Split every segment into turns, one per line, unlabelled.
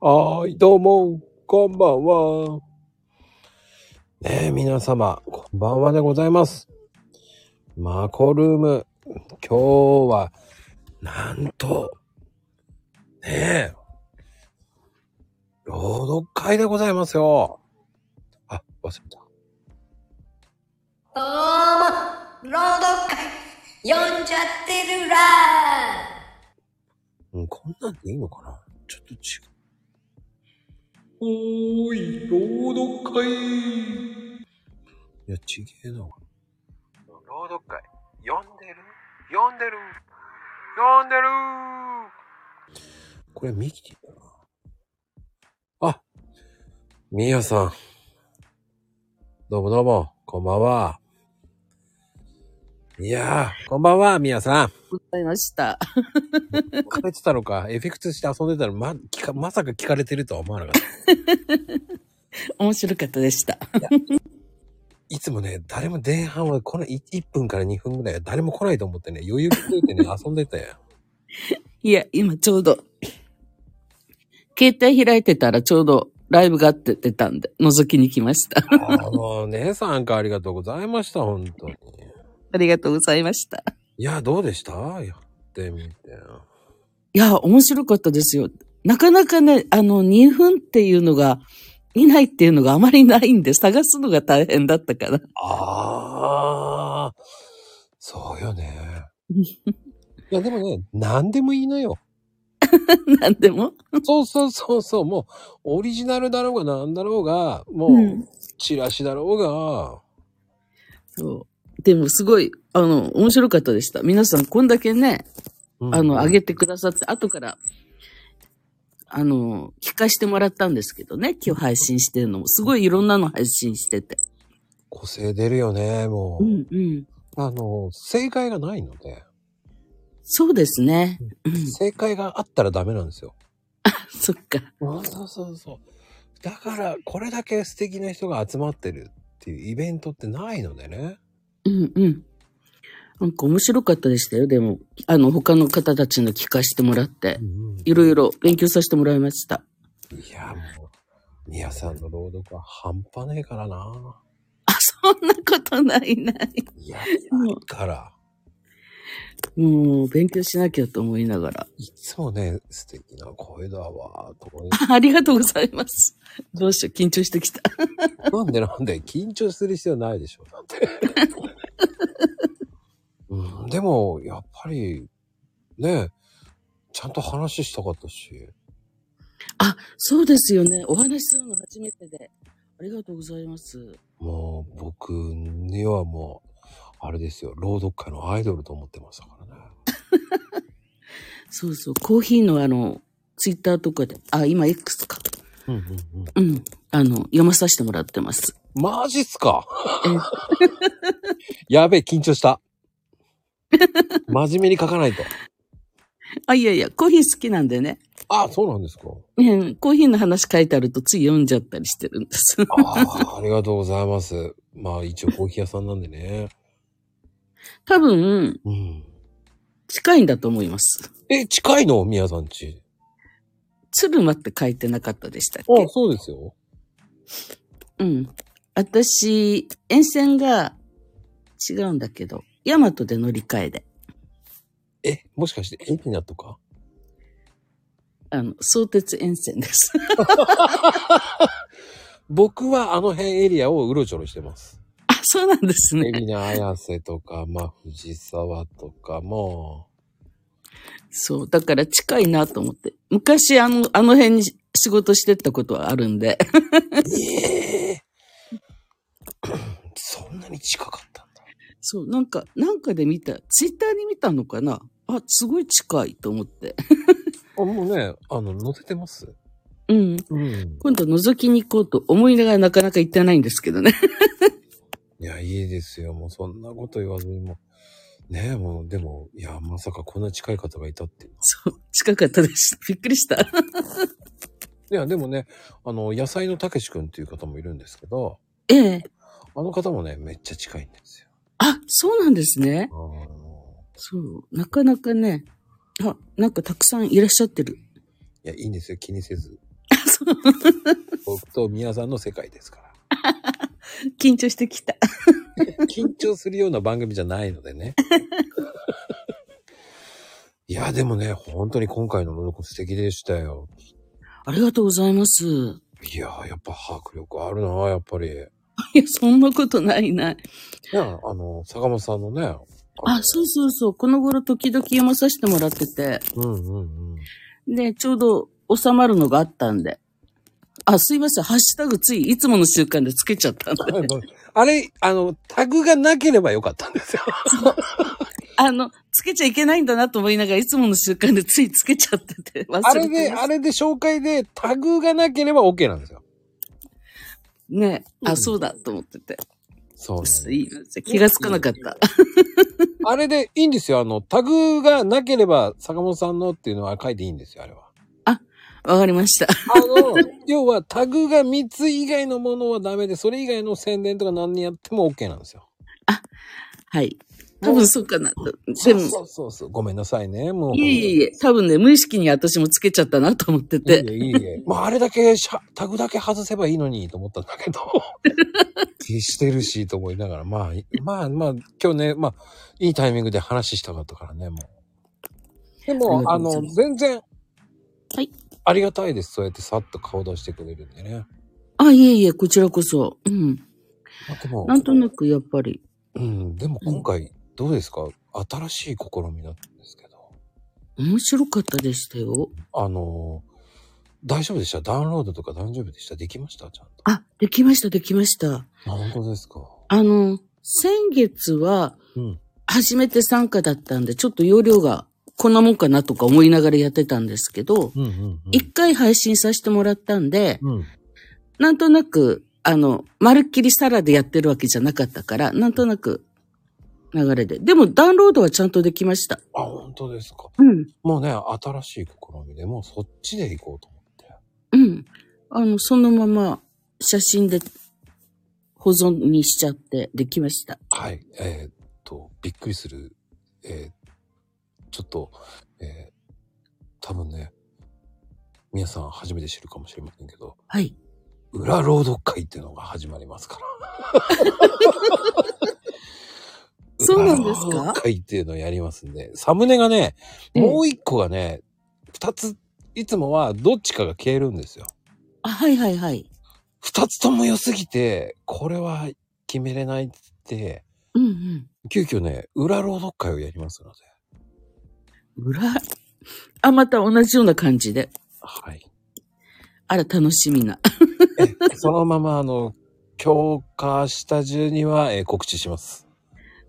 はーい、どうも、こんばんは。ねえ、皆様、こんばんはでございます。マコルーム、今日は、なんと、ねえ、朗読会でございますよ。あ、忘れた。
どうも、朗読会、読んじゃってるら
うん、こんなんでいいのかなちょっと違う。
おーい、朗読会。
いや、ちげえな。
朗読会読んでる読んでる読んでる
これ、ミキティだな。あ、ミヤさん。どうもどうも、こんばんは。いやー、こんばんは、ミヤさん。
ございました。
聞かれてた のか、エフェクトして遊んでたら、ま、聞かまさか聞かれてるとは思わなかった。
面白かったでした。
いつもね、誰も前半は来ない、1分から2分ぐらいは誰も来ないと思ってね、余裕気づ いてね、遊んでたよ。
いや、今ちょうど、携帯開いてたらちょうどライブがあって出たんで、覗きに来ました。
あのね、参加ありがとうございました、本当に。
ありがとうございました。
いや、どうでしたやってみて。
いや、面白かったですよ。なかなかね、あの、2分っていうのが、いないっていうのがあまりないんで、探すのが大変だったから。
ああ、そうよね。いや、でもね、何でもいい のよ。
なんでも。
そうそうそうそう、もう、オリジナルだろうが何だろうが、も
う
う、
ん
チラシだろうが、
そう。 でも、すごい、あの、面白かったでした。皆さん、こんだけね、
うん
あの、あげてくださって、後から、あの、聞かしてもらったんですけどね、今日配信してるのも、すごいいろんなの配信してて。
個性出るよね、もう。
うんうん。
あの、正解がないので、
そうですね。うん
正解があったらダメなんですよ。
そっか。
そうそうそう。だから、これだけ素敵な人が集まってるっていうイベントってないのでね。
うんうん。なんか面白かったでしたよ、でも。あの、他の方たちの聞かしてもらって、
うん
いろいろ勉強させてもらいました。
いや、もう、みやさんの朗読は半端ねえからな。
あ、そんなことないない。
いや、
も
から、
う、もう勉強しなきゃと思いながら。
いつもね、素敵な声だわ、と思 い。
あありがとうございます。どうしよう、緊張してきた。
なんでなんで、緊張する必要ないでしょ、だって。うん、でも、やっぱり、ね、ちゃんと話したかったし、
あ、そうですよね。お話しするの初めてで。ありがとうございます。
もう僕にはもう、あれですよ、朗読界のアイドルと思ってましたからね。
そうそう、コーヒーのあの、ツイッターとかで、あ、今 X か。
うんうんうん。
うん。あの、読まさせてもらってます。
マジっすか やべえ、緊 張した。真面目に書かないと。
あ、いやいや、コーヒー好きなんでね。
あ、そうなんですか。
うんコーヒーの話書いてあるとつい読んじゃったりしてるんです。
あーありがとうございます。まあ一応コーヒー屋さんなんでね。
多分、
うん。
近いんだと思います。
え、近いの宮さんち。
鶴間って書いてなかったでしたっ
あ
け、
そうですよ。
うん。私、沿線が違うんだけど、大和で乗り換えで、
え、もしかしてエピナとか
あの、相鉄沿線です。
僕はあの辺エリアをうろちょろしてます。
あ、そうなんです
エ
ね。
ビナ綾瀬とか、まあ藤沢とかも。
そう。だから近いなと思って。昔、あの、あの辺に仕事してったことはあるんで。
ええ そんなに近かったんだ。
そう。なんか、なんかで見た、ツイッターに見たのかなあ、すごい近いと思って。
あ、もうね、あの、載せてます。
うん。
うん。
今度覗きに行こうと思いながらなかなか行ってないんですけどね。
いや、いいですよ。もうそんなこと言わずにも。ねえ、もう、でも、いや、まさかこんな近い方がいたっていう。
そう。近かったです。びっくり した。
いや、でもね、あの、野菜のたけし君っていう方もいるんですけど、
ええ。
あの方もね、めっちゃ近いんですよ。
あ、そうなんですね。
あの
そう。なかなかね。あ、なんかたくさんいらっしゃってる。
いや、いいんですよ。気にせず。僕と宮さんの世界ですから。
緊張してきた。
緊張するような番組じゃないのでね。いや、でもね、本当に今回のロード素敵でしたよ。
ありがとうございます。
いやー、やっぱ迫力あるなー、やっぱり。
い
い
や、そんなことないない。
や、あの、坂本さんのね。
あ、そうそうそう。この頃時々読まさせてもらってて。
うんうんうん。
で、ちょうど収まるのがあったんで。あ、すいません。ハッシュタグついいつもの習慣でつけちゃったん で。
あれ、あの、タグがなければよかったんですよ。
あの、つけちゃいけないんだなと思いながら、いつもの習慣でついつけちゃってて。忘れてま
あれで、あれで紹介でタグがなければ OK なんですよ。
ねえ
う
あ、
ん
そうだと思ってて。
そうなんです
すいません。気がつかなかった。
あれでいいんですよ。あの、タグがなければ坂本さんのっていうのは書いていいんですよ、あれは。
わかりました。
あの、 要はタグが3つ以外のものはダメで、それ以外の宣伝とか何やっても OK なんですよ。
はい。多分そうかなと。でも、
そうそうそう。ごめんなさいね、もう。
いえいえいえ、多分ね、無意識に私もつけちゃったなと思って
いえ
て。
いえいえ。まあ、あれだけシャ、タグだけ外せばいいのにと思ったんだけど。消してるしと思いながら、まあ、いまあ、まあ、今日ね、まあ、いいタイミングで話したかったからね、もう。でも、
あ
あ
りがとうござい
の
ま、
全然。
はい。
ありがたいです。そうやってさっと顔出してくれるんでね。
あ、いえいえ、こちらこそ。うん。
まあ、でも、
なんとなくやっぱり。
うん、でも今回、どうですか新しい試みだったんですけど。
面白かったでしたよ。
あのー大丈夫でしたダウンロードとか大丈夫でしたできましたちゃんと。
あ、できました、できました。
あ、本当ですか。
あの、先月は、
うん。
初めて参加だったんで、ちょっと容量がこんなもんかなとか思いながらやってたんですけど、
うんうん、うん。
一回配信させてもらったんで、
うん。
なんとなく、あの、まるっきりサラでやってるわけじゃなかったから、なんとなく流れで。でもダウンロードはちゃんとできました。
あ、本当ですか。
うん。
もうね、新しい試みでもうそっちで行こうと思って。
うん。あの、そのまま写真で保存にしちゃってできま した。
はい。えーっと、びっくりする。えーちょっと、えー多分ね、皆さん初めて知るかもしれませんけど、
はい。
裏朗読会っていうのが始まりますから。
そうなんですか
裏朗読会っていうのをやりますんで、サムネがね、もう一個がね、二つ、いつもはどっちかが消えるんですよ。
あ、はいはいはい。
二つとも良すぎて、これは決めれないって言って、
うんうん。
急遽ね、裏朗読会をやりますので。
裏。あ、また同じような感じで。
はい。
あら、楽しみな。
え そのまま、あの、強化した中には、えー告知します。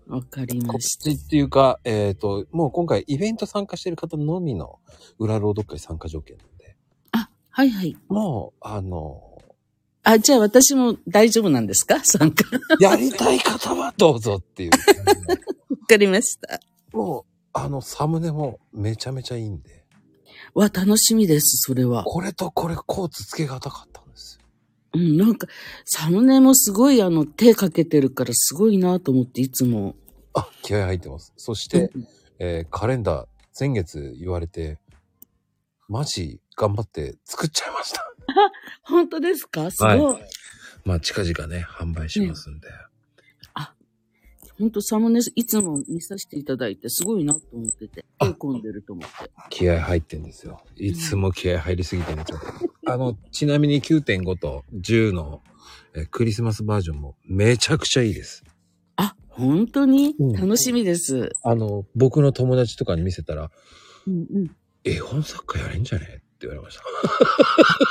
わかりま
告
し
知っていうか、えっ、と、もう今回イベント参加してる方のみの裏朗読会参加条件なんで、
た。あ、 はいはい。
もう、あの、
あ、じゃあ私も大丈夫なんですか参加。わ
やりたい方はどうぞっていう感じで。
かりました。
もう、あの、サムネもめちゃめちゃいいんで、
わ、楽しみです、それは。
これとこれ、コーツつけがたかったんですよ。
うん、なんか、サムネもすごいあの、手かけてるからすごいなと思って、いつも。
あ、気合入ってます。そして、えーカレンダー、先月言われて、マジ頑張って作っちゃいました。
本当ですかすごい。
はまあ、近々ね、販売しますんで。
本当サムネいつも見させていただいて、すごいなと思ってて、手込んでると思って。
気合入ってんですよ。いつも気合入りすぎてるんですよ。あの、ちなみに9.5と10のえークリスマスバージョンもめちゃくちゃいいです。
あ、本当に
うん
楽しみです。
あの、僕の友達とかに見せたら、
うんうん。
絵本作家やれんじゃねって言われました。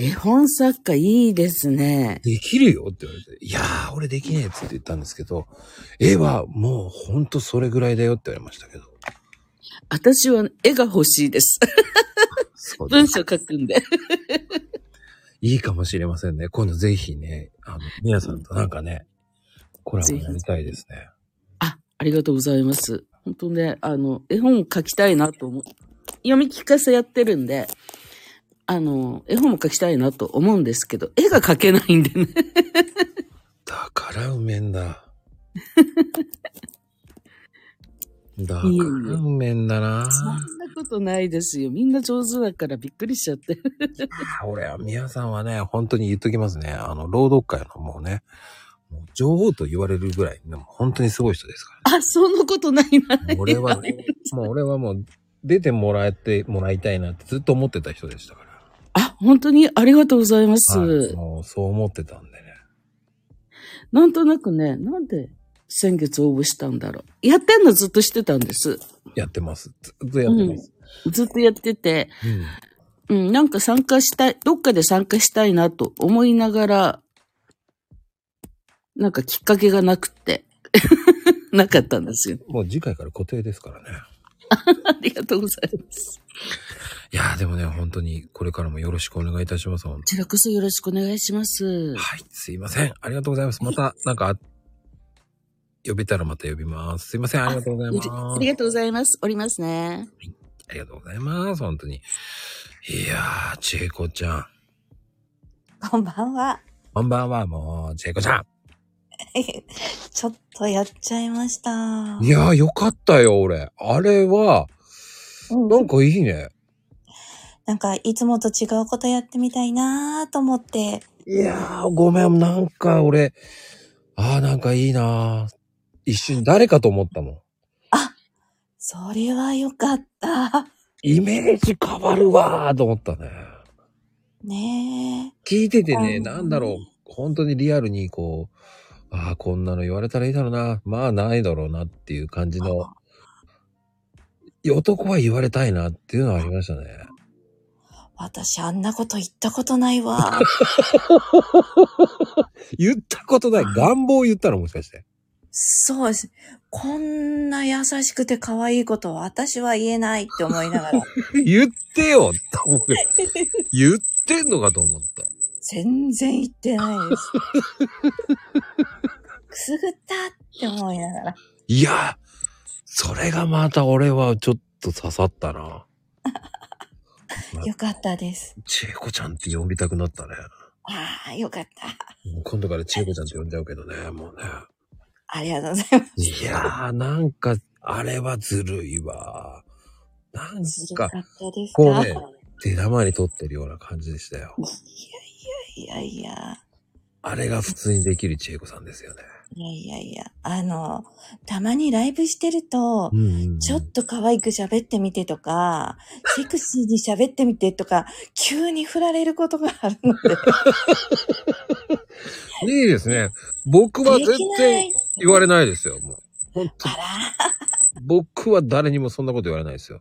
絵本作家いいですね。
できるよって言われて、いやー、俺できねえっつって言ったんですけど、絵はもうほんとそれぐらいだよって言われましたけど。
私は絵が欲しいです。
そうで
文
す
章書くんで。
いいかもしれませんね。今度ぜひね、あの、皆さんとなんかね、コラボやりたいですね。
あ、ありがとうございます。本当ね、あの、絵本書きたいなと思う。読み聞かせやってるんで、あの、絵本も書きたいなと思うんですけど、絵が描けないんでね。
だからうめえんだ。だか ら
いえいう
めえんだな。
そんなことないですよ。みんな上手だからびっくりしちゃって。
俺は、皆さんはね、本当に言っときますね。あの、朗読会のもうね、もう女王と言われるぐらい、でも本当にすごい人です から。
あ、そんなことないな。
俺は、もう俺はもう出てもらえてもらいたいなってずっと思ってた人でしたから。
あ、本当にありがとうございます。
はい、もうそう思ってたんでね。
なんとなくね、なんで先月応募したんだろう。やってんのずっとしてたんです。
やってます。ずっとやってます。
ずっとやってて、
うん
うん、なんか参加したい、どっかで参加したいなと思いながら、なんかきっかけがなくて、 なかったんですよ。
もう次回から固定ですからね。
ありがとうございます。
いやーでもね、本当にこれからもよろしくお願いいたします。本
こちらこそよろしくお願いします
当。はい、すいません。ありがとうございます。また、なんか、呼べたらまた呼びます。すいません、ありがとうございます。
ありがとうございます。おりますね。
ありがとうございます。本当に。いやー、ちえこちゃん。
こんばんは。
こんばんは、もう、ちえこちゃ
ちょっとやっちゃいました。
ん。いやー、よかったよ、俺。あれは、
うん
なんかいいね。
なんか、いつもと違うことやってみたいなーと思って。
いやー、ごめん、なんか俺、あー、なんかいいなー。一瞬誰かと思ったもん。
それはよかった。
イメージ変わるわーと思ったね。
ね
聞いててね、
うん
なんだろう、本当にリアルにこう、ああ、こんなの言われたらいいだろうな、まあないだろうなっていう感じの、男は言われたいなっていうのはありましたね。
え。私、あんなこと言ったことないわ。
言ったことない、 願望を言ったのもしか して。
そうです。こんな優しくて可愛いことは私は言えないって思いな がら、
言ってよって思うけ ど言ってんのかと思った。
全然言ってないです。くすぐったって思いながら。
いや、それがまた俺はちょっと刺さったな。
よかったです。
ちえこちゃんって呼びたくなったね。
ああ、よかった。
もう今度からちえこちゃんって呼んじゃうけどね、もうね。
ありがとうございます。
いやー、なんか、あれはずるいわ。なん
ずるか
か
っ、たです
こう
か、
ね手玉に取ってるような感じでしたよ。
いやいや、
あれが普通にできる千恵子さんですよね。
いやいやいや、あの、たまにライブしてると、
うん
ちょっと可愛く喋ってみてと か、セクシーに喋ってみてとか、急に振られることがあるので、
いいですね。 僕は
で
絶
きな
対
い。
言われないですよ、もう。本当
あ
に
ら、
僕は誰にもそんなこと言われないですよ。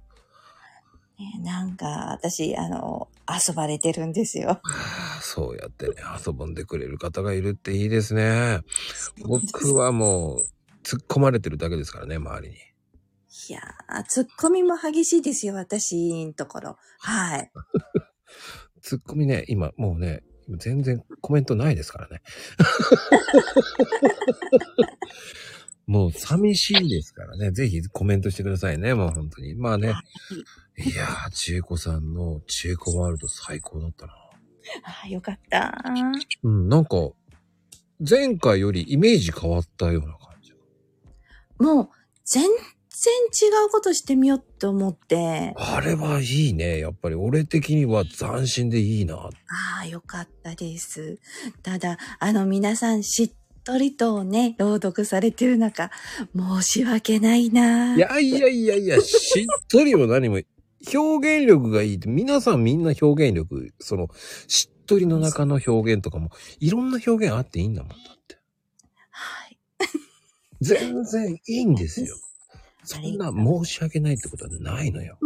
ねなんか、私、あの、遊ばれてるんです よ。
あーそうやってね、遊んでくれる方がいるっていいですね。僕はもう、突っ込まれてるだけですからね、周りに。
いやー、ツッコミも激しいですよ、私のところ。 はい。
ツッコミね、今もうね、全然コメントないですからね。もう寂しいですからね。ぜひコメントしてくださいね。もう本当に。まあね。いやー、ちえこさんのちえこワールド最高だったな。
あーよかった。
うん、なんか、前回よりイメージ変わったような感じ。
もう、全然違うことしてみようと思って、
あれはいいね。やっぱり俺的には斬新でいいな。
ああ、よかったです。ただ、あの、皆さん、しっとりとね、朗読されてる中、申し訳ないな。
い、やいやいやいや、しっとりも何も、表現力がいいって、皆さんみんな表現力、その、しっとりの中の表現とかも、いろんな表現あっていいんだもんだって。
はい。
全然いいんですよ。そ
あ
ん
り
な申し訳ないってことはないのよ。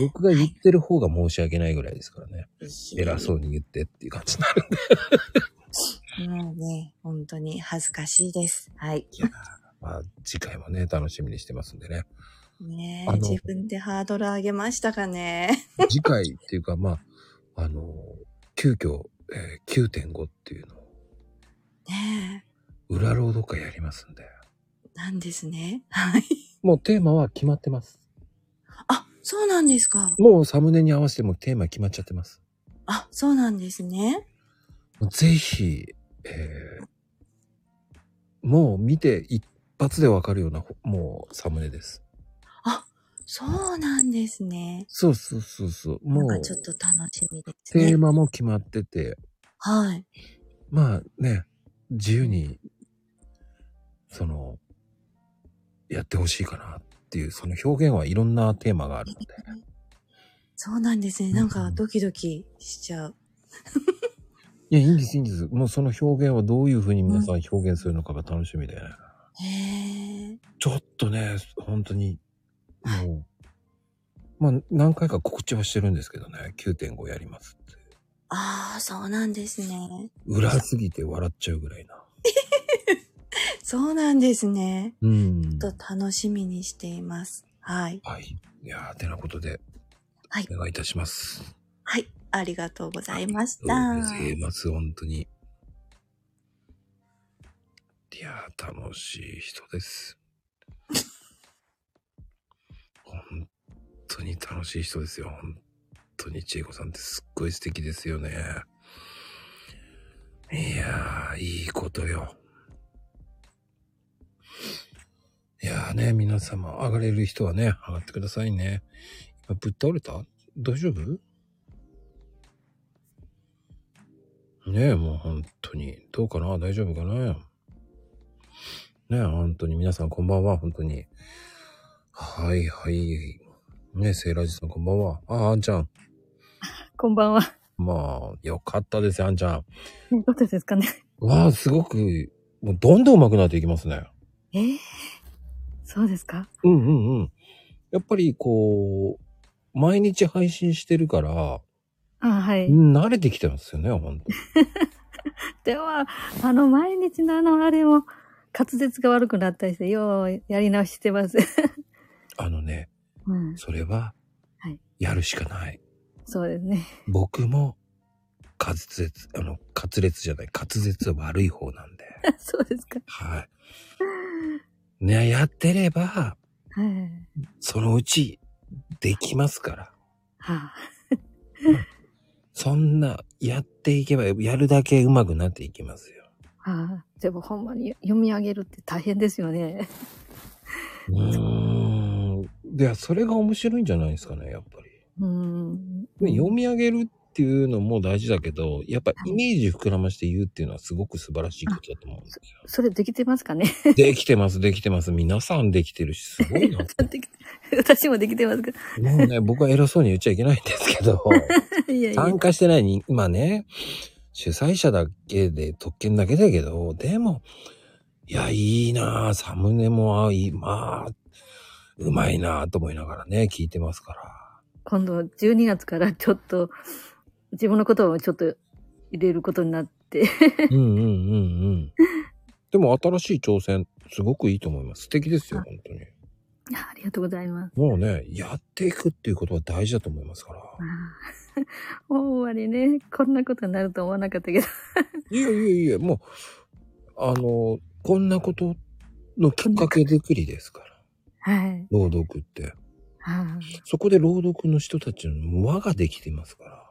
僕が言ってる方が申し訳ないぐらいですからね。偉そうに言ってっていう感じになる。
もうね、本当に恥ずかしいです。はい。
まあ、次回もね、楽しみにしてますんでね。
ね
あ
え
の
自分でハードル上げましたかね。
次回っていうか、まあ、あの、急遽、えー9.5っていうのを、
ね
裏朗読会やりますんで。
え、なんですね。はい。
もうテーマは決まってます。
あ、そうなんですか。
もうサムネに合わせてもうテーマ決まっちゃってます。
あ、そうなんですね。
もうぜひ、えーもう見て一発でわかるような、もうサムネです。
そうなんですね。
そうそうそうそう。
なん
も
か
う、
ちょっと楽しみです
テ
ね
ー。マも決まってて、
はい。
まあね、自由に、その、やってほしいかなっていう、その表現はいろんなテーマがあるので。
そうなんですね。なんかドキドキしちゃう。
いや、いいんです、いいんです。もうその表現はどういうふうに皆さん表現するのかが楽しみで。
へえ。
ちょっとね、本当に、もう、まあ何回か告知はしてるんですけどね、9.5やりますって。
ああ、そうなんですね。
裏すぎて笑っちゃうぐらいな。
そうなんですね。
うん。
ちょっと楽しみにしています。はい。
はい。いやー、てなことで、
はい
お願いいたします。
はい。ありがとうございまし
どう
た。
もございます、本当に。いやー、楽しい人です。 本当に楽しい人ですよ。本当に、千恵子さんってすっごい素敵ですよね。いやー、いいことよ。いやーね、皆様、上がれる人はね、上がってくださいね。今ぶっ倒れた大丈夫ねえ、もう本当に。どうかな大丈夫かなねえ、本当に。皆さんこんばんは、本当に。はい、はい。ねえ、セイラジさんこんばんは。あ、あんちゃん。
こんば んは。
まあ、よかったですよ、あんちゃん。
どうですかね。
わあ、すごく、もうどんどん上手くなっていきますね。
えー、そうですか
うんうんうん。やっぱりこう、毎日配信してるから、
あはい。
慣れてきてますよね、本当に。
では、あの、毎日のあの、あれも、滑舌が悪くなったりして、ようやり直して ます。
あのね、
うん、
それは
はい、
やるしかない。
そうですね。
僕も滑舌あの滑舌じゃない滑舌は悪い方なんで
そうですか。
はいねやってれば
はい。
そのうちできますから
はあ、
そんなやっていけばやるだけ上手くなっていきますよ
はあ、でも、ほんまに読み上げるって大変ですよね。
うーんいやそれが面白いんじゃないですかねやっぱり
うん。
ね読み上げるっていうのも大事だけどやっぱイメージ膨らまして言うっていうのはすごく素晴らしいことだと思うんですよ
それできてますかね
できてますできてます皆さんできてるしすごいな
できて私もできてますけ
もうね、僕は偉そうに言っちゃいけないんですけど、
ど。いやい や。
参加してないに、今ね、主催者だけで、特権だけだけど、でも、いや、いいなぁ、サムネもいい、まあ、うまいなぁと思いながらね、聞いてますから。
今度、12月からちょっと、自分の言葉をちょっと入れることになって。
うんうんうんうん。でも、新しい挑戦、すごくいいと思います。素敵ですよ、本当に。
いやありがとうございます。
もうね、やっていくっていうことは大事だと思いますから。
大終わりね、こんなことになると思わなかったけど。
いやいやいや、もう、あの、こんなことのきっかけ作りですから、
はい。
朗読って。
ああ
そこで朗読の人たちの輪ができてますから。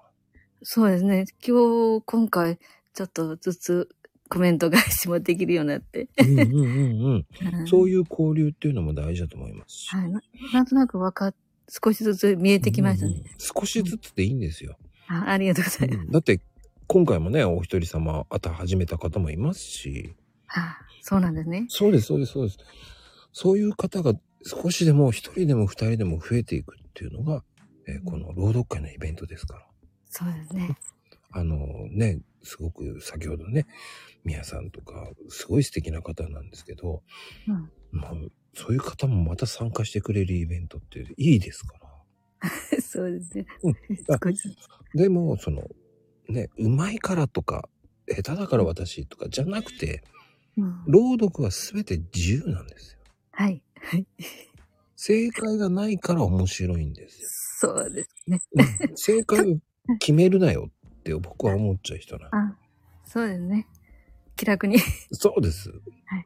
そうですね。今日、今回、ちょっとずつコメント返しもできるようになって。
うんうんうんうん。そう
いう。
いう交流っていうのも大事だと思いますし。
はい。ななんとなくわかっ、少しずつ見えてきました
うんう
ね
ん。少しずつでいいんですよ。
あありがとうございます。
だって、今回もね、お一人様、あた始めた方もいますし。
あそうなんですね。
そうです、そうです、そうです。そういう方が少しでも一人でも二人でも増えていくっていうのが、えーこの朗読会のイベントですから。
そうですね。
あのね、すごく先ほどね、宮さんとか、すごい素敵な方なんですけど、
うん
もうそういう方もまた参加してくれるイベントっていいですから。
そうですね。
うん
少しずつ。
でも、その、ね、うまいからとか、下手だから私とかじゃなくて、
うん
朗読は全て自由なんですよ。
はい。はい。
正解がないから面白いんですよ。
そうですね。
うん正解を決めるなよって僕は思っちゃう人なんで
あそうですね。気楽に。
す。そうです。
はい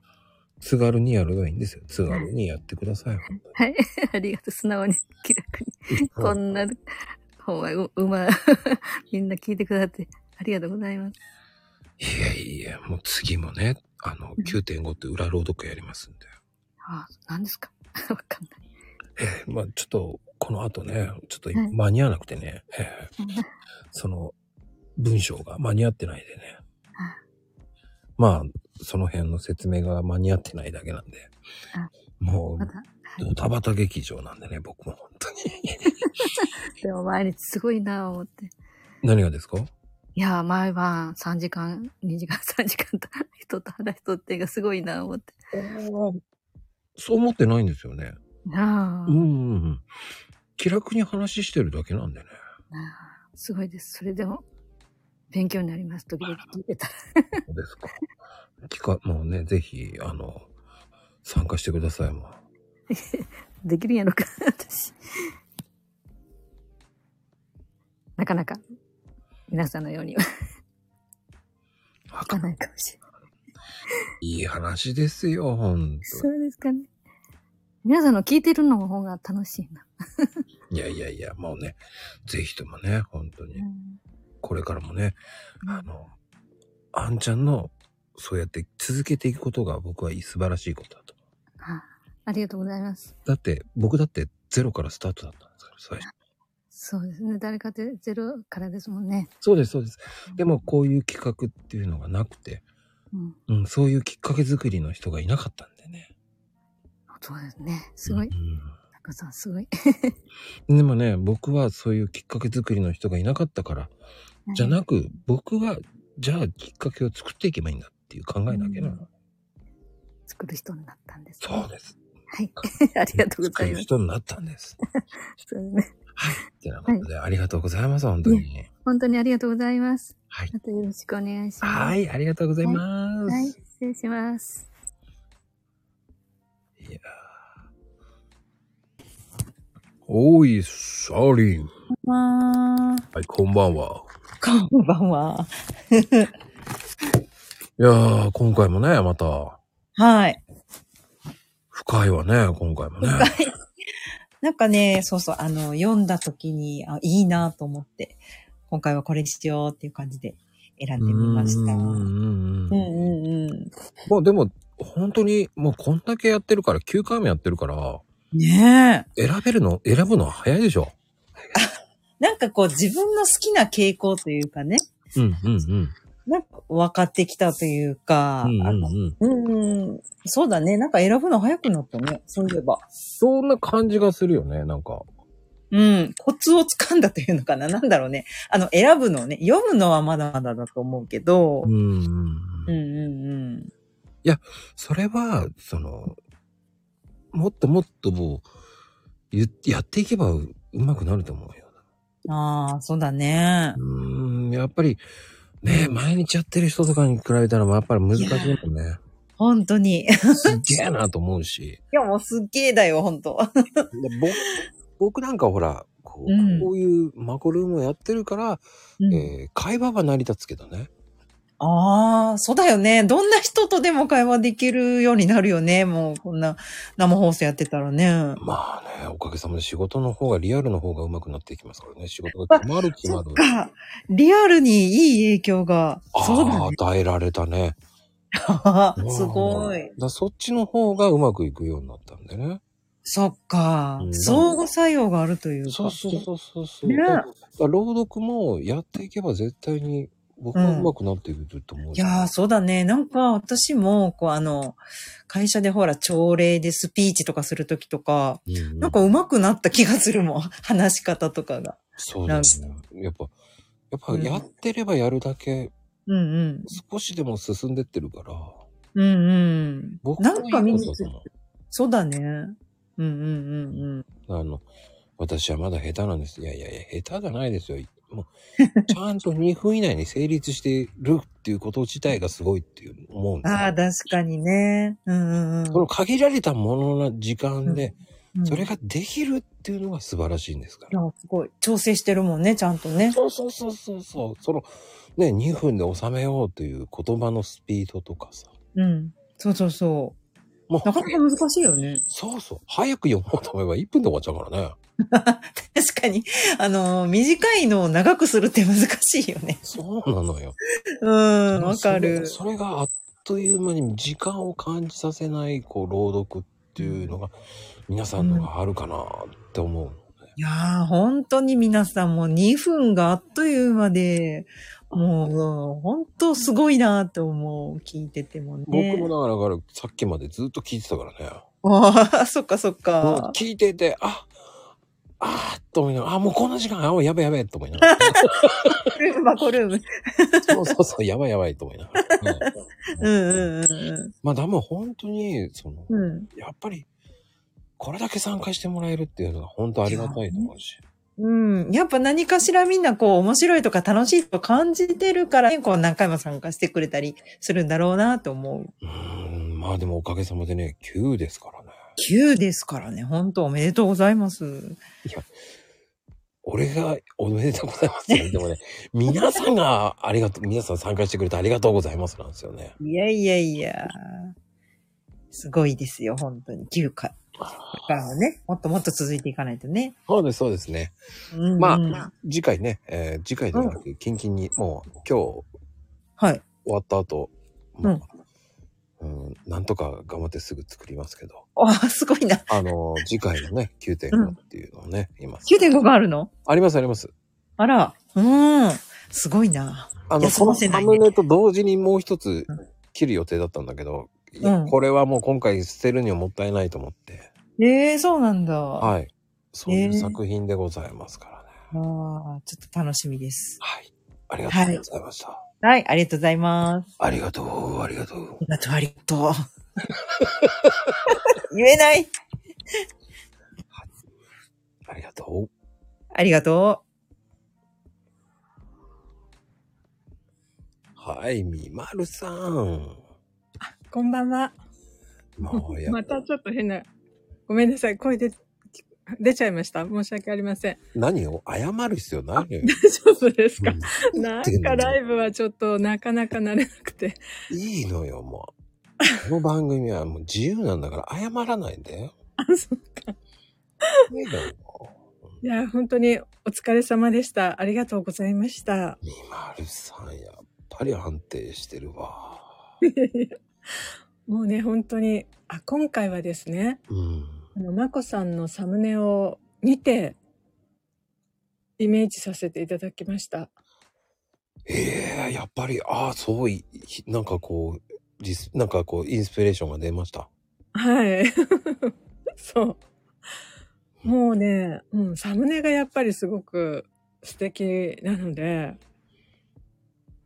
津軽にやればいいんですよ。津軽にやってください。本当に
はい。 ありがとう。素直に、気楽に。こんな、ほんま、う、うま、 みんな聞いてくださって、ありがとうございます。
いやいや、もう次もね、あの、9.5って裏朗読やりますんで。
ああ、何ですかわかんない。
えーまあちょっと、この後ね、ちょっと
はい
間に合わなくてね、えーその文章が間に合ってないでね。まあ、その辺の説明が間に合ってないだけなんで
あ。
も
ま
う、
た。
ドタバタ劇場なんでね、僕も本当に。
でも毎日すごいなぁ思って。
何がですか
いやー、毎晩3時間、2時間、3時 間と人と話しとってがすごいなぁ思って。
そう思ってないんですよね。
なあ、
うんうんうん。気楽に話してるだけなんでね。
なあすごいです。それでも、勉強になります。時々聞いてたら。
そうですか。聞か、もうね、ぜひ、あの、参加してください、もう。
できるんやろか、私。なかなか、皆さんのようには
わ
いか
かん
ないかもしれない。
いい話ですよ、ほん
そうですかね。皆さんの聞いてるの方が楽しいな。
と。いやいやいや、もうね、ぜひともね、本当に
う。ん
これからもね、あの、あんちゃんの、そうやって続けていくことが僕は素晴らしいことだと。
あありがとうございます。
だって、僕だってゼロからスタートだったんですから、最初。
そうですね。誰かってゼロからですもんね。
そうです、そうです。でも、こういう企画っていうのがなくて、
うん。
うん、そういうきっかけ作りの人がいなかったんでね。
そうですね。すごい。
うん
中さん、すごい。
でもね、僕はそういうきっかけ作りの人がいなかったから、じゃなく、僕は、じゃあきっかけを作っていけばいいんだっていう考えだけなの。
うん作る人になったんです、ね。
そうです。
はい。 ありがとうございま
作る
す。
人になったんです。
そうですね。
ってなことで、ありがとうございます、本当に。
本当にありがとうございます。
はい。
またよろしくお願いします。
はい、ありがとうございます。
はいい、失礼します。
やーおい、サリン。
まあ、
はい、こんばんは。
こんばんは。
いやー、今回もね、また、
はい。
深いわね、今回もね。
なんかね、そうそう、あの、読んだ時に、あ、いいなと思って、今回はこれにしようっていう感じで選んでみました。う
うんんうん
う
うん
んうん。
まあでも、本当に、もうこんだけやってるから、9回目やってるから、
ねえ。
選べるの、選ぶのは早いでしょ。
なんかこう自分の好きな傾向というかね、
うんうんうん。
なんか分かってきたというか、
うんう
あ
ん
の
うん。
うんうん、そうだね。なんか選ぶの早くなったね。そういえば。
そんな感じがするよね、なんか。
うん。コツをつかんだというのかな。なんだろうね。あの、選ぶのをね。読むのはまだまだだと思うけど。
うんう
う
んうん
う
ん。
ん
それは、その、もっともっともう、ゆやっていけばうまくなると思うよ。
うん。ああ、そうだね。
うん、やっぱり、ね、毎日やってる人とかに比べたら、やっぱり難しいもんね。
本当 に。い
すげえなと思うし。
や、もうすっげえだよ、本当
で 僕僕なんかほらこう,、
うん
こういうマコルームをやってるから、
うん
えー会話は成り立つけどね
ああ、そうだよね。どんな人とでも会話できるようになるよね。もう、こんな生放送やってたらね。
まあねおかげさまで仕事の方がリアルの方がうまくなっていきますからね仕事が決まる決
そ
ま
っ
る
か。リアルにいい影響が。そうだ
ああ与えられた ね
ね。すご
うん
い。
だそっちの方がうまくいくようになったんでね
そっか
う。ん
相互作用があるというか。
そうそうそうそうそう、
ね
だから朗読もやっていけば絶対に僕はうまくなっていくと思う、
いやー、そうだね。なんか、私も、こう、あの、会社でほら、朝礼でスピーチとかするときとか、
うんうん
なんか上手くなった気がするもん。 話し方とかが。
そうだよねやっぱやっぱ
うん
やってればやるだけ
うんうん。
少しでも進んでってるから、
うんうん。
僕
な
も
んかみんない
いことだと思う
そうだね。うんうんうんうん。
あの、私はまだ下手なんです。いやいやいや、下手じゃないですよ。も う、ちゃんと2分以内に成立してるっていうこと自体がすごいっていう思うんですよ
ああ、確かにね。うんうんうん。
その限られたものの時間で、
うん
それ
い
ができるっていうのが素晴らしいんですから。
や、すごい。調整してるもんね、ちゃんとね。
そうそうそうそうそう。その、ね、2分で収めようという言葉のスピードとかさ。
うん。そうそうそう。
もう
なかなか難しいよね。
そうそう。早く読もうと思えば1分で終わっちゃうからね。
確かに。あのー、短いのを長くするって難しいよね。
そうなのよ。
うん、わかる。
それそれがあっという間に時間を感じさせない、こう、朗読っっていうのが、皆さんのがあるかなって思う。
いやー、本当に皆さんもう2分があっという間で、もう、本当すごいなーって思う、聞いててもね。
僕もだから、さっきまでずっと聞いてたからね。
ああ、 そっかそっ
もう
か。
聞いてて、ああーっと思いながら、あ、もうこんな時間、あ、もうやべやべと思い ながら。
ルーム、マコルーム。
そうそうそう、やばいやばいと思いながら。うん
うんうんう
まあでも本当に、その、
ん。うん。
やっぱり、これだけ参加してもらえるっていうのが本当ありがたいと思うし。
うん。やっぱ何かしらみんなこう面白いとか楽しいと感じてるから、ね、こう何回も参加してくれたりするんだろうなと思う。
うーん、まあでもおかげさまでね、9ですからね。
9ですからね、本当おめでとうございます。
俺がおめでとうございます ね。でもね、皆さんがありがとう、皆さん参加してくれてありがとうございますなんですよね。
いやいやいや。すごいですよ、本当に。9回。だからね、もっともっと続いていかないとね。
そうです、そうですね。
うんうん
まあ、次回ね、えー次回ではなく、キンキンに、もう今日終
はい。
わった後、もう、うん、なんとか頑張ってすぐ作りますけど、
ああ、すごいな。
あのー次回のね、9.5っていうのをね、今、
9.5があるの
ありますあります。
あら。うん。すごいな。
あ
い
の、
や
この
そう
サ
なんや
ムネと同時にもう一つ
うん
切る予定だったんだけど、いや
うん
これはもう今回捨てるにはもったいないと思って、
ええそうなんだ。
はい。そうい
え
う
ー
作品でございますからね。
ああ、ちょっと楽しみです。
はい。ありがとうございました。
はい、ありがとうございます。
ありがとう、ありがとう。
ありがとう、ありがとう。 言えない。
ありがとう。
ありがと
はい、みまるさん。
う。こんばんは。
もうやっ
またちょっと変な。ごめんなさい。声で、出ちゃいました。申し訳ありません。
何を謝る必要ないのよ。
大丈夫ですか、
う
なんかライブはちょっとなかなか慣れなくて。
んいいのよ、もう。この番組はもう自由なんだから謝らないんだよ。
あそう
いいのよ
いや、本当にお疲れ様でした。ありがとうございました。
みまるさん、やっぱり安定してるわ。
もうね、本当に、あ、今回はですね、
うん。
あの、まこさんのサムネを見て、イメージさせていただきました。
ええやっぱり、ああ、そうい、ひなんかこう、リスなんかこう、インスピレーションが出ました。
はい。 そう。もうね、うん、サムネがやっぱりすごく素敵なので、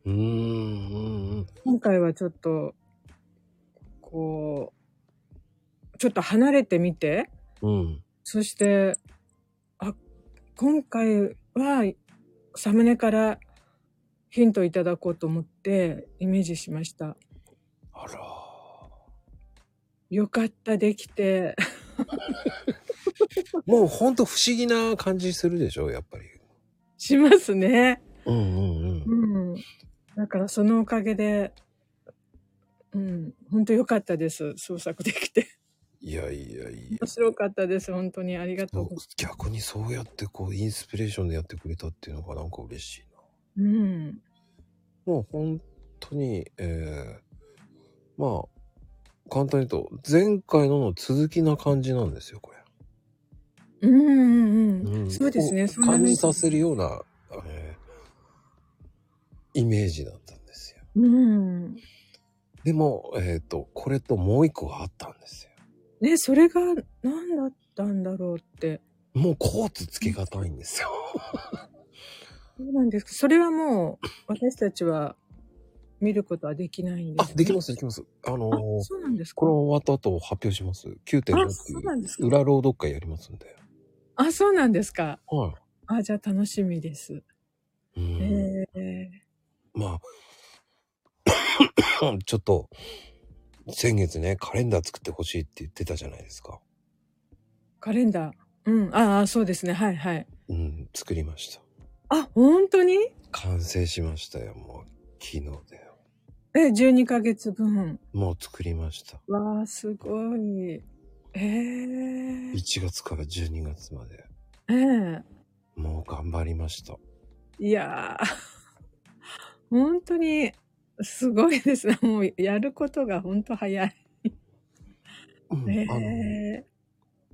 うーんうん、うん。
今回はちょっと、こう、ちょっと離れてみて、
うん。
そして、あ、今回はサムネからヒントいただこうと思ってイメージしました。
あら。
よかった、できて。
もうほんと不思議な感じするでしょ、やっぱり。
しますね。
うんうんう
うん。
ん。
だからそのおかげで、うん、本当よかったです。創作できて。
いやいやいや
面。白かったです。本当にありがとうございます。
逆にそうやってこう、インスピレーションでやってくれたっていうのがなんか嬉しいな。
うん。
もう 本当に、えー、まあ、簡単に言うと、前回のの続きな感じなんですよ、これ。
うんうんう。
うんん
そうですね。そんな
感
ね
じさせるような、えーイメージだったんですよ。
うん。
でも、えっ、と、これともう一個があったんですよ。
ね、それが何だったんだろうって。
もうコーツつけがたいんですよ。
そうなんですか。それはもう、私たちは見ることはできないんで
あ
す、、。
できますす、できます。あの
あ、
ー
そうなんですか
これ。終わった後発表します。9.5って
あそうなんです
い
か
う裏朗読会やりますんで。
あ、そうなんですか。
は
あ、じゃあ楽しみです。
い。うん
ええ
まあ、 ちょっと、先月ね、カレンダー作ってほしいって言ってたじゃないですか。
カレンダー。うん。ああ、そうですね。はいはい。
うん、作りました。
あ、本当に
完成しましたよ、もう、昨日だよ。
え、12ヶ月分。
もう作りました。
わあ、すごい。ええ
1月から12月まで。
ええ
もう頑張りました。
いやー、 本当にすごいですね。もうやることが本当早い。
うん
え
あの
え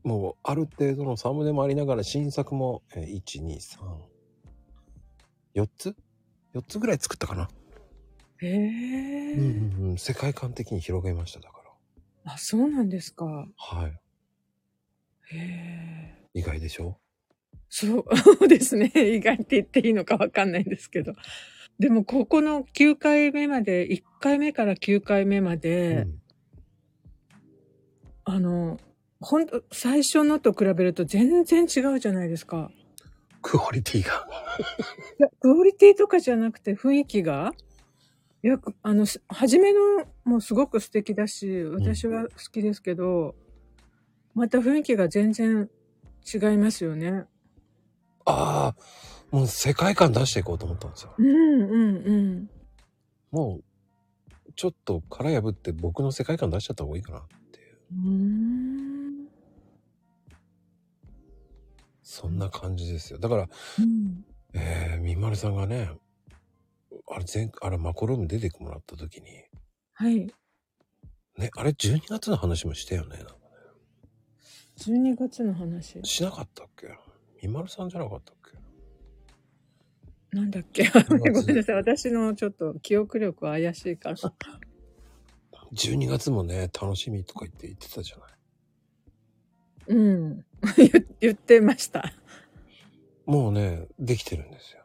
もうある程度のサムネもありながら新作も、えー、1、2、3、4つ ?4 つぐらい作ったかな、
ええ
うんうんうん、世界観的に広げましただから。
あ、そうなんですか。
はい。
へえ。
意外でしょ
そうですね。意外って言っていいのかわかんないんですけど。でも、ここの9回目まで、1回目から9回目ま
う
で、
ん
あの、ほんと、最初のと比べると全然違うじゃないですか。
クオリティが。
いや、クオリティとかじゃなくて雰囲気が、いや、あの、す初めのもすごく素敵だし、私は好きですけど、また雰囲気が全然違いますよね。
ああ、もう世界観出していこうと思ったんですよ。
うんうんうん。
もう、ちょっと殻破って僕の世界観出しちゃった方がいいかなっていう。
うーん
そんな感じですよ。だから、
うん
えー、みまるさんがね、あれ前、あれマコルーム出てもらった時に、
はい。
ね、あれ12月の話もしたよね。なんか
12月の話。
しなかったっけみまるさんじゃなかったっけ
なんだっけ
月
ごめんなさい。私のちょっと記憶力は怪しいから。
12月もね、楽しみとか言って言ってたじゃない。
うん。 言言ってました。
もうね、できてるんですよ。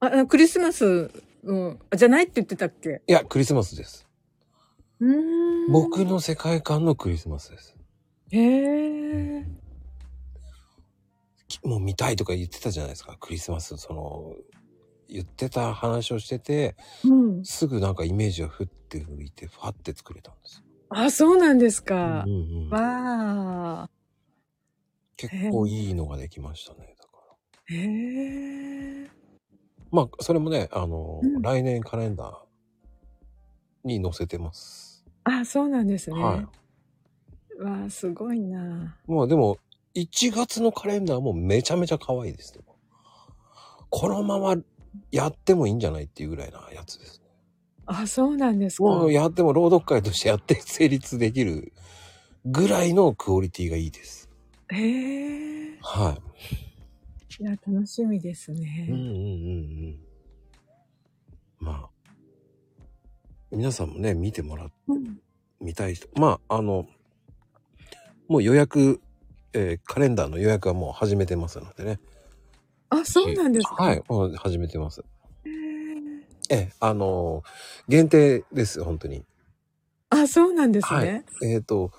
ああの、クリスマスの、あじゃないって言ってたっけ
いや、クリスマスです。
うーん。
僕の世界観のクリスマスです。
へえ。
きもう見たいとか言ってたじゃないですか。クリスマス、その、言ってた話をしてて、
うん。
すぐなんかイメージをふって浮いて、ファって作れたんですよ。
あ、そうなんですか
う。んうん、
わあ。
結構いいのができましたね。だから。
へえ。
まあ、それもね、あの、
うん
来年カレンダーに載せてます。
あ、そうなんですね。
は
わあ、すごいな。
い。まあでも、1月のカレンダーもめちゃめちゃ可愛いですね。このままやってもいいんじゃないっていうぐらいなやつです。
あ、そうなんですか。
もうやっても朗読会としてやって成立できるぐらいのクオリティがいいです。
へえ。
はい
や、楽しみです
い。うんう
ね。
んうんうん。まあ、皆さんもね、見てもらっ
うん。
見たい人。まあ、あの、もう予約、えーカレンダーの予約はもう始めてますのでね。
あ、そうなんですか。
はい、もう始めてます。
へえ
ええ、あのー限定です、本当に。
あ、そうなんです
は
ね
い。。えっ、と、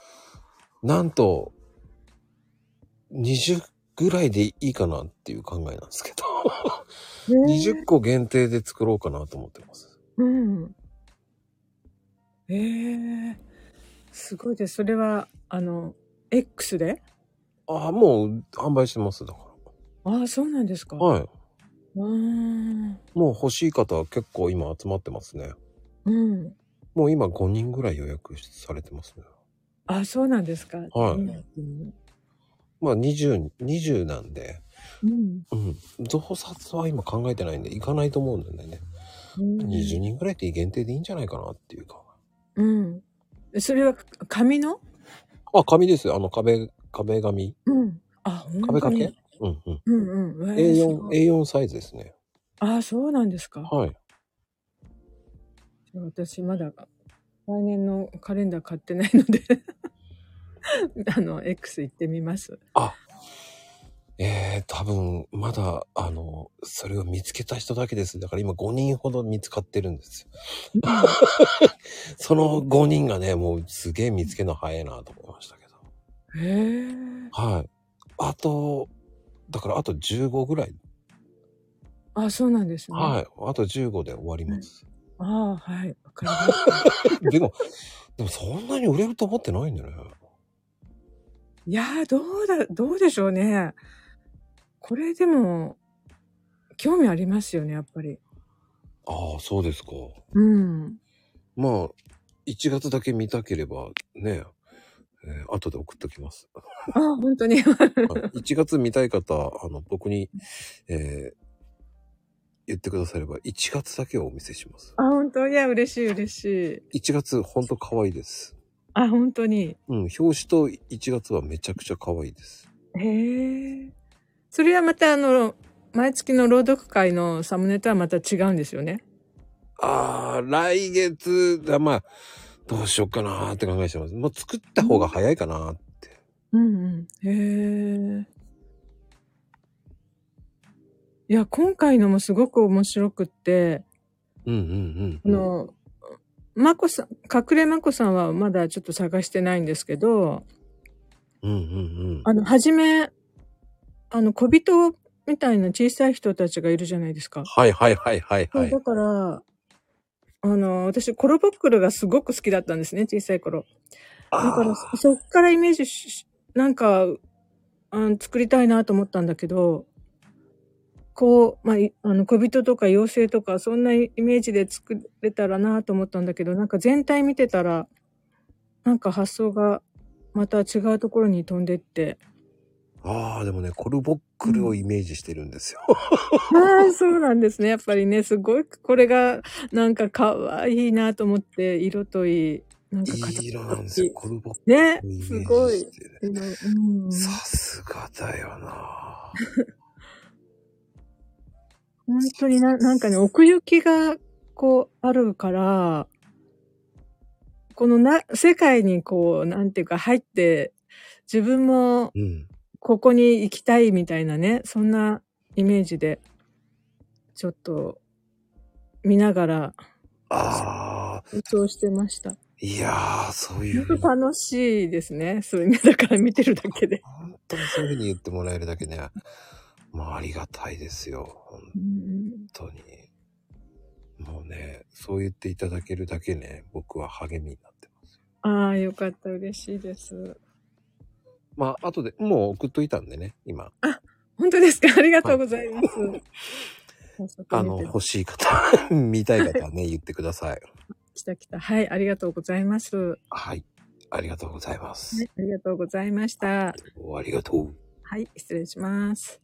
なんと、20ぐらいでいいかなっていう考えなんですけど、
へえ
20個限定で作ろうかなと思ってます。
うん。ええすごいです。それは、あの、X で
ああ、もう販売してます、だか。。
ああ、そうなんですから
はい。
うーん。
もう欲しい方は結構今集まってますね。
うん。
もう今5人ぐらい予約されてますね。
あ、そうなんですか。
はい
うん。
まあ20、20なんで、
うん。
うん。増刷は今考えてないんで、行かないと思うんだよね。
うん
20人ぐらいって限定でいいんじゃないかなっていうか。
うん。それは、紙の
あ、紙ですよ。あの壁、壁紙。
うん。あ、本当
壁
に
掛けうんうん。
うんうん。ええす
A4、
ごい
A4 サイズですね。
ああ、そうなんですか。
はい。
私まだ来年のカレンダー買ってないので あの X 行ってみます
あ、えー、多分、まだ、あの、それを見つけた人だけです。だから今5人ほど見つかってるんですよ。 その5人がね、もうすげえ見つけるの早いなと思いましたけど。
へえ
はい。あと、だからあと15ぐらい。
あそうなんですね、、
はいい。あと15で終わります。
ああはいわかりました
でも、でもそんなに売れると思ってないんだね。
いやーどうだどうでしょうねこれでも興味ありますよねやっぱり
ああ、そうですか。
うん
まあ、1月だけ見たければ、ね、えー後で送っときます。
あ本当に
はい1月見たい方、あの、僕に、えー言ってくだされば、1月だけはお見せします。
あ本当いや嬉しい嬉しい
1月、ほんと可愛いです。
あ、本当に。
うん、表紙と1月はめちゃくちゃ可愛いです。
へえ。それはまたあの、毎月の朗読会のサムネとはまた違うんですよね。
あー、来月、だまあ、どうしようかなーって考えてます。もう作った方が早いかなーって。
うんうん。へえ。いや、今回のもすごく面白くって、
うんう
あ
んうんうん。
の、まこさん、隠れまこさんはまだちょっと探してないんですけど、
うんうん
あの、はじめ、あの、小人みたいな小さい人たちがいるじゃないですか。
はいはいはいはいはい
だ。から、あの、私、コロボックルがすごく好きだったんですね、小さい頃。だから、
あ
そそっからイメージし、しなんか、うん、作りたいなと思ったんだけど、こう、まあ、いあの、小人とか妖精とか、そんなイイメージで作れたらなと思ったんだけど、なんか全体見てたら、なんか発想がまた違うところに飛んでって。
ーあー、でもね、コルボックルをイメージしてるんですよ。
ああ、そうなんですね。やっぱりね、すごい、これが、なんか可愛いなと思って、色といい。なんか形
いい色なんですよ、コルボック
ね
ルをイメージ、
すごい
し。てる。
色うん
さすがだよなー。
本当にな、なんかね、奥行きが、こう、あるから、このな、世界にこう、なんていうか入って、自分も
うん。
ここに行きたいみたいなね、そんなイメージで、ちょっと、見ながら、
ああ、
予想してました。
いやー、そういうふう
本
に
当楽しいですね。そういう、だから見てるだけで。
本当にそういうふうに言ってもらえるだけね、まあありがたいですよ、本当に。もうね、そう言っていただけるだけね、僕は励みになってます。
ああ、よかった。嬉しいです。
まあ、後で、もう送っといたんでね、今。
本当ですかありがとうございます。早速
あ
見
の、
て
欲しい方、 見たい方はね、言ってください。
来た来た。はい、ありがとうございます。
はい。ありがとうございます。
はいありがとうございました。
おありがとう。
はい、失礼します。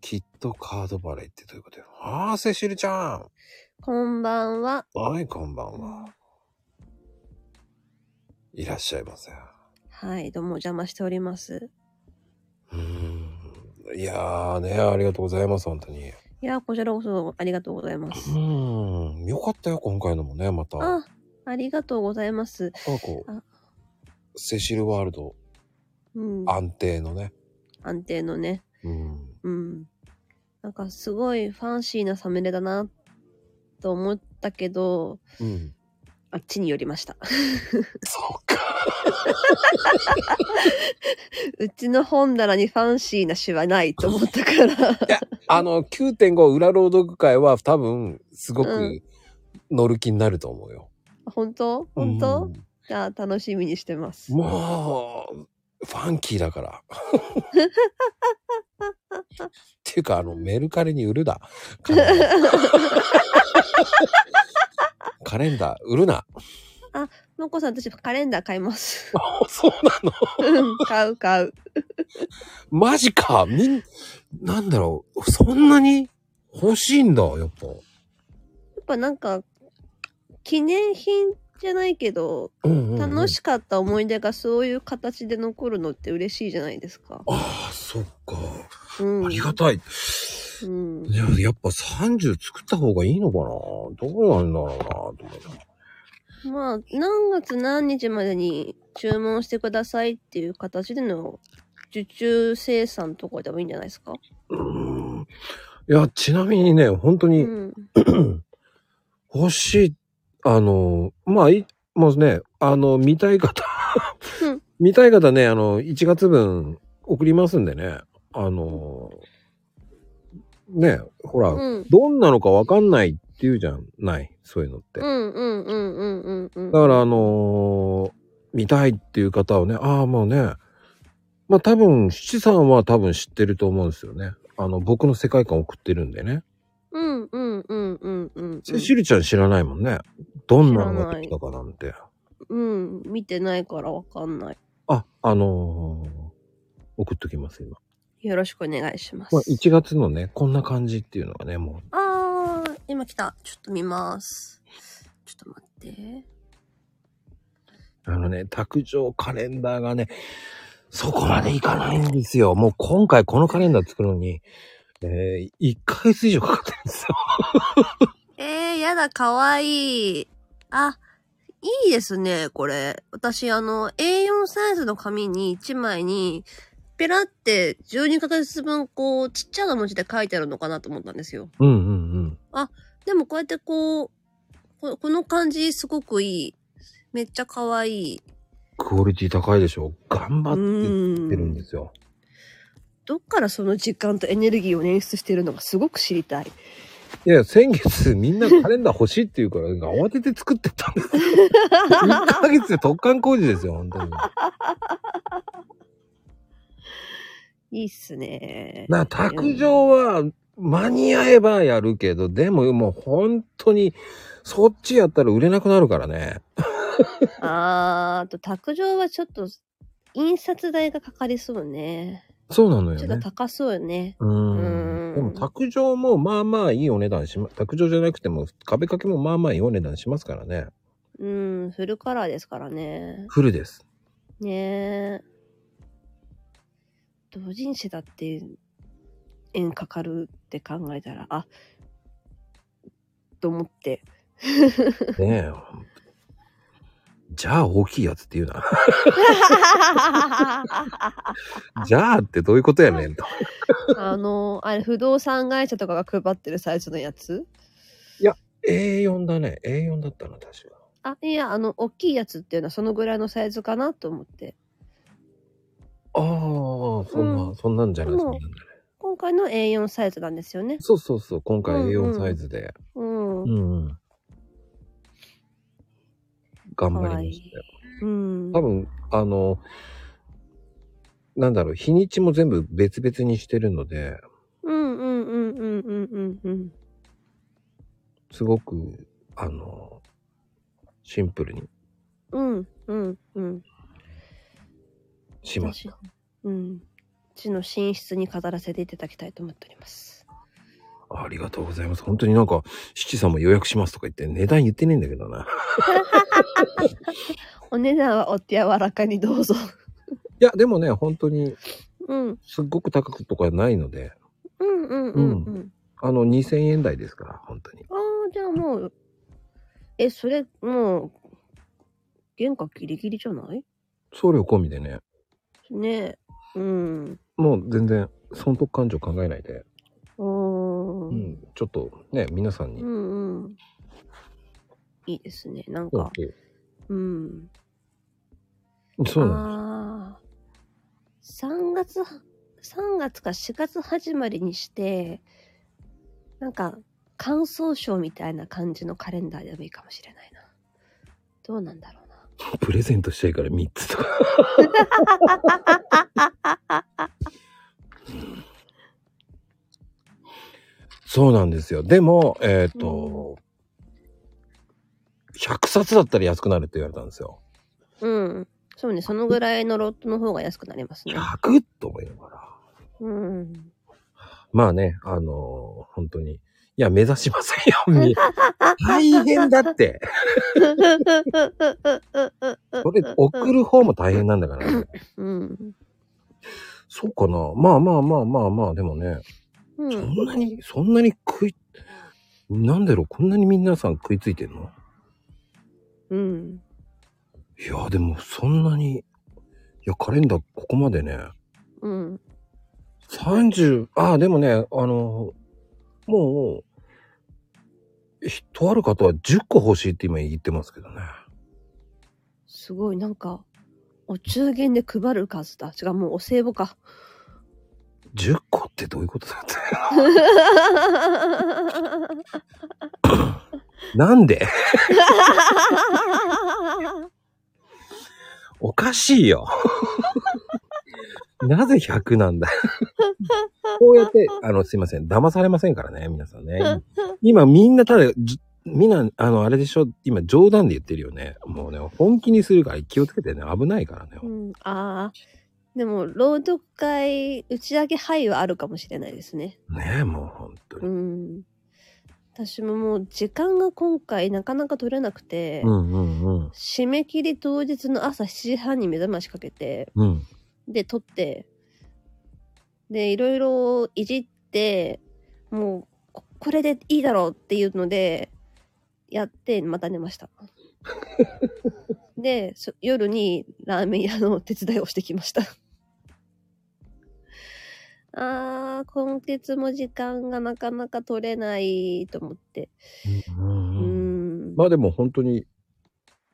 きっとカード払いってということで。ああ、セシルちゃん。
こんばんは。
はい、こんばんは。いらっしゃいませ。
はい、どうもお邪魔しております。
うーんいやーね、ありがとうございます、本当に。
いや、こちらこそありがとうございます。
うん、よかったよ、今回のもね、また。なん
あ、ありがとうございます。
かこう
あ、
セシルワールド
うん、
安定のね。
安定のね。
うん。
うん。なんかすごいファンシーなサムネだな、と思ったけど、
うん。
あっちに寄りました。
そうか。
うちの本棚にファンシーな詩はないと思ったから。
あの、9.5裏朗読会は多分、すご
う
く
ん
乗る気になると思うよ。
本当本当、
うん
じゃあ楽しみにしてます。
もう、ファンキーだ から。っていうか、あの、メルカリに売るだ。カ レンダーカレンダー、売るな。
のっこさん、私カレンダー買います。
あそうなの
うん買う買う。
マジかみん、なんだろう、そんなに欲しいんだ、やっぱ。
やっぱなんか、記念品じゃないけど、
うんうんうん
楽しかった思い出がそういう形で残るのって嬉しいじゃないですか。
ああ、そっか。
うん。
ありがたい。
うん。
いや、やっぱ30作った方がいいのかなどうなんだろうなと思いながら
まあ、何月何日までに注文してくださいっていう形での受注生産とかでもいいんじゃないですか。
うーん。いや、ちなみにね、本当
う
に、
ん。
欲しい、あの、まあ、い、もうね、あの、見たい方
うん、
見たい方ね、あの、1月分送りますんでね、あの、ね、ほら、
うん。
どんなのかわかんないっていうじゃない、そういうのって。
う
だ
んうんうんうんうんうん。
から、あの見たいっていう方をね、ああ、もうね、まあ多分、七さんは多分知ってると思うんですよね。あの、僕の世界観を送ってるんでね。
うんうんうんうんうん。
セシルちゃん知らないもんね。どんなのが来たかなんて。
うん。見てないからわかんない。
あ、あのー送っときます、今。
よろしくお願いします。
まあ、1月のね、こんな感じっていうのがね、も
あー、今来た。ちょっと見ます。ちょっと待って。
あのね、卓上カレンダーがね、そこまでいかないんですよ。もう今回このカレンダー作るのに、えー、1ヶ月以上かかってるんですよ。
えー、やだ、かわいい。あ、いいですね、これ。私、あの、A4 サイズの紙に1枚に、ペラって12ヶ月分、こう、ちっちゃな文字で書いてあるのかなと思ったんですよ。
うんうんうん。
でも、こうやってこう、ここの感じ、すごくいい。めっちゃかわいい。
クオリティ高いでしょ頑
う
張って作ってるん
ーん。
ですよ。
どっからその時間とエネルギーを捻出してるのかすごく知り たい。
いや、先月みんなカレンダー欲しいって言うから、なんか慌てて作ってったんですよ。1ヶ月で突貫工事ですよ、本当に。
いいっすね。
な、卓上は間に合えばやるけど、でももう本当に、そっちやったら売れなくなるからね。
あー、あと、卓上はちょっと、印刷代がかかりそうね。
そうなのよ
ちょっと
ね。
高そうよね。
う
うー
ん。
ん
でも卓上もまあまあいいお値段しま、卓上じゃなくても壁掛けもまあまあいいお値段しますからね。
うん、フルカラーですからね。
フルです。
ねえ。同人誌だって、円かかるって考えたら、あ、と 思って。
ねえ。じゃあ大きいやつって言うな。じゃあってどういうことやねんと。
あの、あれ、不動産会社とかが配ってるサイズのやつ
A4 だね。A4 だったな、確か。
あ、いや、あの、大きいやつっていうのはそのぐらいのサイズかなと思って。
ああ、そんな、
うん
そんなんじゃない
で
そんな
も
んじゃない
今回の A4 サイズなんですよね。
そうそうそう、今回
うんうん
A4 サイズで。
うん。
うん、うん、頑張りましたよ。
うん。
多分、あの、なんだろう、日にちも全部別々にしてるので、
うんうんうんうんうんうんうん。
すごく、あの、シンプルに
うんうんうん。
します。
私うん。地の寝室に飾らせていただきたいと思っております。
ありがとうございます。本当になんか、七さんも予約しますとか言って、値段言ってねえんだけどな。
お値段はお手柔らかにどうぞ。
いや、でもね、本当に、
うん。
すっごく高くとかないので、
うんうんうんう。
うんあの、2000円台ですから、本当に。
ああ、じゃあもう、え、それ、もう、原価ギリギリじゃない
送料込みでね、
ねえ。うん。
もう全然、損得感情考えないで、
うー。
うんん、ちょっとね、皆さんに、
うんうん。いいですね。なん
そう
か、うん。
そうなんです。
ああー。3月、3月か4月始まりにして、なんか、感想賞みたいな感じのカレンダーでもいいかもしれないな。どうなんだろうな。
プレゼントしたいから3つとか。そうなんですよ。でも、えっ、と、100冊だったら安くなるって言われたんですよ。
うん。そうね、そのぐらいのロットの方が安くなりますね。
100と思いながら。
うん。
まあね、あのー本当に。いや、目指しませんよ。み 大変 だって。それ、送る方も大変なんだから、ね。
うん。
そうかな。まあまあまあまあまあ、でもね、
う
そ
ん。
んなに、そんなに食い、なんだろう、こんなに皆さん食いついてんの
うん。
いや、でもそんなに、いや、カレンダーここまでね、
うん。
30、ああ、でもね、あの、もう、ひとある方は10個欲しいって今言ってますけどね。
すごい、なんか、お中元で配る数だ。違う、もうお歳暮か。
10個ってどういうことだって。 なんで おかしいよ。 なぜ100なんだ こうやって、あの、すいません。騙されませんからね、皆さんね。今みんなただ、じみんな、あの、あれでしょ今冗談で言ってるよね。もうね、本気にするから気をつけてね、危ないからね
う。ん、ああ。でも、朗読会、打ち上げ範囲はあるかもしれないですね。
ねえ、もう本当
う
に。
ん。私ももう時間が今回なかなか取れなくて、
うんうんうん。
締め切り当日の朝7時半に目覚ましかけて、
うん。
で、撮って、で、いろいろいじって、もう、ここれでいいだろうっていうので、やって、また寝ました。で、そ夜にラーメン屋の手伝いをしてきました。 あー、今月も時間がなかなか取れないと思って。
うんう
う
んうん
ん。
まあでも本当に、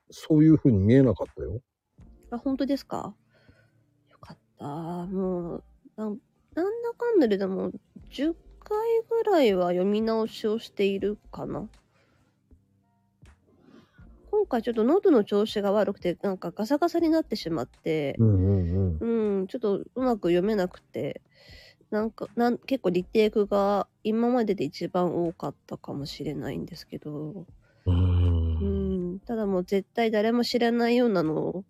そういう風に見えなかったよ。
あ、本当ですかよかった。もう、なんなんだかんだででも、10回ぐらいは読み直しをしているかな。今回ちょっと喉の調子が悪くて、なんかガサガサになってしまって、
うんうんうん。
うん、ちょっとうまく読めなくて、なんか、なん結構リテイクが今までで一番多かったかもしれないんですけど、
う。
うんん、ただもう絶対誰も知らないようなのを、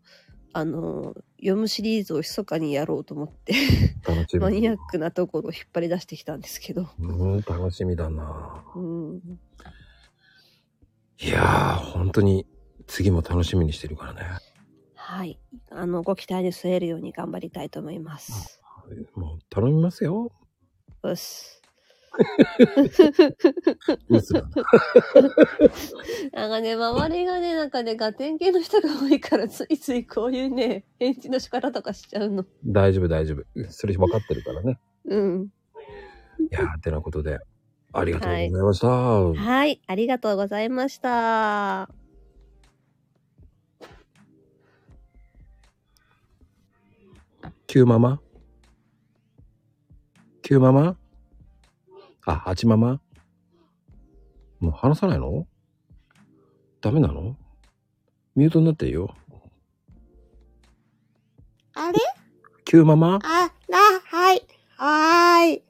あの、読むシリーズを密かにやろうと思って、
楽しみ。
マニアックなところを引っ張り出してきたんですけど。
うん、楽しみだな。
うん。
いやー、本当に、次も楽しみにしてるからね。
はい。あの、ご期待に添えるように頑張りたいと思います。
もう、頼みますよ。
うっす。
うっすら。
なんかね、周りがね、なんかね、ガテン系の人が多いから、ついついこういうね、返事の仕方とかしちゃうの。
大丈夫、大丈夫。それ分かってるからね。
うん。
いやー、てなことで、ありがとうございました。
はい。ありがとうございました。
キューママキューママあ、ハチママもう話さないのダメなのミュートになってるよ。
あれ
キューママ
あ、な、はい。はーい。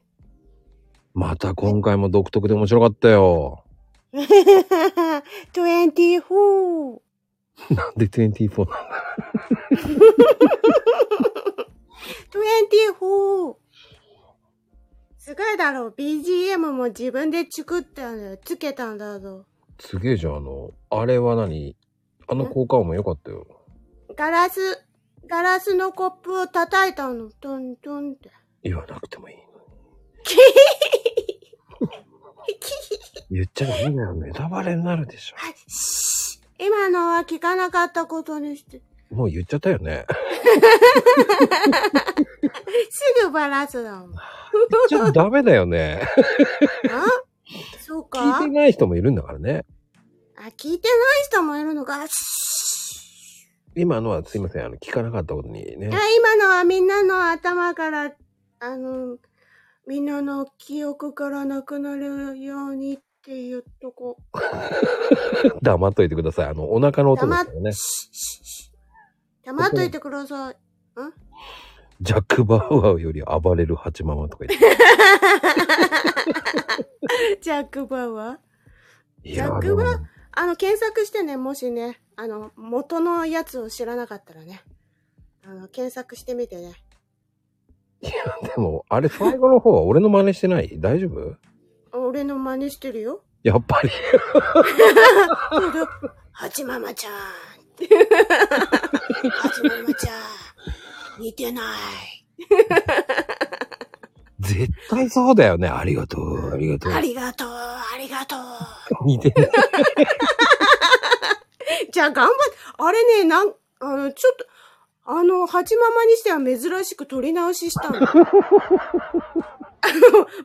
また今回も独特で面白かったよ。
24。
なんで24なの
24。すごいだろう。BGM も自分で作ったんだよ。つけたんだぞ。
すげえじゃん、あの、あれは何あの効果音も良かったよ。
ガラス、ガラスのコップを叩いたの。トントンって。
言わなくてもいい。
キヒヒ
言っちゃダメだよ。ネタバレになるでし
今のは聞かなかったことにして。
ょ。もう言っちゃったよね。
すぐバラすだもん。
言っちゃダメだよね。
あそうか
聞いてない人もいるんだからね。
あ、聞いてない人もいるのか。
今のはすいません、あの、聞かなかったことにね
あ。今のはみんなの頭から、あの、みんなの記憶からなくなるようにって言っとこう。
黙っといてください。あの、お腹の音ですからね。
黙っといてください。
ジャック・バウアーより暴れるハチママとか言って。
ジャック・バウアー
い
ジャ
や
ッ
ー
ク・バウアー
でも、
あの、検索してね、もしね、あの、元のやつを知らなかったらね、あの、検索してみてね。
でもあれ最後の方は俺の真似してない大丈夫
俺の真似してるよ。
やっぱり。
そうだよ。はちママちゃん。はちママちゃん。似てない。
絶対そうだよね。ありがとう、ありがとう。
ありがとう、ありがとう。
似てる。
じゃあ頑張って、あれね、なん、あの、ちょっと、あの、はちママにしては珍しく撮り直ししたの。あの、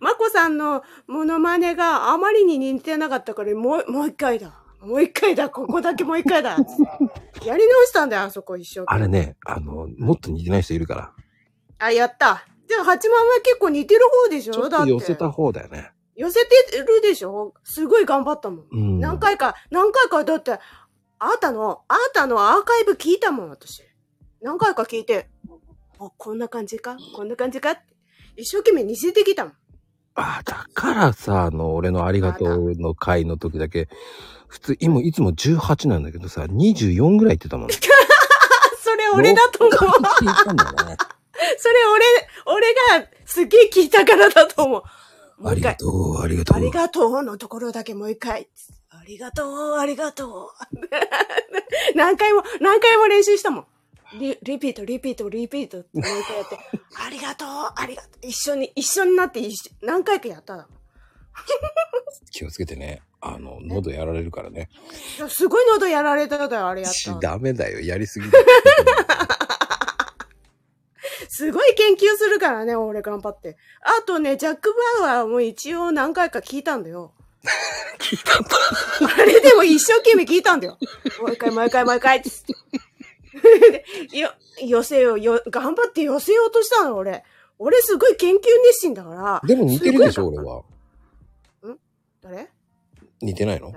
まこさんのモノマネがあまりに似てなかったから、もう、もう一回だ。もう一回だ。ここだけもう一回だ。 やり直したんだよ、あそこ一生懸
あ
命。
れね、あの、もっと似てない人いるから。
あ、やった。じゃあ、八万は結構似てる方でしょ
ちょっ
だっ
と
て
寄せた方だよね。
寄せてるでしょすごい頑張ったもん。
うん。
何回か、何回か、だって、あなたの、あなたのアーカイブ聞いたもん、私。何回か聞いて、あ、こんな感じかこんな感じかって一生懸命似せてきた もん。
あ、だからさ、あの、俺のありがとうの回の時だけ、普通、今、いつも18なんだけどさ、24ぐらい言って たもん。
それ俺だと思う。それ
聞 いたんだね。
俺、俺がすげえ聞いたからだと思う。もう一回。
どうありがと
あ
う。
りがとうのところだけもう一回。ありがとう、あ りがとう。何回も、何回も練習したもん。リリピート、リピート、リピートってもう一回やって、ありがとう、ありがとう。一緒に、一緒になって一緒何回かやったら。
気をつけてね。あの、喉やられるからね。
い やすごい喉やられただよ、あれやっ。
したダメだよ。やりすぎだよ。
すごい研究するからね、俺頑張って。あとね、ジャック・バウアーも一応何回か聞いたんだ よ。聞いたんだ。あれでも一生懸命聞いたんだよ。もう一回、もう一回、もう一回っつって。 よ、寄せよう、よ、頑張って寄せようとしたの、俺。俺すごい研究熱心だから。
でも似てるでし
す
ょ、
ごい
俺は。
誰
似てないの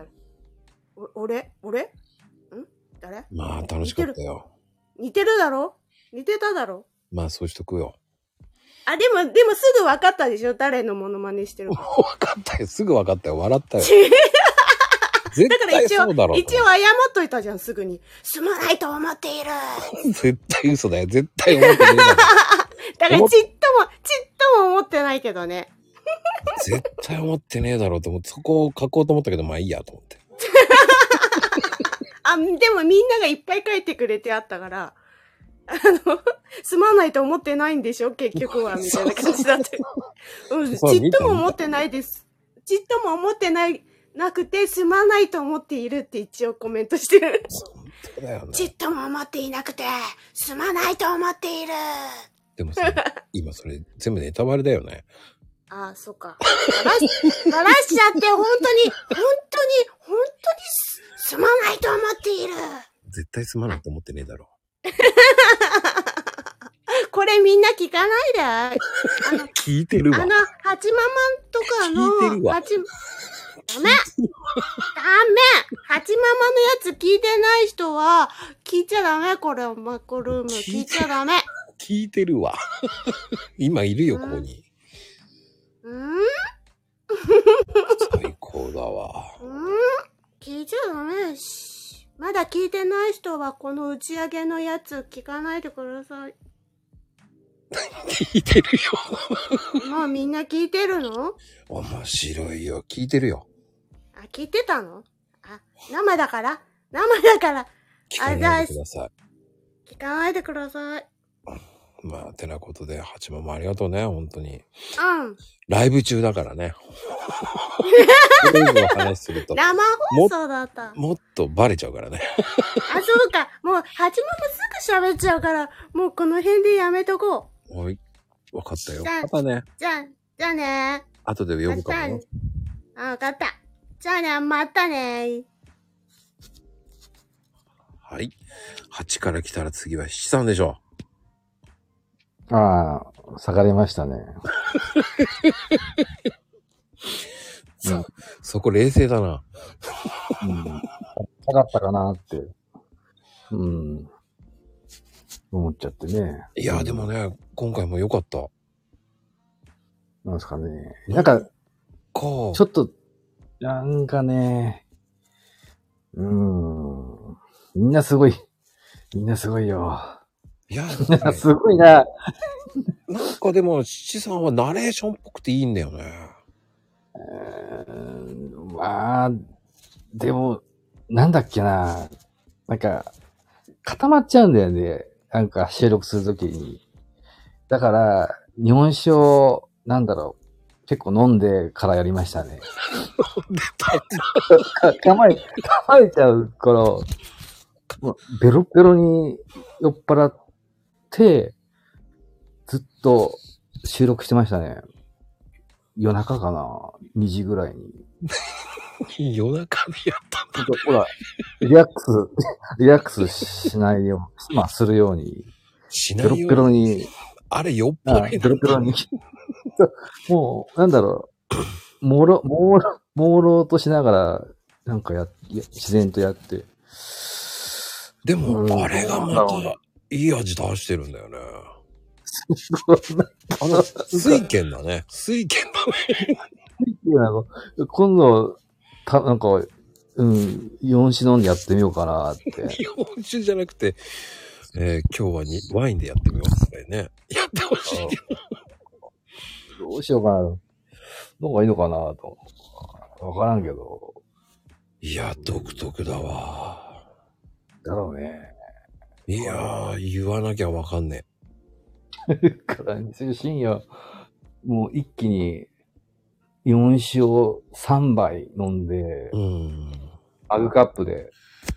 お俺俺ん誰
まあ、楽しかったよ。
似てるだろ似てただろ
まあ、そうしとくよ。
あ、でも、でもすぐ分かったでしょ誰のモノマネしてるか。
分かったよ。すぐ分かったよ。笑ったよ。
だか
絶
ら
対
一応
そうだろ、うと
一応謝っといたじゃん、すぐに。すまないと思っている。
絶対嘘だよ。絶対思 ってねえだろ。
だからちっとも、ちっとも思ってないけどね。
絶対思ってねえだろうと思って、そこを書こうと思ったけど、まあいいやと思って。
あ、でもみんながいっぱい書いてくれてあったから、あの、すまないと思ってないんでしょ結局は、みたいな感じだって。うん、
そう
ちっとも
見た
思ってないです。ちっとも思ってない、なくて、すまないと思っているって一応コメントしてる。
そうだよね。
ちっとも思っていなくて、すまないと思っている。
でもさ、今それ全部ネタバレだよね。
ああ、そっか。バラし、バラしちゃって、本当に、本当に、本当にす、すまないと思っている。
絶対すまないと思ってねえだろ
これみんな聞かないで。あの、
う。聞いてるわ
あ。の、ハチママとか
聞いてる
の、
わ
ハチ、ダメダメハチママのやつ聞いてない人は、聞いちゃダメ、これ、マコルーム。聞いちゃダメ。
聞いてるわ。今いるよ、ここに。
うーん
最高だわ。
うーん聞いちゃダメし。まだ聞いてない人は、この打ち上げのやつ聞かないでください。
聞いてるよ。
もうみんな聞いてるの
面白いよ。聞いてるよ。
あ、聞いてたのあ、生だから生だから
聞
あ、
か
じゃ
な
あ
いで、ください。
聞かないでください。
まあ、てなことで、ハチママありがとうね、本当に。
うん。
ライブ中だからね。これ以上話する と、
生放送だった。あ、
もっとバレちゃうからね。
そうか。もう、ハチママすぐ喋っちゃうから、もうこの辺でやめとこ
おい、わかったよ。
じゃあ
またね
う。。じゃあ、じゃあね
後で呼ぶからね。
あ、わかった。じゃあね、またね
はい。8から来たら次は七さんでしょ
ああ、下がりましたね。
う。 そ、そこ冷静だな。
うん。下がったかなって。うん。思っちゃってね。
いや、でもね、今回も良かった。
なんですかね。なんか、
こう。
ちょっと、なんかね、うーん。みんなすごい。みんなすごいよ。
いや、
みんなすごいな。
なんかでも七さんはナレーションっぽくていいんだよね。
まあ、でも、なんだっけな。なんか、固まっちゃうんだよね。なんか収録するときに。だから、日本酒を、なんだろう、結構飲んでからやりましたね。構え、構えちゃうから、もうベロベロに酔っ払って、ずっと収録してましたね。夜中かな ?2 時ぐらいに。
夜中にやったんだ。
ほら、リラックス、リラックスしないよう、まあ、するように。
し
ペロペロに。
あれ酔っ
払い。ペロペロに。もう、なんだろう。もろ、もろ、もろうとしながら、なんかや、や自然とやって。
でも、あれがまた
なんだろ
いい味出してるんだよね。
う
あの、水拳だね。水拳だね。
なんか今度、た、なんか、うん、4種飲んでやってみようかなって。
日本酒じゃなくて、えー今日はにワインでやってみよう。それね。やってほしいよ。
どうしようかな。のがいいのかなと。わからんけど。
いや、独特だわ。
だろうね。
いやー、言わなきゃわかんね
だ から、深夜、もう一気に4酒を3杯飲んで、マグカップで、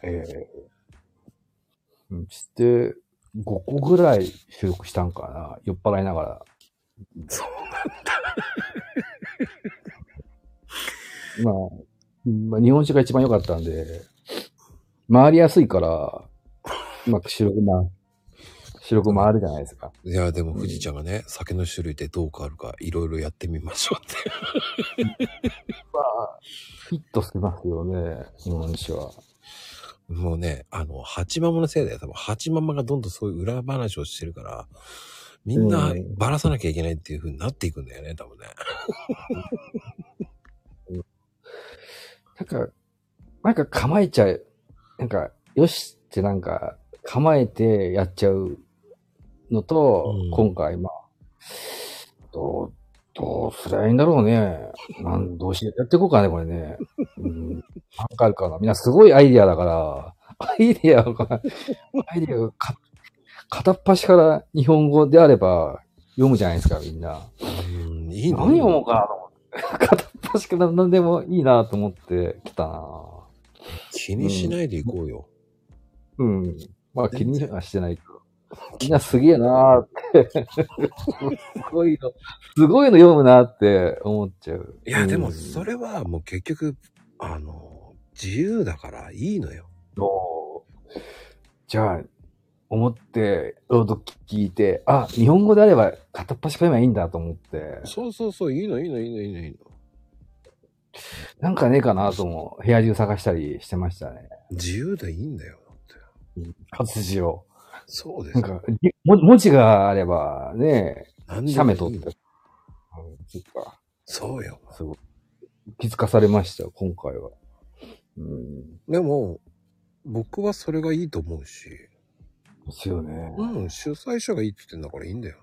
えーうんして、5個ぐらい収録したんかな。酔っ払いながら。そうなんだ。まあ、まあ、日本酒が一番良かったんで、回りやすいから、うまく収録な、収録回るじゃないですか。
え。いや、でも、富士ちゃんがね、酒の種類でどう変わるか、いろいろやってみましょうって。
フィットしてますよね、日本酒は。
もうね、あの、八ママのせいだよ。多分、八ママがどんどんそういう裏話をしてるから、みんな
うん
ばらさなきゃいけないっていう風になっていくんだよね、多分 ね。
なんか、なんか構えちゃう。なんか、よしってなんか、構えてやっちゃうのと、今回、まあ、どう、どうすりゃいいんだろうね。なんどうしてやっていこうかね、これね。うん。なんかあるかな。みんなすごいアイディアだから、アイディアが、アイディアがか片っ端から日本語であれば読むじゃないですか、みんな。
いい
何読もうかなと思って。片っ端から何でもいいなと思ってきたな。
気にしないでいこうよ。
うん。まあ気にはしてないけど。みんなすげえなーって。 すごいの、すごいの読むなーって思っちゃう。
いや、で
う
も、
ん
それはもう結局、あの、自由だからいいのよ。
じゃあ、思って、朗読聞いて、あ、日本語であれば片っ端から読めばいいんだと思って、
そうそうそう、いいの、いいの、いいの、いいの、いいの。
なんかねえかなとも、部屋中探したりしてましたね。
自由でいいんだよ。
活字を。
そうです
なん
よ
か、りも文字があればね、
何でもいい
写メ撮って。うんそっか。
そうよ。
すごい。気づかされましたよ、今回は。うん。
でも、僕はそれがいいと思うし。
ですよね。
うん、主催者がいいって言ってんだからいいんだよ。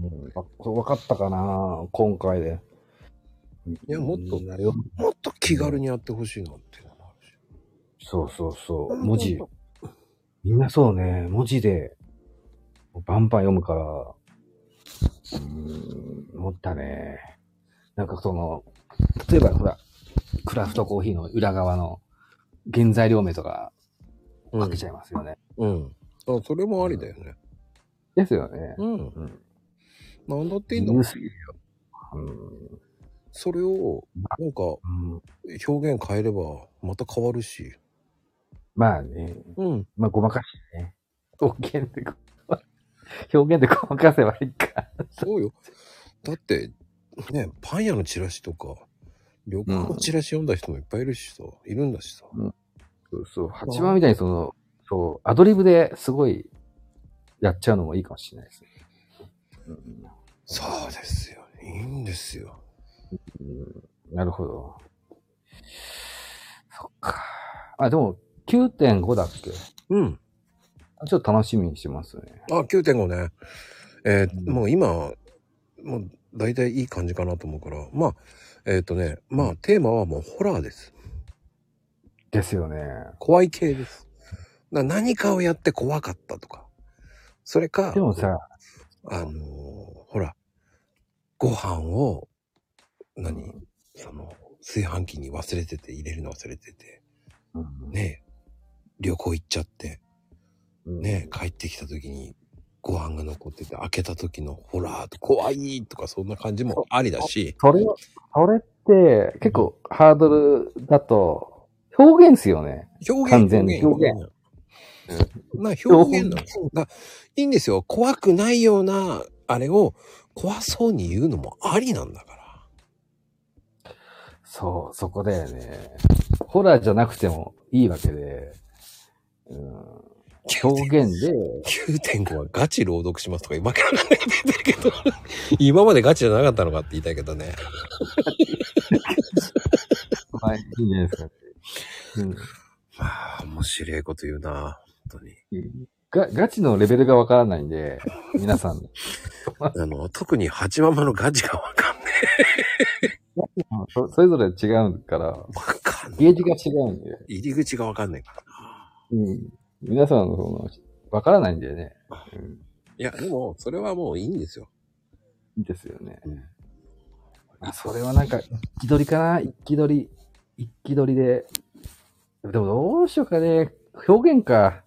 うん、あこれ分かったかな今回で。
いや、もっと、もっと気軽にやってほしいなって。
そうそうそう。文字。みんなそうね。文字で、バンバン読むから。うーん、思ったね。なんかその、例えばほら、クラフトコーヒーの裏側の原材料名とか、分けちゃいますよね。
うん。あ、それもありだよね。
ですよね。
うん。なんだっていいんだ
う
もん
ん。
それを、なんか、表現変えれば、また変わるし。
まあね。
うん。
まあ、ごまかしてね。表現でご、表現でごまかせばいいか。
そうよ。だって、ね、パン屋のチラシとか、旅行のチラシ読んだ人もいっぱいいるしさ、いるんだしさ。
そうそう。八番みたいにその、そう、アドリブですごいやっちゃうのもいいかもしれないですね。
そうですよ。いいんですよ。
なるほど。そっか。あ、でも、9.5だっけ
うん。
ちょっと楽しみにしてますね。
あ、9.5ね。えーもう今、もう大体いい感じかなと思うから、まあ、えっ、とね、まあ、テーマはもうホラーです。
ですよね。
怖い系です。だから何かをやって怖かったとか。それか、
でもさ、
あのーほら、ご飯を、何、その、炊飯器に忘れてて、入れるの忘れてて、ねえ、旅行行っちゃって、ねえ、帰ってきた時に、ご飯が残ってて、開けた時のホラーと怖いとか、そんな感じもありだし、
それ、それって結構ハードルだと、表現ですよね。
表現
完全に
表
表
現
現。
まあ表現なの。だいいんですよ。怖くないような、あれを怖そうに言うのもありなんだから。
そう、そこだよね。ホラーじゃなくてもいいわけで、うん、表現 で、
9.5はガチ朗読しますとか今から出てるけど、今までガチじゃなかったのかって言いたいけどね。
まあ、いいんじゃないですかね。うん、
まあ、面白いこと言うな、本当に。
がガチのレベル がわからないんで、皆さん。
あの、特に八ママのガチがわかんね
そそれぞれ違うから、ゲージが違うんで。
入り口がわかんないから。
うん。皆さんのその、わからないんだよね。うん。
いや、でも、それはもういいんですよ。
いいですよね。あそれはなんか、一気取りかな一気取り。一気取りで。でもどうしようかね。表現か。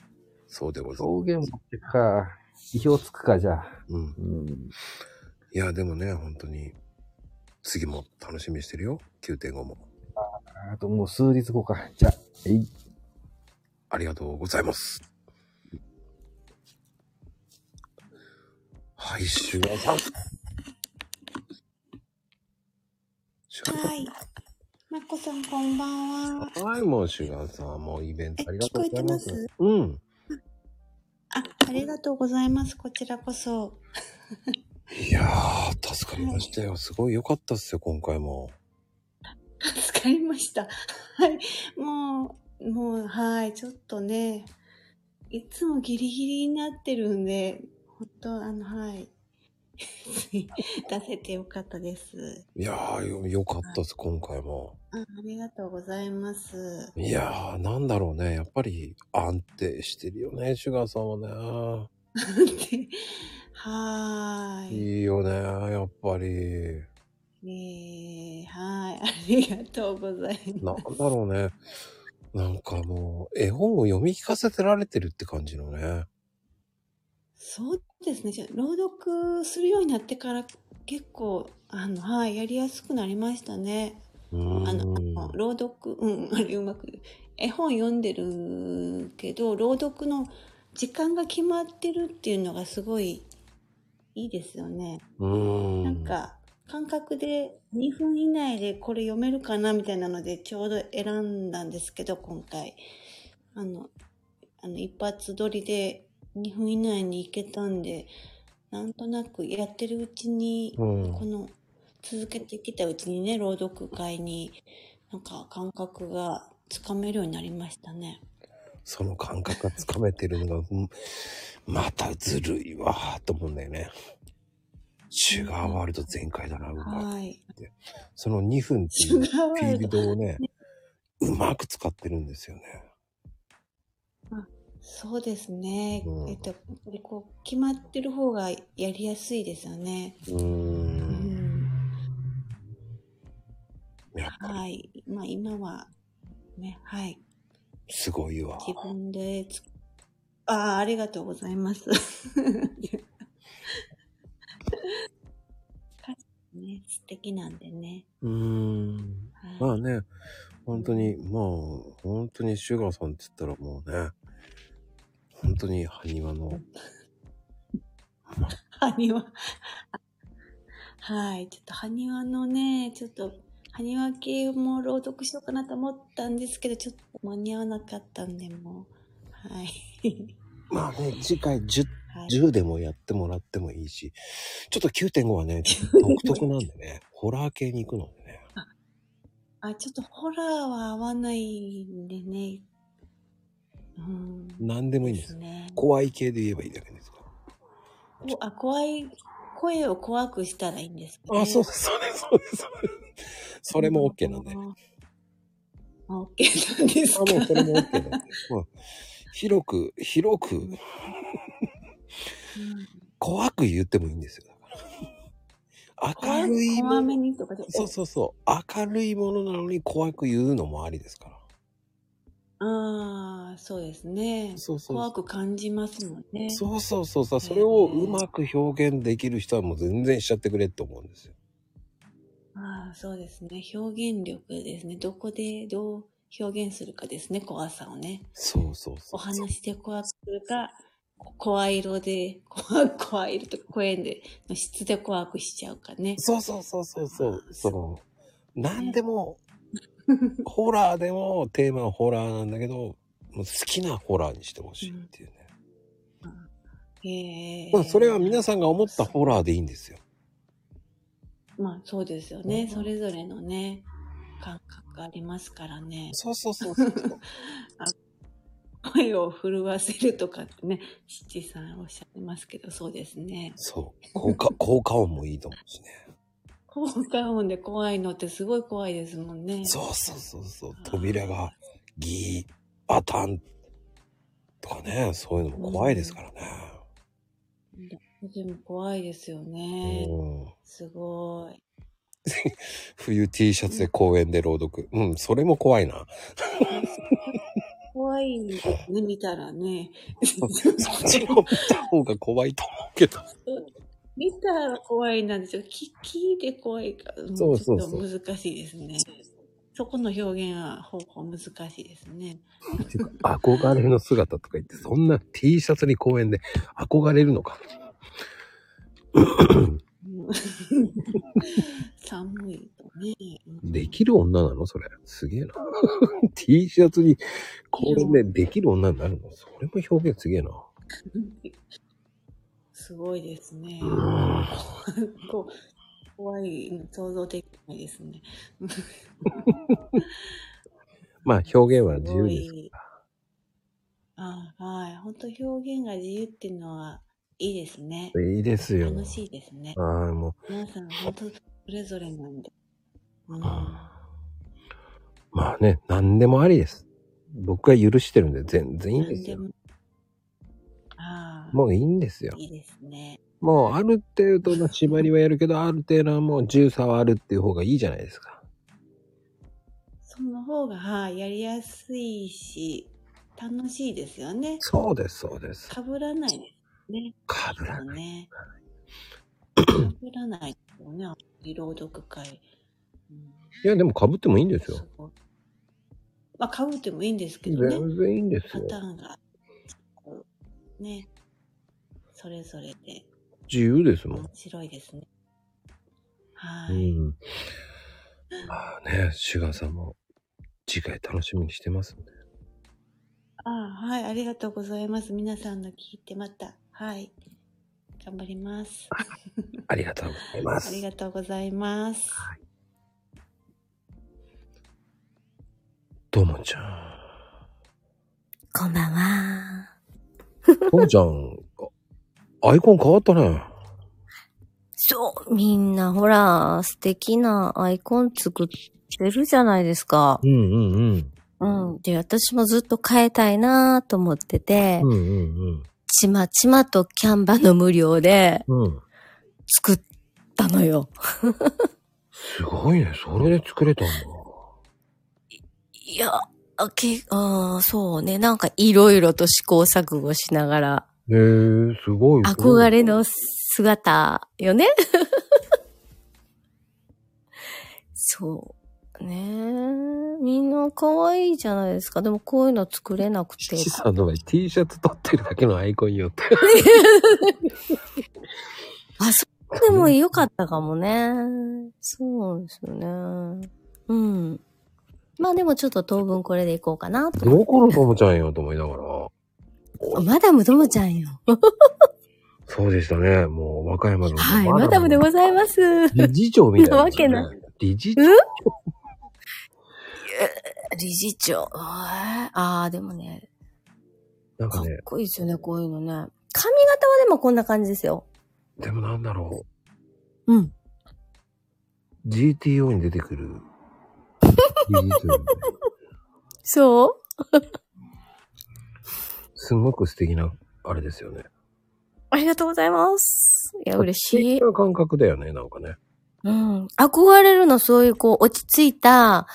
そうでございます。
表現持ってくか。意表つくか、じゃあ。
うん。
うん。
いや、でもね、本当に、次も楽しみにしてるよ。9.5も。
あともう数日後か。じゃあ、えい。
ありがとうございます。はい、シュガーさん。
はい。まこさんこんばんは。
はい、もうシュガーさん、もうイベントありがとうございます。
聞こえて
うん。
あ、ありがとうございます。こちらこそ。
いやー、助かりましたよ。すごい良かったっすよ、今回も。
助かりました。はい。もう、もう、はい。ちょっとね、いつもギリギリになってるんで、ほんと、あの、はい。 出せてよかったです。
いやー、よ良かったっす、今回も。
あありがとうございます。
いやー、なんだろうね。やっぱり安定してるよね、シュガーさんはね。
はーい。
いいよね、やっぱり。
ねえ、はい。ありがとうござい
な
ま
んだろうね。なんかもう、絵本を読み聞かせてられてるって感じのね。
す。そうですね。じゃあ朗読するようになってから結構、あの、はい、やりやすくなりましたね。
うーん。
朗読、うん、あれうまく。絵本読んでるけど、朗読の時間が決まってるっていうのがすごいいいですよね。
うーん。
なんか、感覚で2分以内でこれ読めるかなみたいなのでちょうど選んだんですけど、今回。あの、あの一発撮りで2分以内に行けたんで、なんとなくやってるうちに、
うん
この、続けてきたうちにね、朗読会に、なんか感覚がつかめるようになりましたね。
その感覚がつかめてるのが、うんまたずるいわーと思うんだよね。シュガーワールド全開だな、うま。
はいい。
その2分っていう
シュガーワ
フ
ールド
ィールドをね、うまく使ってるんですよね。
そうですね。
うん
えっと、こう、決まってる方がやりやすいですよね。
うーん。
はい。まあ今は、ね、はい。
すごいわ。
自分でつ、ああ、ありがとうございます。 ね、素敵なんでね。
うーん。まあね、本当に、まあ、本当にシュガーさんって言ったらもうね、本当に埴輪の、
埴輪。はい。ちょっと埴輪のね、ちょっと、埴輪系も朗読しようかなと思ったんですけど、ちょっと間に合わなかったんで、もう。はい。
まあね、次回10、
はい
10でもやってもらってもいいし、ちょっと9.5 はね、独特なんでね、ホラー系に行くのでね。
あ、ちょっとホラーは合わないんでね。うん。
何でもいいんです。
ですね
怖い系で言えばいいだけです。
こあ、怖い、声を怖くしたらいいんですか、ね、
あ、そうです、そうです、そうです。それも OK なんで。
あ OK なんですか
あ、もうそれも OK なんで。うん広く、広く、怖く言ってもいいんですよ。明るい
怖めにとかで。
そうそうそう。明るいものなのに怖く言うのもありですから。
ああ、そうですね。
そうそう
怖く感じますもんね。
そうそうそうそう。それをうまく表現できる人はもう全然しちゃってくれって思うんですよ。
ああ、そうですね。表現力ですね。どこでどう表現するかですね、怖さをね。
そうそうそう。
お話で怖くするか、こ声色で、 怖い、怖い色とか声で、の質で怖くしちゃうかね。
そうそうそうそうそう。その、何でも、ホラーでもテーマはホラーなんだけど、もう好きなホラーにしてほしいっていうね。
ええ
まあそれは皆さんが思ったホラーでいいんですよ。
まあそうですよね。それぞれのね、感覚ありますからね。
そうそうそうそう
声を震わせるとかってね、七さんおっしゃってますけど、そうですね。
そう。効果、効果音もいいと思うしね。
効果音で怖いのってすごい怖いですもんね。
そうそうそうそう。扉がギー、バタンとかね、そういうのも怖いですからね。
でも怖いですよね。すご い。
冬 T シャツで公園で朗読。うん、それも怖いな。
怖いですね、見たらね。
そっちを見た方が怖いと思うけど。
見たら怖いなんですよ。聞きで怖いから、も
そう
うち
そ
ょ
う
っ
そ
と
う
難しいですね。そこの表現は方法難しいですね。
憧れの姿とか言って、そんな T シャツに公園で憧れるのか。
寒いとね。
できる女なのそれ。すげえな。T シャツに公園でできる女になるのそれも表現すげえな。
すごいですね。こう怖いの想像できないです ね。
まあ表現は自由です
ごいあはい。本当表現が自由っていうのはいいですね。
いいですよ
楽しいですね。
はいも
う。皆さん本当それぞれなんで。うん
まあね、何でもありです。僕は許してるんで全然いいんですよ。もういいんですよ。
いいですね。
もうある程度の縛りはやるけど、ある程度はもう重さはあるっていう方がいいじゃないですか。
その方が、はい、やりやすいし、楽しいですよね。
そうです、そうです。
かぶらないですね。
かぶら
ない。ね、かぶらないですよね。あの朗読会。
いや、でも被ってもいいんですよ。
まあ、かぶってもいいんですけどね。
全然いいんですよ
パ。ターンが、ね、それぞれで
自由ですもん。
面白いですね。
うん。まあね、シュガーさんも次回楽しみにしてますんで。
ああ、はい、ありがとうございます。皆さんの聞いてまた、はい、頑張ります。
ありがとうございま
あ
す
り。がとうございます。
ともちゃん。
こんばんは。
ともちゃん、あアイコン変わったね。
そう、みんなほら、素敵なアイコン作ってるじゃないですか。
うんうんうん。
うん。で、私もずっと変えたいなと思ってて、
うんうん
ちまちまとキャンバの無料で
うん。うん。
作ったのよ。
すごいね。それで作れたんだ。
いや、あけ、あーそうね。なんかいろいろと試行錯誤しながら、
へえすごい。
憧れの姿よね。そう。ねえ。みんな可愛いじゃないですか。でもこういうの作れなくて。
シさんの場合 T シャツ撮ってるだけのアイコンよって。
あ、そうでもよかったかもね。そうですよね。うん。まあでもちょっと当分これでいこうかなと。
どこのともちゃんよと思いながら。
マダムともちゃんよ。
そうでしたね。もう和歌山の。
はい、マダムでございます。
理事長みたい な、
わけない。
理事
長理事長。えーああ、でもね、
なんかね、
かっこいいですよね、こういうのね。髪型はでもこんな感じですよ。
でもなんだろ
う。うん。
GTO に出てくる。理事長
そう
すごく素敵な、あれですよね。
ありがとうございます。いや、嬉しい。
しい。な感覚だよね、なんかね。
うん。憧れるの、そういうこう、落ち着いた、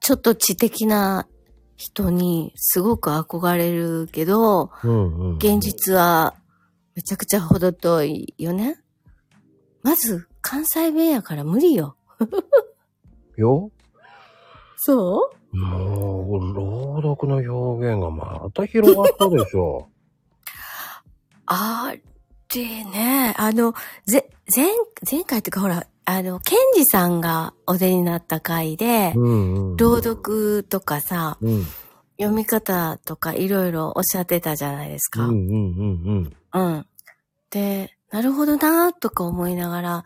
ちょっと知的な人にすごく憧れるけど、
うんうん。
現実はめちゃくちゃ程遠いよね。まず、関西弁やから無理よ。
よ
そう
もう、朗読の表現がまた広がったで しょ。
あれね、あの、ぜ、前、前回っていうかほら、あの、ケンジさんがお出になった回で、
うんうん。
朗読とかさ、
うん。
読み方とかいろいろおっしゃってたじゃないです
うん
か。
うんうん
うん。で、なるほどなーとか思いながら、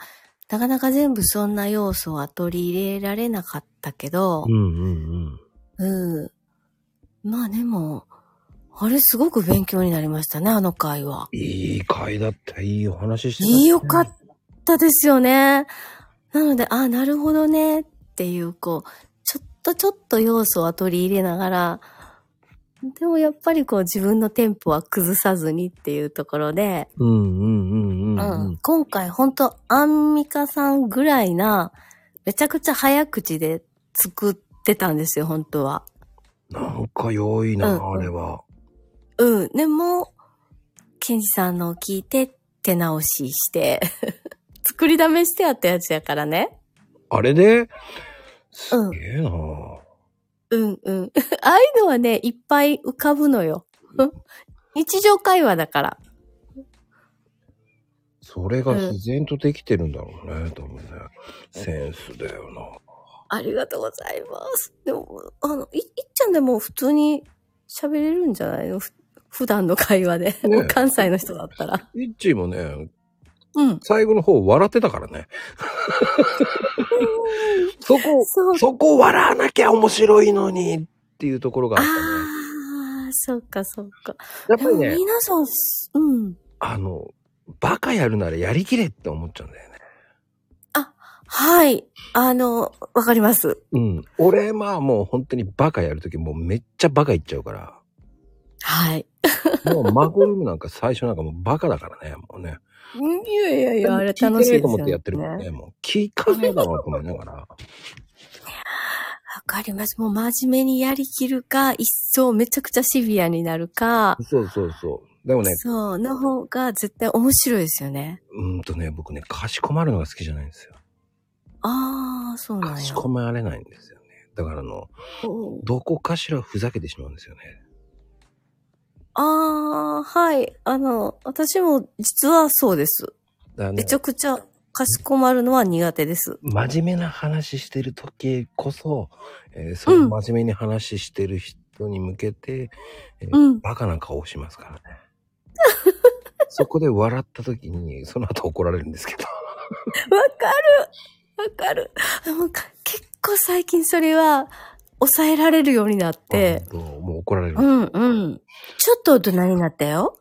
なかなか全部そんな要素は取り入れられなかったけど
うん。う、んうん
うん。まあでも、あれすごく勉強になりましたね、あの回は。
うん。いい回だった。いいお話してた、
いいよかったですよね。なので、あ、なるほどねっていう、こう、ちょっとちょっと要素は取り入れながら、でもやっぱりこう自分のテンポは崩さずにっていうところで、
うんうんうんうん。うん
うん今回ほんとアンミカさんぐらいな、めちゃくちゃ早口で作ってたんですよ、本当は。
なんか良いな、
うんうん
あれは。
うん。でも、ケンジさんのを聞いて手直しして、 作りだめしてあったやつやからね。
あれで、
うん。
ええなぁ
うんうん。 ああいうのはね、いっぱい浮かぶのよ。 日常会話だから。
それが自然とできてるんだろうね、多分ね。センスだよな。
ありがとうございます。でも、あの、いいっちゃんでも普通に喋れるんじゃないのふ普段の会話で。 関西の人だったら。
いっちーもね、
うん。
最後の方笑ってたからね。そこ、
そ
こ笑わなきゃ面白いのにっていうところがあったね。
ああ、そっかそっか。
やっぱりね
でも皆さん、うん。
あの、バカやるならやりきれって思っちゃうんだよね。
はい。あの、わかります。
うん。俺、まあもう本当にバカやるときもうめっちゃバカ言っちゃうから。
はい。
もうマコルームなんか最初なんかもうバカだからね、もうね。
いやいやいや、あれ楽しい
聞てねえ
です
と
よ
思
ね。
ってやってるもんね。もう聞かねえだろうと思いながら。
わかります。もう真面目にやりきるか、一層めちゃくちゃシビアになるか、
そうそうそう。でもね、
そう、の方が絶対面白いですよね。
うーんとね、僕ね、かしこまるのが好きじゃないんですよ。
ああ、そうなん
か
や
し。こまれないんですよね。だからあの、
お
どこかしらふざけてしまうんですよね。
ああ、はい。あの、私も実はそうです。
だからね
めちゃくちゃかしこまるのは苦手です。
真面目な話してる時こそ、えーその真面目に話してる人に向けて、えー
うん
バカな顔をしますからね。 そこで笑った時に、その後怒られるんですけど。
わかるわかる。でもか結構最近それは抑えられるようになって。
もう怒られる
う。んうん。ちょっと大人になったよ。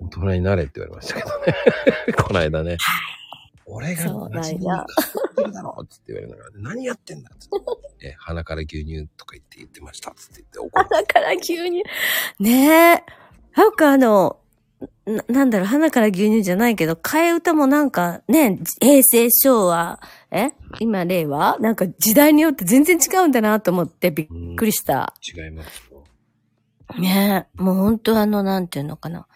大人になれって言われましたけどね。 この間ね。俺が
そうだ
真面目に
よ。
だ ろうっつって言われながら、何やってんだっつって、えー鼻から牛乳とか言って言ってましたっつって言って怒る。
鼻から牛乳。ねえ。なんかあの、な、なんだろう、鼻から牛乳じゃないけど、替え歌もなんかね、平成、昭和、え今、令和なんか時代によって全然違うんだなと思ってびっくりした。
違いますよ。
ねえ。もうほんとあの、なんていうのかな。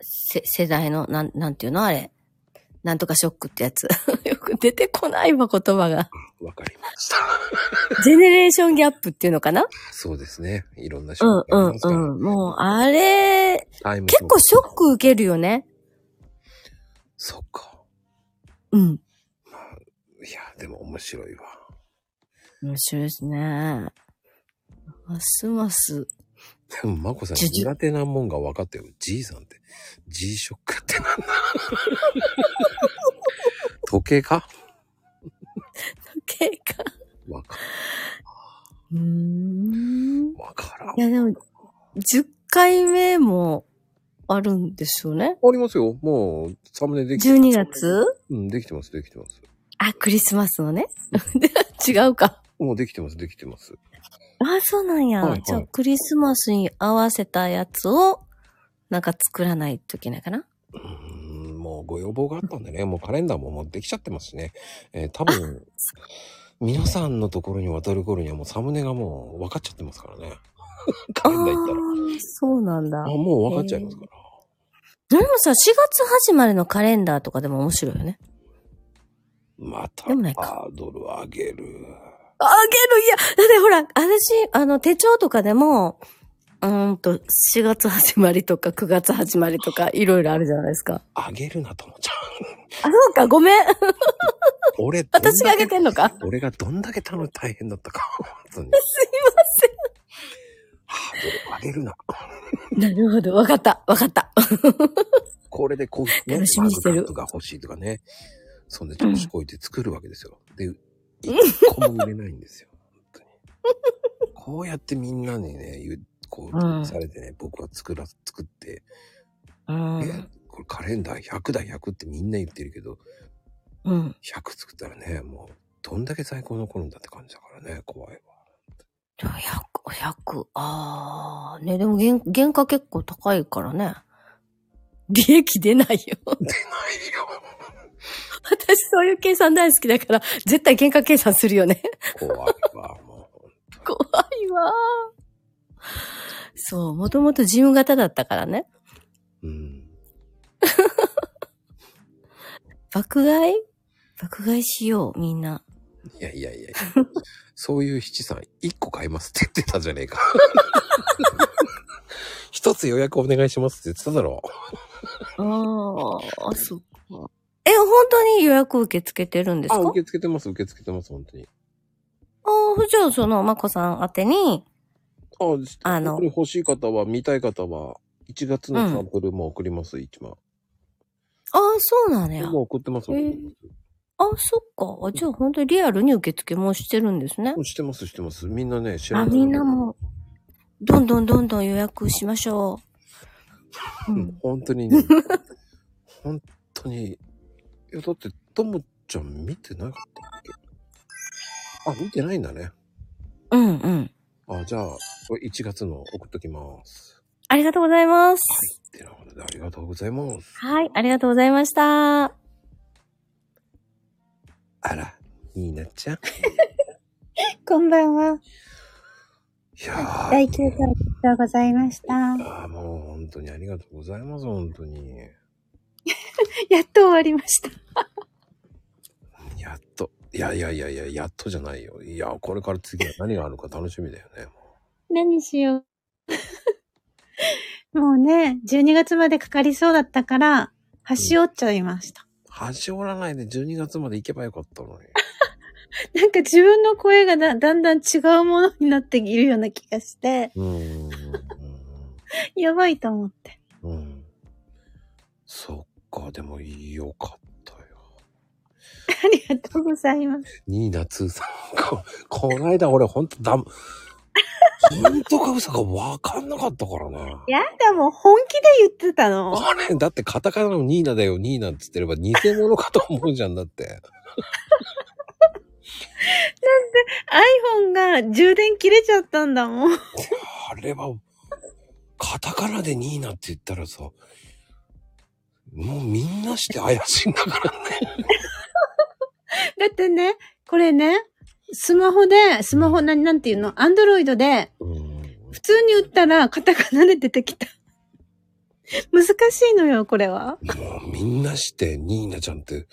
せ、世代の、なん、なんていうのあれ。なんとかショックってやつ。 よく出てこないわ、言葉が。
わかりました。
ジェネレーションギャップっていうのかな
そうですね。いろんな
う
種類
ん
があります
う
から。
んうん。もう、あれ、
タイム
結構ショック受けるよね。
そっか。
うん。
いや、でも面白いわ。
面白いですね。ますます。
でも、まこさん
ジュジュ
苦手なもんが分かったよ。G さんって。G ショックって なんだ時計か
経過。
わか
うーん。
わから
ん。いや、でも、10回目もあるんですよね。
ありますよ。もう、サムネできて
12月
うん、できてます、できてます。
あ、クリスマスのね。 違うか。
もうできてます、できてます。
あ、そうなんや。
はいはい
じゃあ、クリスマスに合わせたやつを、なんか作らないといけないかな。
うんもうご要望があったん でね、もうカレンダーももうできちゃってますしね。えー多分、皆さんのところに渡る頃にはもうサムネがもう分かっちゃってますからね。カレンダー行ったら。
そうなんだ。
あもう分かっちゃいますから。
でもさ、4月始まりのカレンダーとかでも面白いよね。
また
でもないか
ハードル上げる。
あげるいや、だってほら、私、あの、手帳とかでも、うーんと、4月始まりとか9月始まりとか、いろいろあるじゃないですか。
上げるなと思っちゃ
あ、そうか、ごめん。
う。俺、どんだ
私が上げてんの か。
俺がどんだけ頼む大変だったか。 本当に。
すい
ハードル上げるな。
ません。なるほど、わかった、わかった。
これでこう、ね、
楽しみにしてる
マグカップが欲しいとかね。そんで調子こいて作るわけですよ。 で、一個も売れないんですよ。本当に。こうやってみんなにね、言うこ
うん
う、されてね、僕は作ら、作って、
うん。
これカレンダー100だ100ってみんな言ってるけど、
うん。
100作ったらね、もう、どんだけ在庫残るんだって感じだからね、怖いわ。
100、あー、ね、でも原原価結構高いからね。利益出ないよ。出ないよ。私そういう計算大好きだから、絶対原価計算するよね。
怖いわ、
怖いわそう、もともと事務型だったからね。 爆買い爆買いしよう、みんな。
いやいやい やいやそういう七三、一個買いますって言ってたじゃね えか。一つ予約お願いしますって言ってただろ。
ああ、そっか。え、本当に予約受け付けてるんですか
あ、受け付けてます、受け付けてます、本当に。
ああ、じゃあその、まこさん宛てに、
あ、あの。これ欲しい方は、見たい方は、1月のサンプルも送ります、一番。
ああ、そうなのよ。
もう送ってます、
え
送って
ーあ、そっか。あじゃあ本当にリアルに受付もしてるんですね。
してます、してます。みんなね、知ら
あ、
ない。
みんなも、どんどんどんどん予約しましょ
本当にね、本当に、いや、だって、ともちゃん見てなかったっけあ、見てないんだね。
う。うんうん。
あ、じゃあ、これ1月の送っときます。
ありがとうございます。
ありがとうございます。
はい、ありがとうございました。
ニーナちゃん。い
こんばんは。
やー
第9回ありがとうございました。
あーもう本当にありがとうございます、本当に。
やっと終わりました。
やっと。いやいやいやいや、やっとじゃないよ。いや、これから次は何があるか楽しみだよね。
何しよう。 もうね、12月までかかりそうだったから、端折っちゃいました。
端折らないで12月まで行けばよかったのに。
なんか自分の声がだだんだん違うものになっているような気がして、 やばいと思って。
そっか、でもよかっ た。
ありがとうございます。
ニーナ2さん。ここの間俺ほんとだ、本当か嘘かわかんなかったからね。
やだ、もう本気で言ってたの。
あれだってカタカナのニーナだよ、ニーナって言ってれば偽物かと思うじゃんだって。
なんで iPhone が充電切れちゃったんだもん。
あれは、カタカナでニーナって言ったらさ、もうみんなして怪しいんだからね。
だってね、これね、スマホで、スマホな、なんていうのアンドロイドで、普通に打ったらカタカナで出てきた。難しいのよ、これは。
もうみんなしてニーナちゃんって、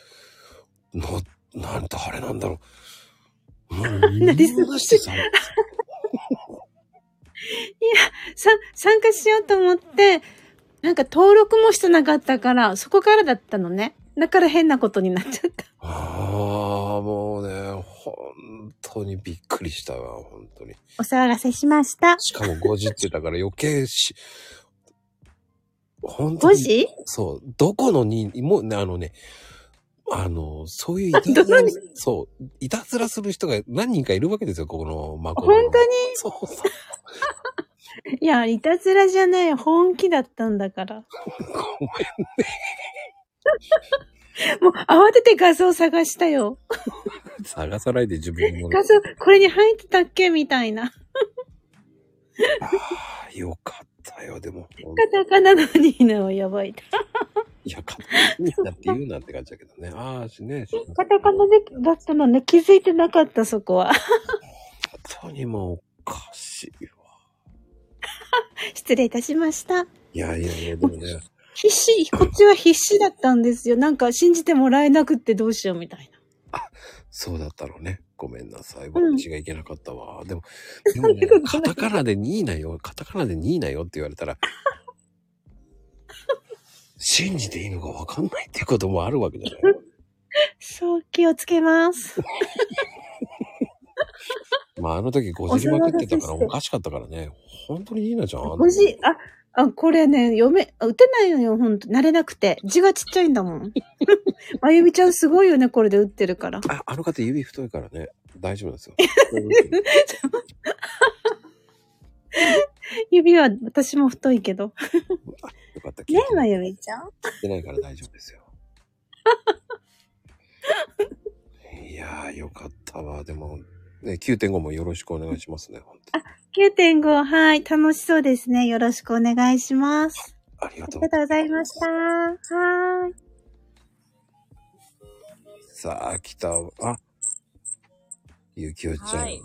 の、なんてあれなんだろう。もうみんなしてさ、
いや、さ、参加しようと思って、なんか登録もしてなかったから、そこからだったのね。だから変なことになっちゃった。
ああ、もうね、本当にびっくりしたわ、本当に。
お騒がせしました。
しかも5時ってだから余計し、本当
5
に。
時
そう。どこのに、もうね、あのね、あの、そういういた ずら、そう、いたずらする人が何人かいるわけですよ、ここのマコ。
本当に
そうそう。
いや、いたずらじゃない。本気だったんだから。もう慌てて画像探したよ。
探さないで自分もね
画像、これに入ってたっけみたいな。
よかったよ、でも。
カタカナのニーナをやばい。
いや、かみんなって言うなって感じだけどね。ああ、しね、本
カタカナでだったのね、気づいてなかった、そこは。
当にもうおかしいわ。
失礼いたしました。
いやいやいや、でもね、
必死、こっちは必死だったんですよ。なんか信じてもらえなくってどうしようみたいな。
そうだったろうね。ごめんなさい。私がいけなかったわ。でも、でもね、カタカナでニーナよ、カタカナでニーナよって言われたら、信じていいのかわかんないっていうこともあるわけじゃない。
そう、気をつけます。
まあ、あの時ごじりまくってたからおかしかったからね。本当にニーナちゃんあんな
文字、あ、あ、これね、読め、あ打てないのよ、ほんと。慣れなくて。字がちっちゃいんだも ん。あゆみちゃんすごいよね、これで打ってるから。
ああの方指太いからね、大丈夫なん ですよ。
指は私も太いけど。ねえ、まゆみちゃん。
言ってないから大丈夫ですよ。いやー、よかったわ。でも、ね、9.5もよろしくお願いしますね。
9.5、はい。楽しそうですね。よろしくお願いします。
ありがと
あ
う
り。がとうございました。はーい。
さあ、来たわ。あ、ゆきおちゃん、
はい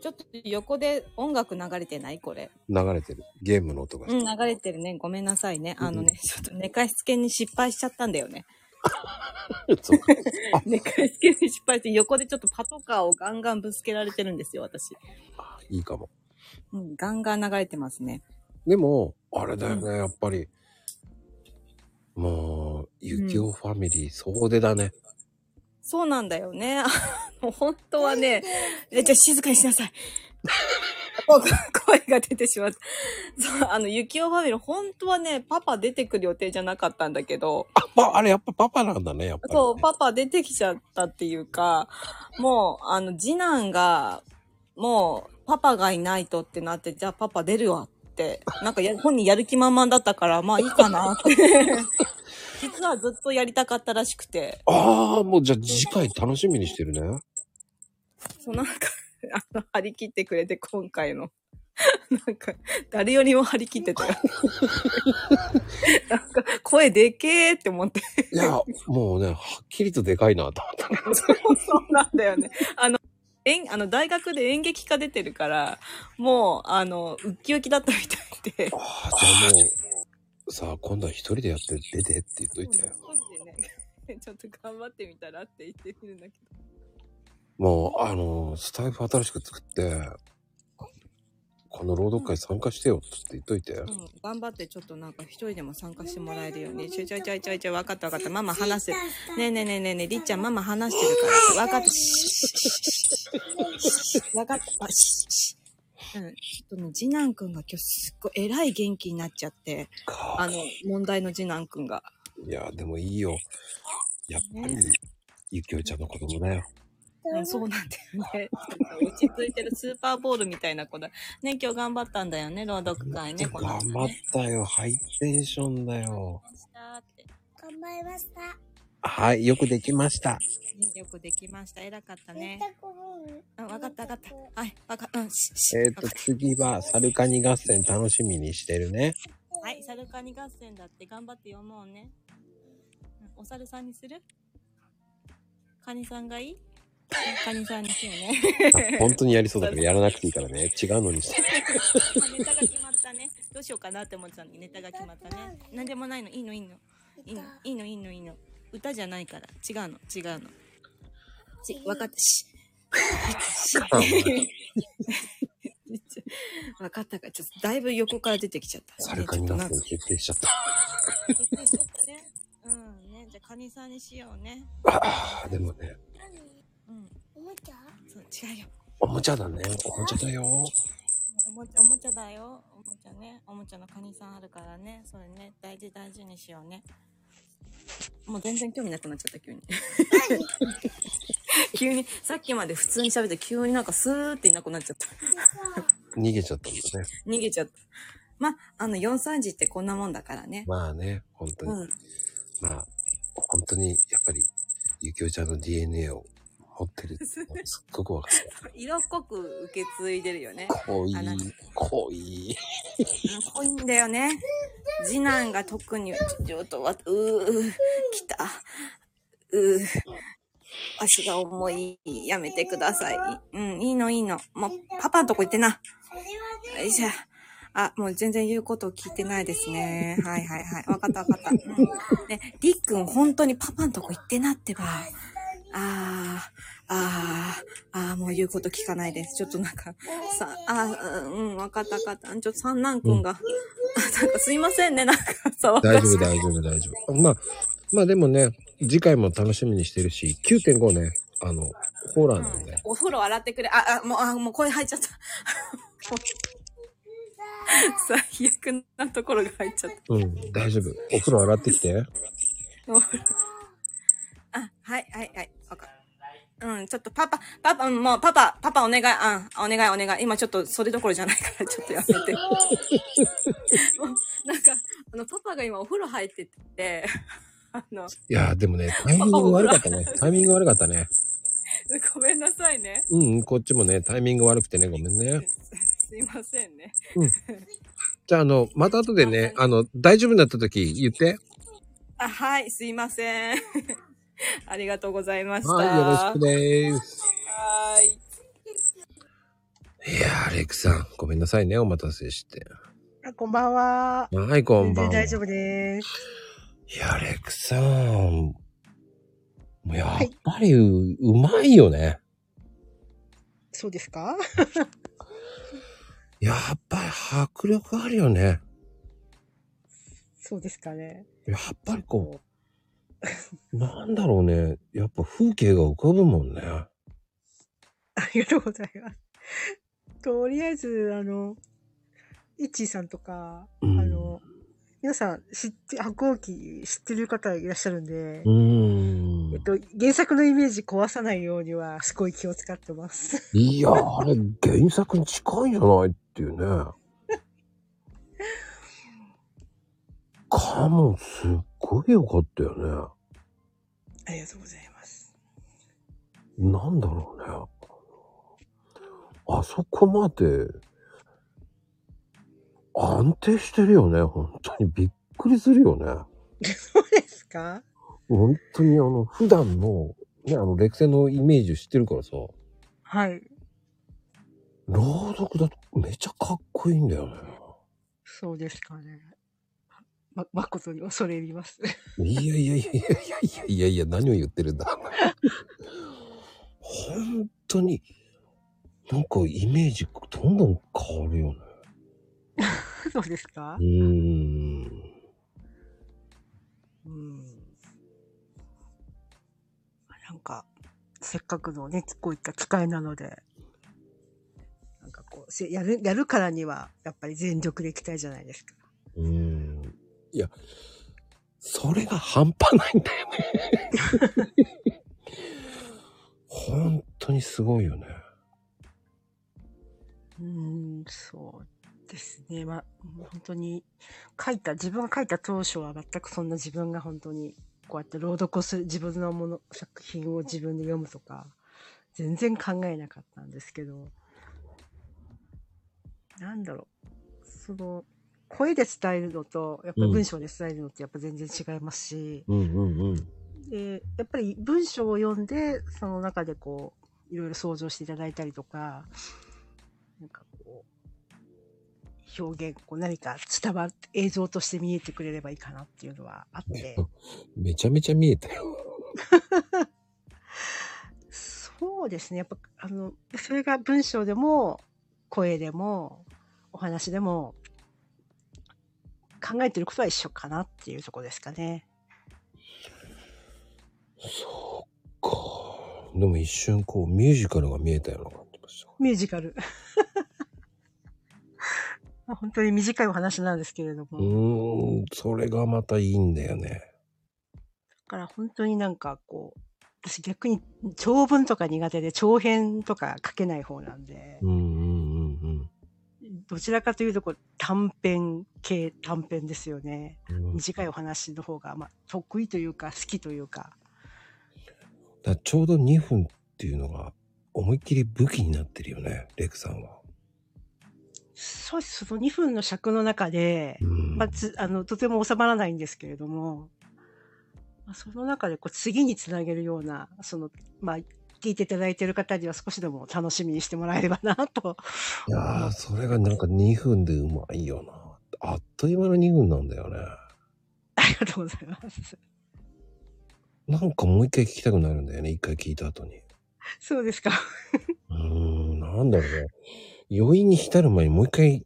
ちょっと横で音楽流れてないこれ。
流れてる。ゲームの音が。
うん、流れてるね。ごめんなさいね。あのね、ちょっと寝かしつけに失敗しちゃったんだよね。 寝かしつけに失敗して、横でちょっとパトカーをガンガンぶつけられてるんですよ、私。
いいかも。
うん、ガンガン流れてますね。
でも、あれだよね、やっぱり。もう、ゆきおファミリー、総出だね。
そうなんだよね。あ の、本当はね、えじゃあ静かにしなさい。 こ声が出てしまった。そう、あの、ゆきおファミリー、本当はね、パパ出てくる予定じゃなかったんだけど、
まあ、あれ、やっぱパパなんだね、やっぱり。
そう、パパ出てきちゃったっていうか、もう、あの、次男が、もう、パパがいないとってなって、じゃあパパ出るわって、なんか や、本人やる気満々だったから、まあいいかなって。実はずっとやりたかったらしくて、
ああ、もうじゃあ次回楽しみにしてるね。
そうなんか、あの、張り切ってくれて、今回の。なんか、誰よりも張り切って たよ。なんか、声でけえって思って。
いや、もうね、はっきりとでかいなと思った。
そうそうなんだよね。あの、演、あの、大学で演劇科出てるから、もう、あの、ウッキウキだったみたいで。
あじゃあもう、さあ、今度は一人でやって出てって言っといて。
少しでね、 ちょっと頑張ってみたらって言ってみるんだけど。
もう、あの、スタイフ新しく作って、この朗読会参加してよって言っといて。
うん、頑張ってちょっとなんか一人でも参加してもらえるように。ちょいちょいちょいちょいちょい、わかったわかった。ママ話してる。ねえねえねえねえねえ、りっちゃんママ話してるから。わかった。シッシッわかった。あシッシッうん、ちょっとね、次男くんが今日すっごい偉い元気になっちゃって、あの、問題の次男くんが。
いや、でもいいよ。やっぱり、ゆきおちゃんの子供だよ。
うん、そうなんだよね。落ち着いてるスーパーボールみたいな子だ。ね、今日頑張ったんだよね、朗読会ね、この
頑。張ったよ。ハイテンションだよ。
頑張りました。
はい、よくできました。
よくできました。偉かったね。うん、わかったわかった。はい、わか、うん、しし
えっ、と、次は、サルカニ合戦楽しみにしてるね。。
はい、サルカニ合戦だって頑張って読もうね。うんお猿さんにするカニさんがいいカニさんにしようね
本当にやりそうだからやらなくていいからね。違うのにして。
ネタが決まったね。どうしようかなって思ってたのにネタが決まったね。なんでもないの、いいの、いいの。いいの、いいの、いいの、いいの。歌じゃないから。違うの、違うの。ち、わかった、し。し
お前
わかったか。ちょっとだいぶ横から出てきちゃった。
サルカニ合戦決定しちゃった。
うんね、じゃあカニさんにしようね。
ああ、でもね、
おもちゃそう、違うよ。
おもちゃだね。おもちゃだよ。
おもおもちゃだよ。おもちゃね。おもちゃのカニさんあるからね。それね、大事大事にしようね。もう全然興味なくなっちゃった、急に。 急に、さっきまで普通に喋って、急になんかスーっていなくなっちゃった。
逃げちゃったんだね。
逃げちゃった。ま、あの、4歳児ってこんなもんだから ね。
まあね、本当に。
うん
まあ、本当に、やっぱり、ゆきおちゃんの DNA を持っ てる。すっごくわかる。
色濃く受け継いでるよね。
濃い、濃 い。
濃いんだよね。次男が特に、ちょっとわ、うー、来た。うー、足が重い。やめてください。うん、いいのいいの。もう、パパのとこ行ってな。よいしょ。あ、もう全然言うことを聞いてないですね。はいはいはい。わかったわかった。うん、ね、りっくん本当にパパのとこ行ってなってば。あー、あー、あー、もう言うこと聞かないです。ちょっとなんか、さ、あー、うん、わかったわかった。ちょっと三男くんが、あ なんかすいませんね、なんか騒が
大
し
丈夫、
く
大丈夫、大丈夫。まあ、まあでもね、次回も楽しみにしてるし、9.5ね、あの、ホーラーなんで。
お風呂洗ってくれ。あ、あ、もう、あ、もう声入っちゃった。 最悪なところが入っちゃった。
うん、大丈夫。お風呂洗って きて。
お風呂あ、はい、はい、はい。わかったうん、ちょっとパパ、パパ、うんもうパパ、パパお願い、うん、お願い、お願い。今ちょっとそれどころじゃないから、ちょっとやめて。もうなんか、あの、パパが今お風呂入ってて、あ あの、
いやー、でもね、タイミング悪かったね。タイミング悪かったね。
ごめんなさいね。
うん、こっちもね、タイミング悪くてね、ごめんね。
すいませんね。
うん。じゃあ、あの、また後でね、あの、大丈夫になった時言って。
あ、はい、すいません。 ありがとうございました。
はい、よろしくでーす。
はーい。
いやー、レイクさん、ごめんなさいね、お待たせして。
あこんばんは。
はい、こんばん
全然大
は。レ
丈夫です。
イクさん、もうやっぱりう、うまいよね。
そうですか
やっぱり迫力あるよね。
そうですかね。
やっぱりこ う、なんだろうね。やっぱ風景が浮かぶもんね。
ありがとうございます。とりあえず、あの、イッチーさんとか、あの、皆さん知って、白鸚記知ってる方いらっしゃるんで、
うん。
えっと、原作のイメージ壊さないようには、すごい気を使ってます。
いや、あれ原作に近いんじゃないっていうね。 かも、すっごい良かったよね。
ありがとうございます。
なんだろうね。あそこまで安定してるよね。本当にびっくりするよね。
そうですか
本当にあの、普段の、ね、あの、歴戦のイメージを知ってるからさ、
はい。
朗読だとめちゃかっこいいんだよね。
そうですかね。ま、誠に恐れ入り ます。
いやいやいやいやいやいやいや、何を言ってるんだ。本当に、なんかイメージどんどん変わるよね。
そうですか
うーん。
なんか、せっかくのね、こういった機会なので、なんかこう、せやる、やるからには、やっぱり全力でいきたいじゃないですか。
うーん。いや、それが半端ないんだよね。本当にすごいよね。
うーん、そうですね。まあ、本当に、書いた、自分が書いた当初は全くそんな自分が本当に、こうやって朗読をする、自分のもの、作品を自分で読むとか、全然考えなかったんですけど、なんだろう、その、声で伝えるのと、やっぱ
うん
文章で伝えるのってやっぱ全然違いますし、
うんうんうん。
で、やっぱり文章を読んで、その中でこう、いろいろ想像していただいたりとか、なんかこう、表現、こう何か伝わっ映像として見えてくれればいいかなっていうのはあって、
めちゃめちゃ見えたよ。
そうですね、やっぱ、あの、それが文章でも、声でも、お話でも、考えてることは一緒かなっていうとこですかね。
でも一瞬こうミュージカルが見えたような感じ。
ミュージカル。 まあ本当に短いお話なんですけれども、
うーん、それがまたいいんだよね。
だから本当になんかこう、私逆に長文とか苦手で長編とか書けない方なんで、
うんうんうん
どちらかというとこう短編系短編ですよね。
うん。だか
短いお話の方が、まあ、得意というか好きというか、
らちょうど2分っていうのが思いっきり武器になってるよね、レクさんは。
そうですその2分の尺の中で、まあ、つあのとても収まらないんですけれども、まあ、その中でこう次につなげるようなその、まあ、聞いていただいている方には少しでも楽しみにしてもらえればなと
いやー、それがなんか2分でうまいよな。あっという間の2分なんだよね。
ありがとうございます。
なんかもう一回聞きたくなるんだよね、一回聞いた後に。
そうですか。
うーん、なんだろうね。余韻に浸る前にもう一回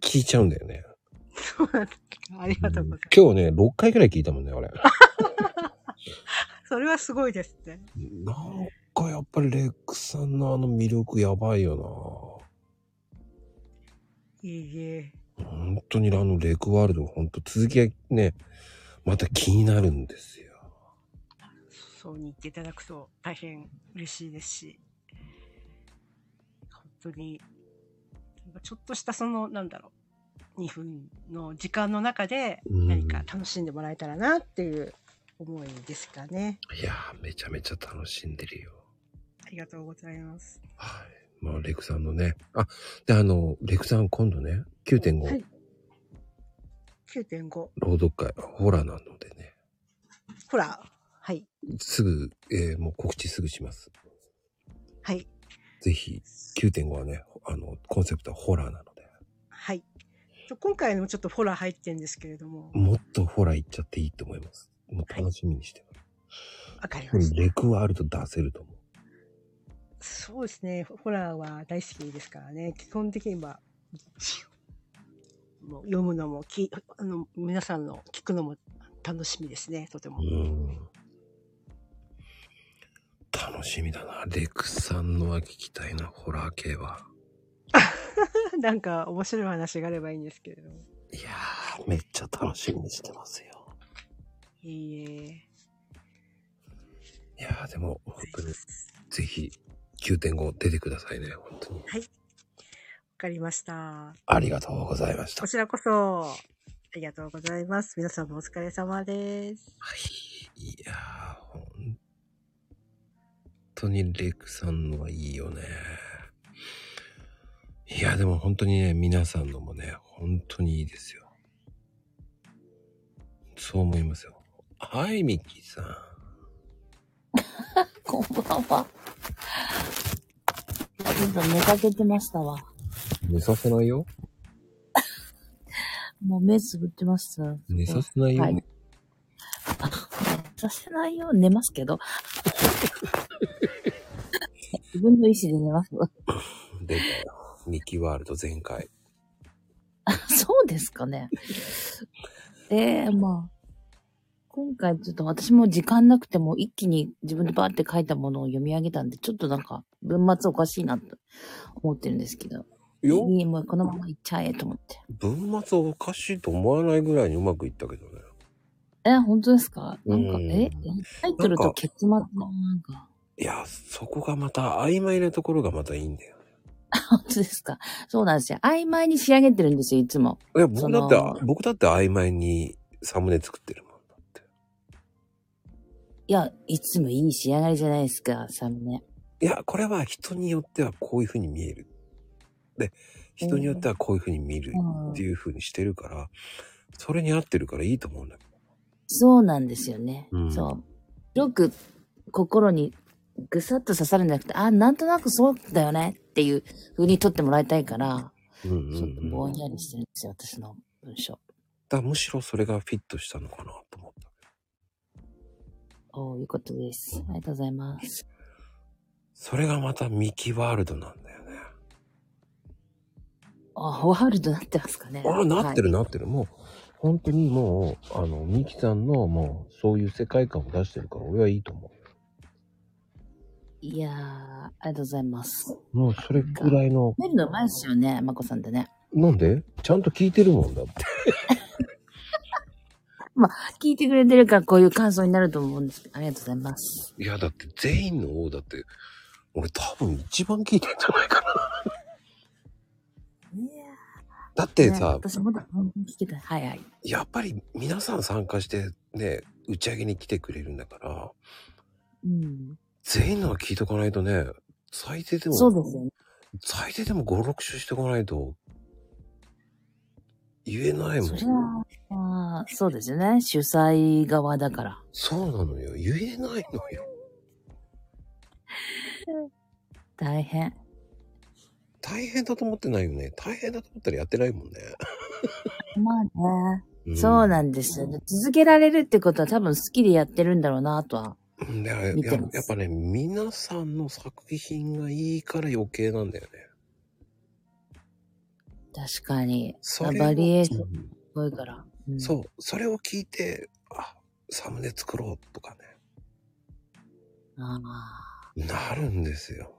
聞いちゃうんだよね。
そうなんですか。ありがとうございます。
今日ね、6回くらい聞いたもんね、俺。
それはすごいですね。
なんかやっぱりレックさんのあの魅力やばいよ
いえいえ。
な。本当にあのレクワールド、本当続きがね、また気になるんですよ。
そうに言っていただくと大変嬉しいですし、本当に、なんかちょっとしたその、なんだろう、 2分の時間の中で何か楽しんでもらえたらなっていう思いですかね。
いやー、めちゃめちゃ楽しんでるよ。
ありがとうございます。
まあ、レクさんのね。あ、で、あの、レクさん今度ね、9.5、
はい9.5。
朗読会、ホラーなのでね、
ほら、はい。
すぐ、えーもう告知すぐします。
はい。
ぜひ、9.5はね、あの、コンセプトはホラーなので、
はい。と今回のもちょっとホラー入ってんですけれども、
もっとホラーいっちゃっていいと思います。もう楽しみにしてます。
わかり
多分レクワールド出せると思う。
そうですね、ホラーは大好きですからね、基本的には、もう読むのもきあの、皆さんの聞くのも楽しみですね、とても。
楽しみだな。レクさんのは聞きたいな、ホラー系は。
なんか面白い話があればいいんですけれども。
あめっちゃ楽しみにしてますよ。
いいえ。
いやーでも、本当に、ぜひ、9.5出てくださいね、本当に。
はい。わかりました。
ありがとうございました
こ。ちらこそ、ありがとうございます。皆さんもお疲れ様 です。
いやー、本当にレクさんのはいいよね。いや、でも本当にね、皆さんのもね、本当にいいですよ。そう思いますよ。はい、ミッキーさん。
こんばんは。ちょっと寝かけてましたわ。
寝させないよ。
もう目つぶってました。
寝させないよ。
はいさせないように寝ますけど。 自分の意思で寝ます。
出たよ。ミッキーワールド全開。
あそうですかね。で、まあ、今回ちょっと私も時間なくても一気に自分でバーって書いたものを読み上げたんで、ちょっとなんか文末おかしいなと思ってるんですけど。いいもうこのままいっちゃえと思って。
文末おかしいと思わないぐらいにうまくいったけどね。
え、本当ですか
う
なんんか、えタイトルと結末のなんか、
いや、そこがまた曖昧なところがまたいいんだよ。
本当ですかそうなんですよ。曖昧に仕上げてるんですよ、いつも。
いや、僕
そ
だ
の
って、僕だって曖昧にサムネ作ってるもん。
いや、いつもいい仕上がりじゃないですか、サムネ。
いや、これは人によってはこういう風に見える。で、人によってはこういう風に見るっていう風にしてるから、それに合ってるからいいと思うんだけど。
そうなんですよね。
うん
そう。よく心にぐさっと刺さるんじゃなくて、あ、なんとなくそうだよねっていう風に取ってもらいたいから、
うんうんうん、だ
ぼんやりしてるんですよ、私の文章。
からむしろそれがフィットしたのかなと思った。
おーいうことです。ありがとうございます。
それがまたミキワールドなんだよね。
あ、ワールドなってますかね。
あら、なってる、
はい
なってる。もう、本当にもう、あの、ミキさんのもう、そういう世界観を出してるから、俺はいいと思
いやー、ありがとうございます。
う。もう、それくらいの、
メルの前ですよね、まこさんでね。
なんでちゃんと聞いてるもんだって。
まあ、聞いてくれてるからこういう感想になると思うんですけど、ありがとうございます。
いや、だって、全員の王だって、俺多分一番聞いてんじゃないか な。だって
ね
さ、
私もだ、本当に聞きたい。はいはい。
やっぱり皆さん参加してね、打ち上げに来てくれるんだから、
うん。
全員のは聞いとかないとね、最低でも、
そうですよね。
最低でも5、6周してこないと、言えないも
そ
ん。
れは、まあ、そうですよね。主催側だから。
そうなのよ。言えないのよ。
大変。
大変だと思ってないよね。大変だと思ったらやってないもんね。
まあね。
うん
そうなんですよね。続けられるってことは多分好きでやってるんだろうなとは。
うんだからや
見てま
やっぱね、皆さんの作品がいいから余計なんだよね。
確かに。
それを
バリエーション多いから。
そう。それを聞いて、あ、サムネ作ろうとかね。なるんですよ。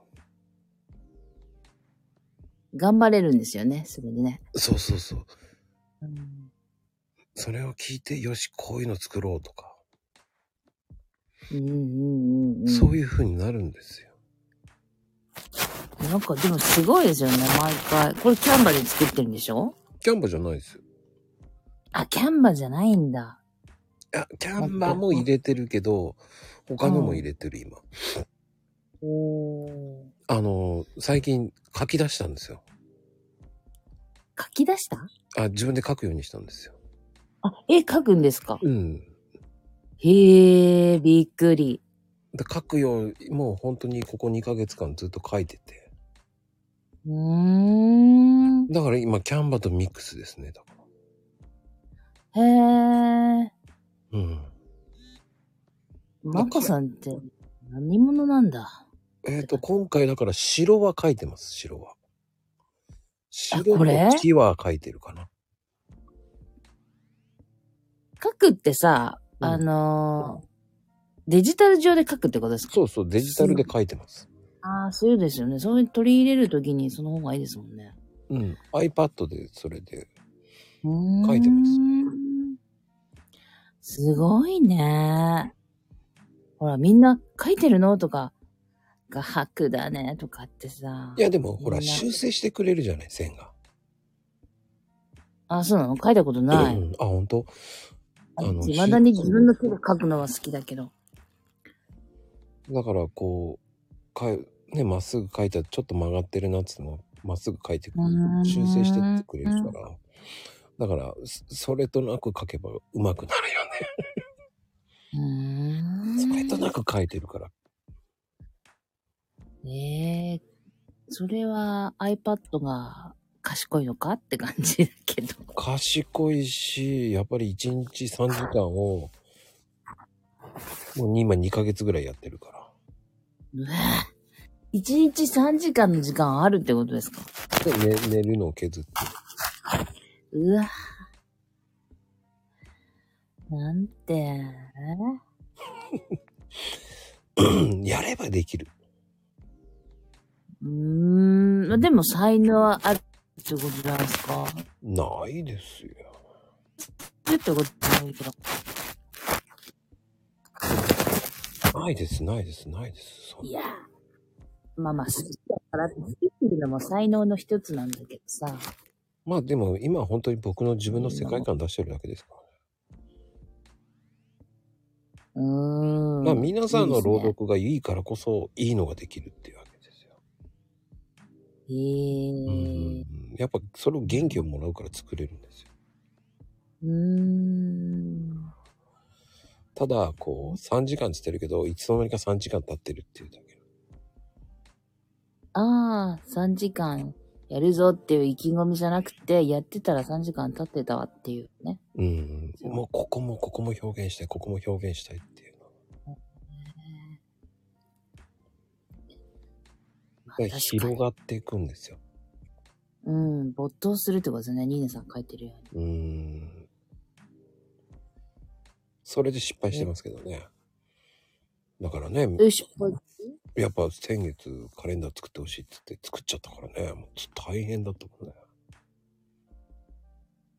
頑張れるんですよね、それでね。
そうそうそう。それを聞いて、よし、こういうの作ろうとか。そういう風になるんですよ。
なんかでもすごいですよね、毎回。これキャンバで作ってるんでしょ
キャンバじゃないですよ。
あ、キャンバじゃないんだ。
いや、キャンバも入れてるけど、他のも入れてる今。
おー
あの、最近書き出したんですよ。
書き出した
あ、自分で書くようにしたんですよ。
あ、絵描くんですか
うん。
へえ、びっくり。
で書くよう、もう本当にここ2ヶ月間ずっと書いてて。
うーん。
だから今、キャンバとミックスですね。
へえ。
うん。
マコさんって何者なんだ
えっ、と、今回だから白は書いてます、白は。白
これ
と木は書いてるかな。
書くってさ、あのーデジタル上で書くってことですか
そうそう、デジタルで書いてます。
ああ、そうですよね。そういう取り入れるときにその方がいいですもんね。
うん。iPad でそれで
書
いてます。
すごいね。ほら、みんな書いてるのとか、画伯だねとかってさ。
いや、でもほら、
みんな
修正してくれるじゃない、線が。
あ、そうなの書いたことない。
うん、あ、本当あの、
未だに自分の手で書くのは好きだけど。
だからこう、かいね、まっすぐ書いたらちょっと曲がってるなっつっても、まっすぐ書いてくれ
う
る
ん
修正してってくれるから。だから、そそれとなく書けばうまくなるよね。それとなく書いてるから。
ねえ、それは iPad が賢いのかって感じだけど。
賢いし、やっぱり1日3時間を、もう今2ヶ月ぐらいやってるから。
うわ1日3時間の時間あるってことですか
で寝寝るのを削って。
うわなんて。
やればできる。
うーん、まあでも才能はあるってことじゃないですか。
ないですよ。
ってってことじゃないけど。
ないです、ないです、ないです。
いやまあまあ、好きだからっていうのも才能の一つなんだけどさ。
まあでも今本当に僕の自分の世界観出してるだけですから。
うーん。
まあ皆さんの朗
いいですね
読がいいからこそいいのができるっていうわけですよ。
へえ。
やっぱそれを元気をもらうから作れるんですよ。
うーん。
ただ、こう、3時間って言ってるけど、いつの間にか3時間経ってるっていうだけ。
ああ、3時間やるぞっていう意気込みじゃなくて、やってたら3時間経ってたわっていうね。
うん。もうここもここも表現したい、ここも表現したいっていうの。が広がっていくんですよ。
うん、没頭するってことですね。ニーナさん書いてるように。
うーん。それで失敗してますけどね。だからね、
よいしょ。
やっぱ先月カレンダー作ってほしいって言って作っちゃったからね、もうちょっと大変だったもんね。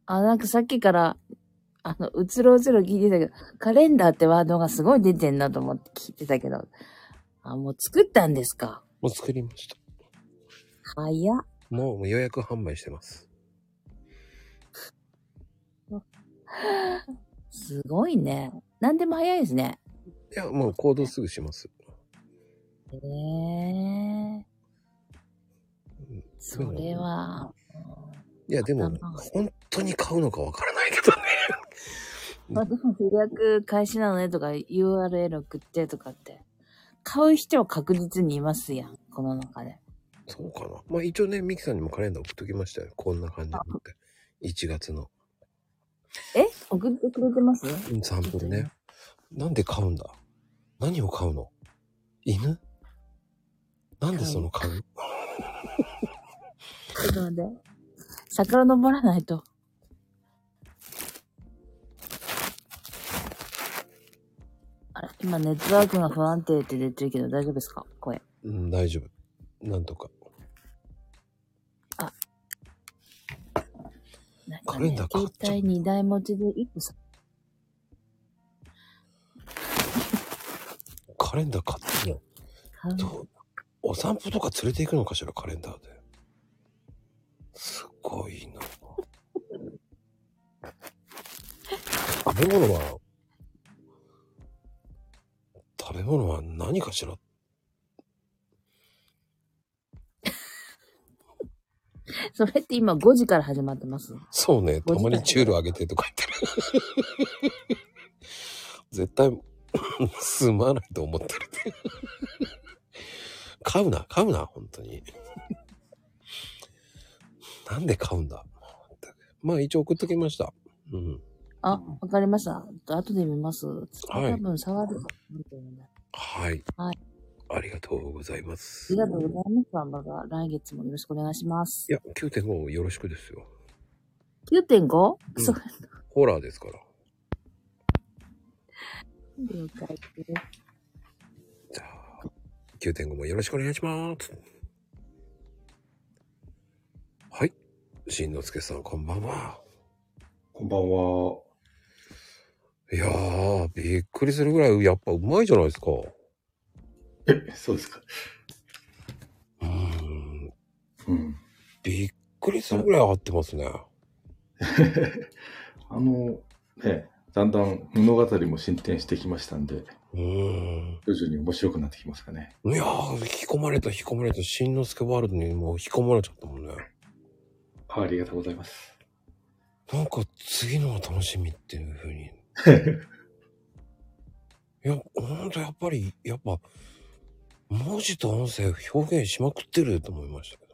あ、なんかさっきから、あの、うつろうつろ聞いてたけど、カレンダーってワードがすごい出てんなと思って聞いてたけど、あ、もう作ったんですか。
もう作りました。
早っ。
もう予約販売してます。
すごいね。なんでも早いですね。
いや、もう行動すぐします。
へえ。
そ
これ。は、
いや、でも、本当に買うのかわからないけどね。
まあでも予約開始なのねとか URL 送ってとかって。買う人は確実にいますやん、この中で。
そうかな。まあ一応ね、ミキさんにもカレンダー送っときましたよ。こんな感じでって。1月の。
え送ってくれてます
うん、サンプルね。なんで買うんだ何を買うの犬なんでその買う
ちょっと待って。桜登らないと。あれ、今ネットワークが不安定って出てるけど大丈夫ですか声。
うん、大丈夫。なんとか。
なんか
カレンダー買っ
携帯2台持ちで1個さ。
カレンダー買ってんの
買う
のお散歩とか連れて行くのかしらカレンダーで。すごいな。べ物は、食べ物は何かしら
それって今5時から始まってます。
そうね、たまにチュールあげてとか言ってる。 絶対、 すまないと思って る。買うな、買うな、本当に。なんで買うんだまあ一応送っときました。うん。
あ、わかりました。後で見ます。
はい
多分触る。
はい。
はい。
ありがとうございます。
ありがとうございます。また来月もよろしくお願いします。
いや、9.5よろしくですよ。
9.5? 了
そう。ホラーですから。
解です。
9.5もよろしくお願いします。はい。しんのすけさん、こんばんは。こんばんは。いやー、びっくりするぐらい、やっぱうまいじゃないですか。え、そうですか。うーん。びっくりするぐらい合ってますね。
あの、ね、だんだん物語も進展してきましたんで、徐々に面白くなってきますかね。
いやー、引き込まれた、引き込まれた、しんのすけワールドにもう引き込まれちゃったもんね。
ありがとうございます。
なんか次のが楽しみっていうふ うに。いや、ほんとやっぱり、やっぱ、文字と音声を表現しまくってると思いましたけど。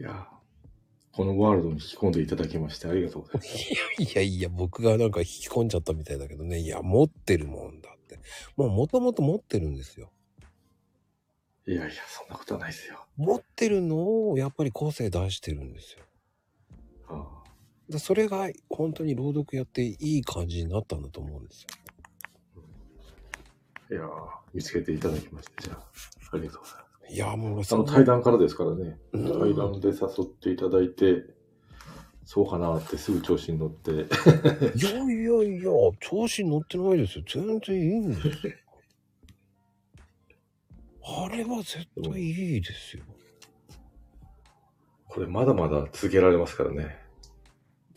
いやー、このワールドに引き込んでいただきましてありがとうございます。
いやいや、僕がなんか引き込んじゃったみたいだけどね。いや、持ってるもんだって。もうもともと持ってるんですよ。
いやいや、そんなことはないですよ。
持ってるのをやっぱり個性出してるんですよ。でそれが本当に朗読やっていい感じになったんだと思うんですよ。
いやー、見つけていただきまして、じゃあ、ありがとうございます。
いや、もう
あの対談からですからね。対談で誘っていただいて、そうかなーってすぐ調子に乗って。
いやいやいや、調子に乗ってないですよ。全然いいんですよ。 あれは絶対いいですよ。
これまだまだ続けられますからね。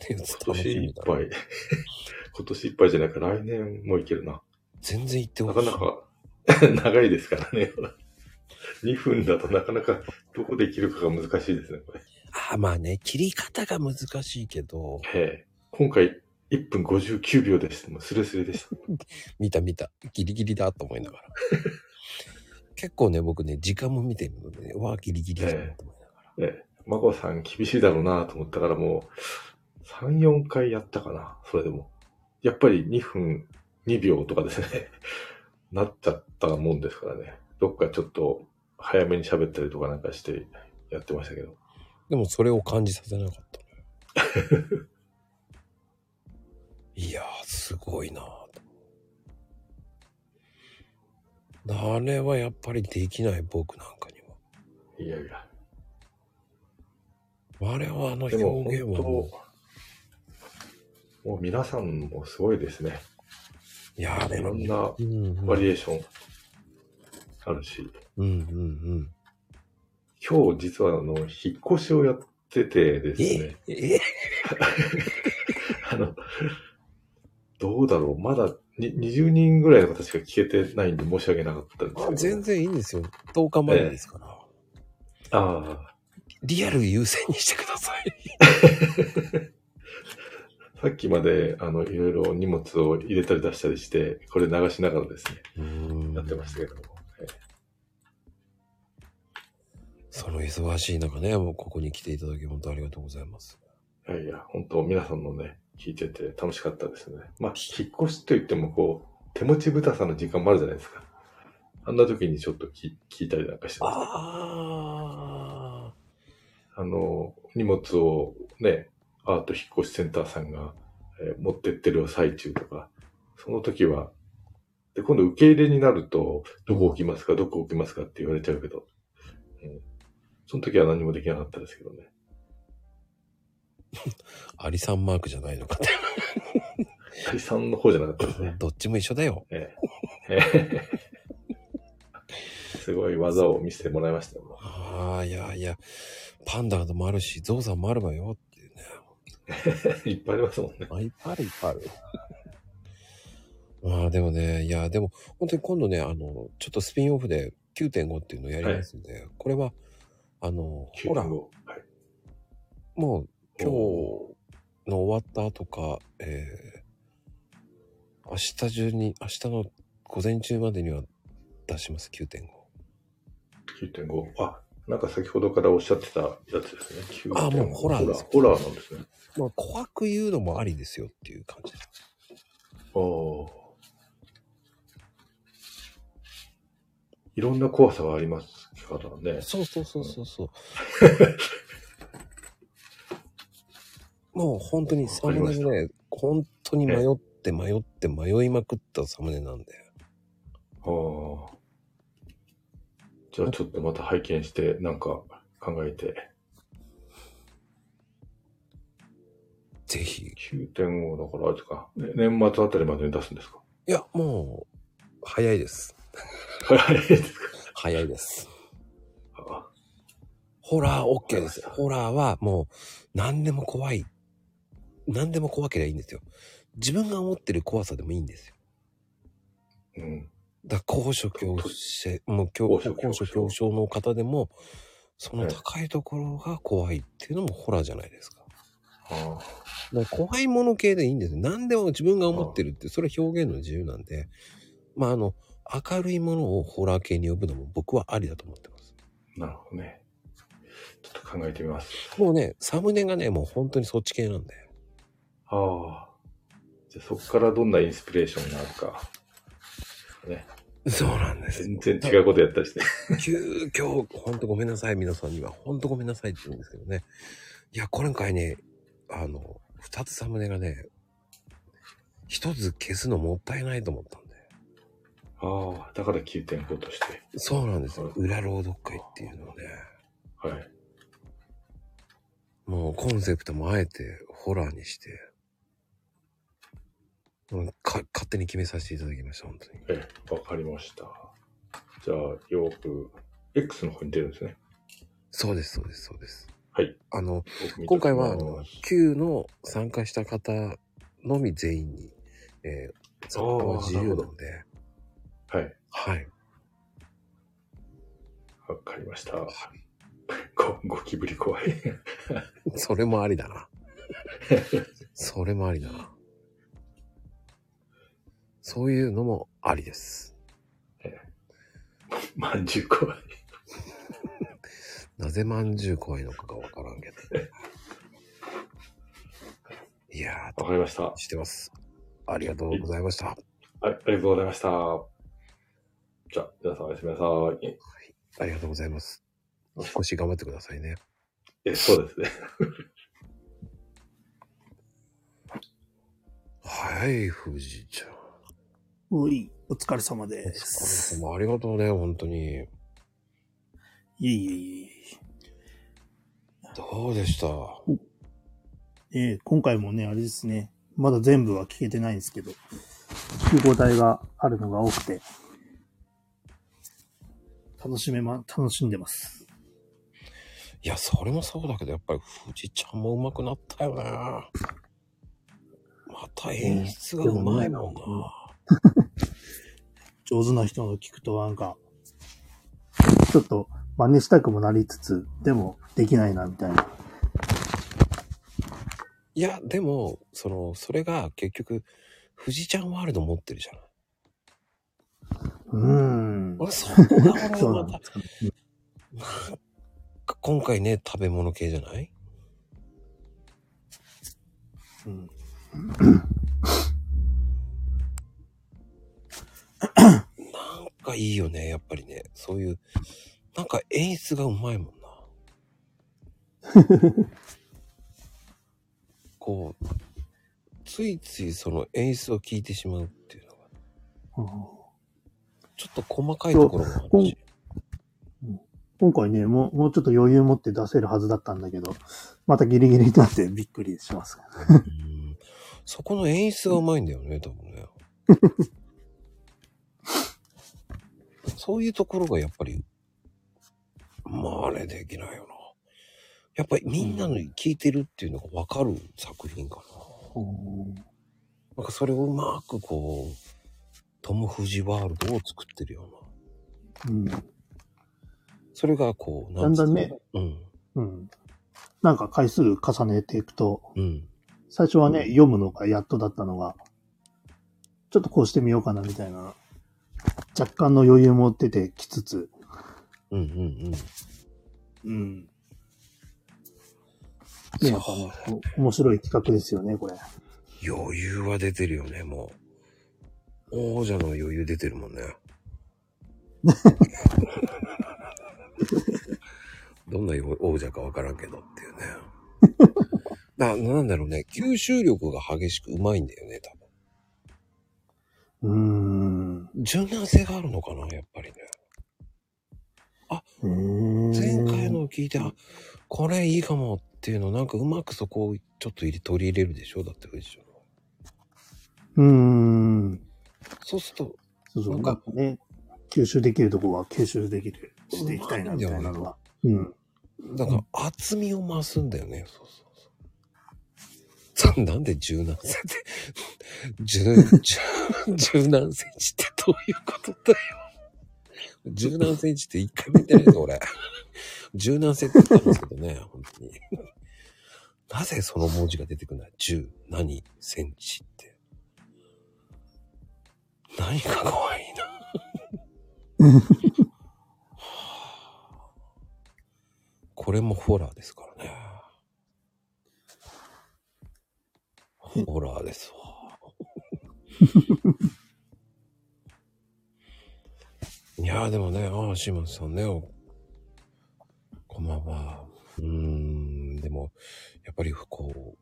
今
年いっぱい。 今年いっぱいじゃなく来年もいけるな。
全然いって
なかなか 長いですからね。2分だとなかなかどこで切るかが難しいですね、これ。
あまあね、切り方が難しいけど、
ええ今回1分59秒です。もうスレスレでした。
見た見た。ギリギリだと思いながら。結構ね、僕ね、時間も見てるので、ね、わあ、ギリギリだなと思いなが
ええ、マコさん厳しいだろうなと思ったからもう、3、4回やったかな、それでも。やっぱり2分2秒とかですね、 なっちゃったもんですからね。どっかちょっと早めに喋ったりとかなんかしてやってましたけど。
ら。でもそれを感じさせなかった ね。いやー、すごいなあと。あれはやっぱりできない僕なんかに
いやいや。
あれはあの
でも
表現はも
本当もう皆さんもすごいですね。
いやー
いろん
んう
なんバリエーションあるし。
うんうんうん。
今日実はあの、引っ越しをやっててですね。
え
あの、どうだろう。まだに20人ぐらいの方しか聞けてないんで申し訳なかったんですけど。
全然いいんですよ。10日までですから。
ああ。
リアル優先にしてください。
さっきまで、あの、いろいろ荷物を入れたり出したりして、これ流しながらですね、やってましたけども。え
その忙しい中ね、もうここに来ていただき本当ありがとうございます。
いやいや、本当皆さんのね、聞いてて楽しかったですね。まあ、引っ越しといっても、こう、手持ち豚さの時間もあるじゃないですか。あんな時にちょっと聞聞いたりなんかしてました。
あ
の、荷物をね、アート引っ越しセンターさんが、えー持ってってる最中とか、その時は、で、今度受け入れになると、どこ置きますか、どこ置きますかって言われちゃうけど、うん、その時は何もできなかったですけどね。
アリさんマークじゃないのかって。
アリさんの方じゃなかったですね。
どっちも一緒だよ。
ええええすごい技を見せてもらいましたよ。
ああ、いやいや、パンダもあるし、ゾウさんもあるわよっていうね。
いっぱいありますもんね。
あいっぱいある、いっぱいある。まあでもね、いや、でも本当に今度ね、あの、ちょっとスピンオフで9.5っていうのをやりますんで、これは、あの、ほら、もう今日の終わった後か、えー、明日中に、明日の午前中までには出します、9.5。
9.5。あ、なんか先ほどからおっしゃってたやつですね。9.5
あもうホラーです
ホラーなんですね。
まあ、怖く言うのもありですよっていう感じです。
ああ。いろんな怖さがありますからね。
そうそうそうそうそう。もう本当にサムネもね、本当に迷って迷って迷いまくったサムネなんで。
ああ。じゃあちょっとまた拝見して、なんか考えて。
ぜひ。
9.5だから、あれですか。ね年末あたりまでに出すんですか
いや、もう、早いです。
早いです
か早いです。 ホラー OK です。ホラーはもう、何でも怖い。何でも怖ければいいんですよ。自分が思ってる怖さでもいいんですよ。
うん。
だから高所恐怖症、もう恐高所恐怖症の方でも、その高いところが怖いっていうのもホラーじゃないですか。だから怖いもの系でいいんですよ。何でも自分が思ってるって、それは表現の自由なんで、まああの、明るいものをホラー系に呼ぶのも僕はありだと思ってます。
なるほどね。ちょっと考えてみます。
もうね、サムネがね、もう本当にそっち系なんで。
ああ。じゃあそこからどんなインスピレーションがあるか。ね。
そうなんです。
全然違うことやったりして。
急遽、ほんとごめんなさい、皆さんには。ほんとごめんなさいって言うんですけどね。いや、今回ね、あの、二つサムネがね、一つ消すのもったいないと思ったんで。
ああ、だから9.5として。
そうなんですよ。裏朗読会っていうのをね。
はい。
もうコンセプトもあえてホラーにして、うんか勝手に決めさせていただきました、本当に。
ええ、わかりました。じゃあ、よく、X の方に出るんですね。
そうです、そうです、そうです。
はい。
あの
僕見、て
今回
お
は、あ
きます
の、Q の参加した方のみ全員に、えー、参加は自由なんで、
はい。
はい。
わかりました。 ご、ゴキブリ怖い。
それもありだな。それもありだな。そういうのもありです。
まんじゅう怖い。
なぜまんじゅう怖いのかがわからん けど。いやー、
わかりました。
してます。ありがとうございました。
はい、ありがとうございました。じゃあ、皆さんおやすみなさい。
ありがとうございます。引っ越し頑張ってくださいね。
え、そうですね。
はい、藤井ちゃん。
おい、お疲れ様です。
どうもありがとうね、本当に。
いえいえいえ。
どうでした
えー今回もね、あれですね、まだ全部は聞けてないんですけど、集合体があるのが多くて、楽しめま、楽しんでます。
いや、それもそうだけど、やっぱり藤井ちゃんも上手くなったよね。また演出が上手いもんな。
上手な人の聞くとなんか、ちょっと真似したくもなりつつ、でもできないな、みたいな。
いや、でも、その、それが結局、藤井ちゃんワールド持ってるじゃない。
うーん。
俺、そこが俺
そうな
は
んで
また
すかね、
今回ね、食べ物系じゃない
うん。
がいいよね、やっぱりね。そういう、なんか演出がうまいもんな。こう、ついついその演出を聞いてしまうっていうのが。ちょっと細かいところもある。
こん今回ね、もう、もうちょっと余裕持って出せるはずだったんだけど、またギリギリになってびっくりします。
そこの演出がうまいんだよね、多分ね。そういうところがやっぱり、まああれできないよやっぱりみんなの聞いてるっていうのがわかる作品かな。なんかそれをうまくこう、トム・フジワールドを作ってるような。それがこう、
だんだんね
うん。
うん。なんか回数重ねていくと、
うん。
最初はね、読むのがやっとだったのが、ちょっとこうしてみようかなみたいな、若干の余裕持っててきつつ、
うんうん
うん。うん。ね、やっぱね、こう面白い企画ですよね、これ。
余裕は出てるよね、もう。王者の余裕出てるもんね。どんな王者かわからんけどっていうね。な、なんだろうね。吸収力が激しくうまいんだよね、
多分。
うーん。柔軟性がある のかな、やっぱりね。前回のを聞いて、あ、これいいかもっていうの、なんかうまくそこをちょっと入れ取り入れるでしょだって藤井さ
う
ん
ーん。
そうすると、
そうそう、なんかね、吸収できるとこは吸収できる、していきたいな、みたいなのは。うん。
だから厚みを増すんだよね。そうそうそう。なんで柔軟性って、 柔、柔柔軟性値ってどういうことだよ。柔軟性値って一回も言ってないぞ、俺。柔軟性って言ったんですけどね、本当に。なぜその文字が出てくるんだ柔、何、センチって。何か怖いな。これもホラーですからね。ホラーですわ。いやーでもね、ああ、シムさんね、おこんばんは。うーん、でも、やっぱりこう、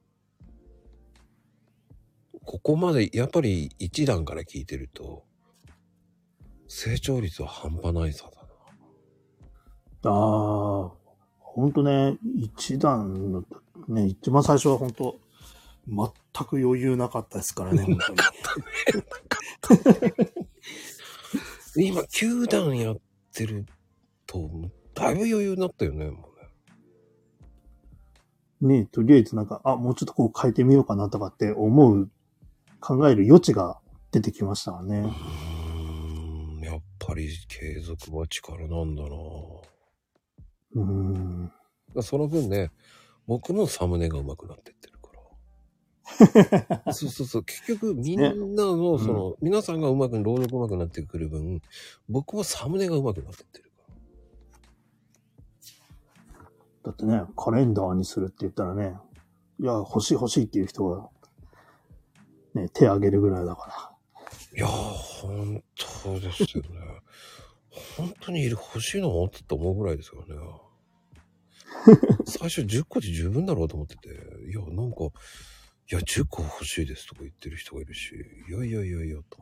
ここまで、やっぱり一段から聞いてると、成長率は半端ないさだ。
ああ、ほんとね、一段の、ね、一番最初はほんと、全く余裕なかったですから ね、本当に。
今、9段やってると、だいぶ余裕になったよね。も
ね、とりあえずなんか、あ、もうちょっとこう変えてみようかなとかって思う、考える余地が出てきましたからね。
うやっぱり継続は力なんだな
うん。
その分ね、僕のサムネが上手くなってってる から。そうそうそう。結局、みんなの、その、皆さんが上手く、朗読上手くなってくる分、僕はサムネが上手くなってってる。
だってね、カレンダーにするって言ったらね、いや、欲しい欲しいっていう人が、ね、手挙げるぐらいだから。
いやー、本当ですよね。本当に欲しいのって思うぐらいですよね。最初10個で十分だろうと思ってて、いや、なんか、いや、10個欲しいですとか言ってる人がいるし、いやいやいやいや、と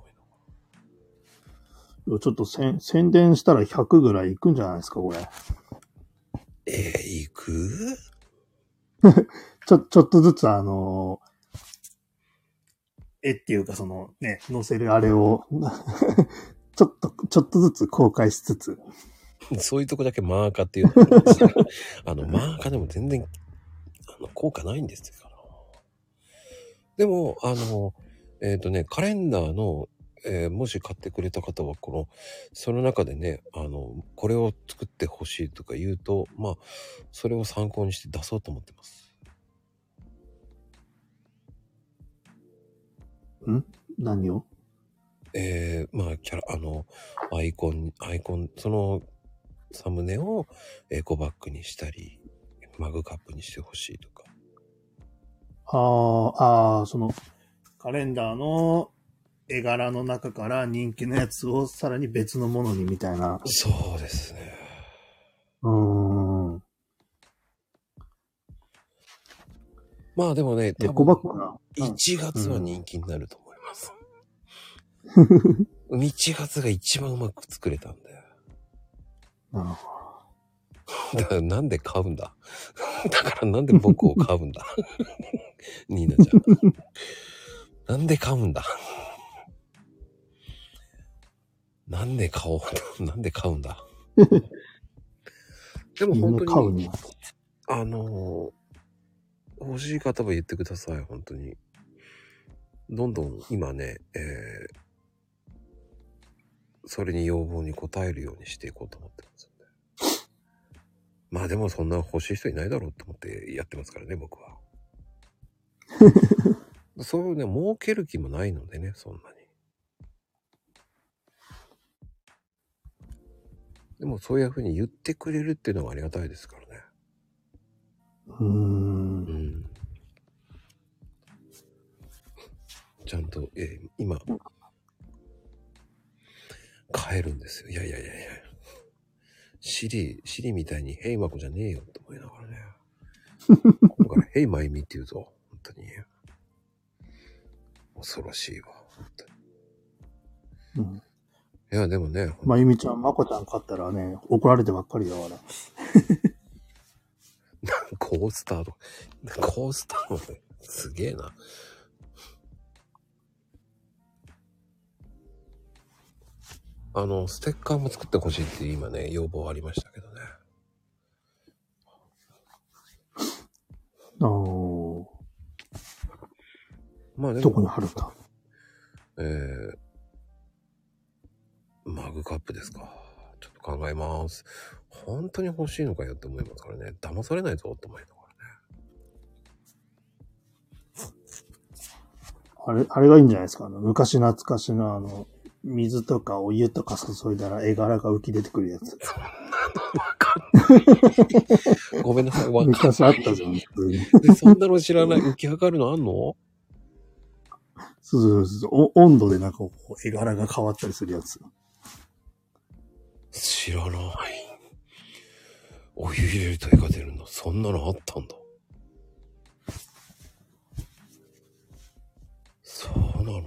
いやちょっとせん宣伝したら100ぐらいいくんじゃないですか、これ。
えー、いく
ちょ、ちょっとずつあの絵っていうかそのね、載せるあれを、 ちょっと、ちょっとずつ公開しつつ。
そういうとこだけマーカーっていうのがあるんです けどあの、マーカーでも全然、あの、効果ないんですから。でも、あの、えっ、とね、カレンダーの、えーもし買ってくれた方は、この、その中でね、あの、これを作ってほしいとか言うと、まあ、それを参考にして出そうと思ってます。
ん何を
えー、まあ、キャラ、あの、アイコン、アイコン、その、サムネをエコバッグにしたり、マグカップにしてほしいとか。
ああ、ああ、その、カレンダーの絵柄の中から人気のやつをさらに別のものにみたいな。
そうですね。
うーん。
まあでもね、
エ
多
コ
分
バッグな。
1月は人気になると思います。1月が一番うまく作れたんだよ。
なる
だからなんで買うんだ だからなんで僕を買うんだ ニーナちゃん。なんで買うんだ なんで買おうなんで買うんだでも本当に、あのー欲しい方は言ってください、本当に。どんどん今ね、えーそれに要望に応えるようにしていこうと思ってますんで。まあでもそんな欲しい人いないだろうと思ってやってますからね、僕は。そういうね、儲ける気もないのでね、そんなに。でもそういうふうに言ってくれるっていうのはありがたいですからね。うん。ちゃんと、えー今、帰るんですよ。いやいやいやいや。シリ、シリみたいに、ヘイマコじゃねえよと思いながらね。今から、ヘイマイミって言うぞ。本当に。恐ろしいわ。本当に
うん
いや、でもね、
まゆみちゃん、まこちゃん勝ったらね、怒られてばっかりだから。
コースターとか、コースターもね、すげえな。あの、ステッカーも作ってほしいっていう今ね、要望ありましたけどね。
あー
まあでも、
どこに貼るんだ
えー、マグカップですか。ちょっと考えます。本当に欲しいのかよって思いますからね。騙されないぞって思いなが
あ
ら
れ、あれがいいんじゃないですか。あの昔懐かしのあの、水とかお湯とか注いだら絵柄が浮き出てくるやつ。
ごめんなさい、わかん
昔あったじゃん、普通に。
でそんなの知らない。浮き上がるのあんの
そうそうそうそうお温度でなんかこう、絵柄が変わったりするやつ。
知らない。お湯入れると絵が出るの、そんなのあったんだ。そうなの。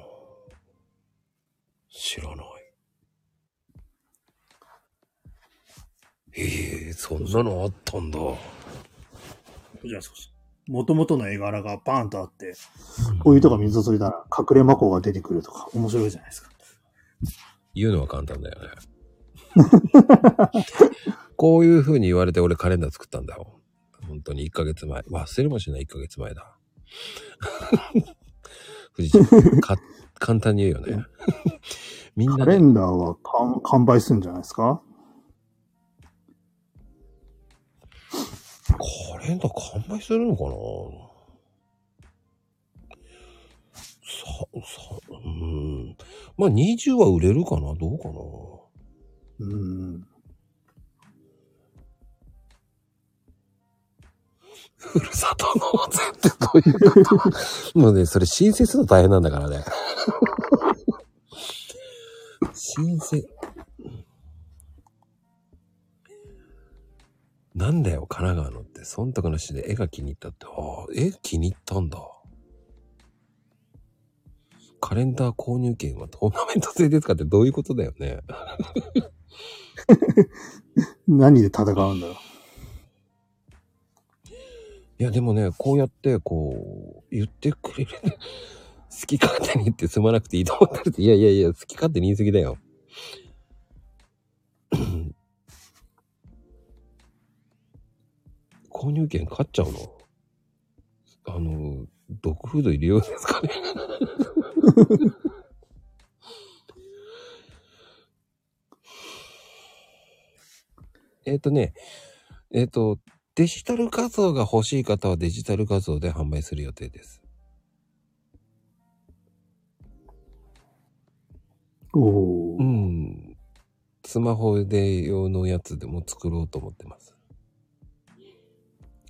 知らない。ええそんなのあったんだ。
じゃあそうそう。元々の絵柄がバーンとあって、お湯とか水注いだら隠れ魔法が出てくるとか、面白いじゃないですか。
言うのは簡単だよね。 こういう風に言われて俺カレンダー作ったんだよ。本当に1ヶ月前。忘れもしない1ヶ月前だ。富士山 か簡単に言うよね。みんな
カレンダーは完完売するんじゃないですか
カレンダー完売するのかなさ、さ、うん。まあ20は売れるかなどうか
なうん。
ふるさと納税ってどういうこと もうね、それ申請するの大変なんだからね。申請。なんだよ、神奈川のって。忖度なしで絵が気に入ったって。ああ、絵気に入ったんだ。カレンダー購入券はトーナメント制ですかってどういうことだよね。
何で戦うんだろう。
いや、でもね、こうやって、こう、言ってくれる。好き勝手に言って済まなくていいと思ってるって。いやいやいや、好き勝手に言い過ぎだよ。 購入券買っちゃうのあの、ドッグフード入れようですかね。 えっとね、えっ、と、デジタル画像が欲しい方はデジタル画像で販売する予定です。
お
うん。スマホで用のやつでも作ろうと思ってます。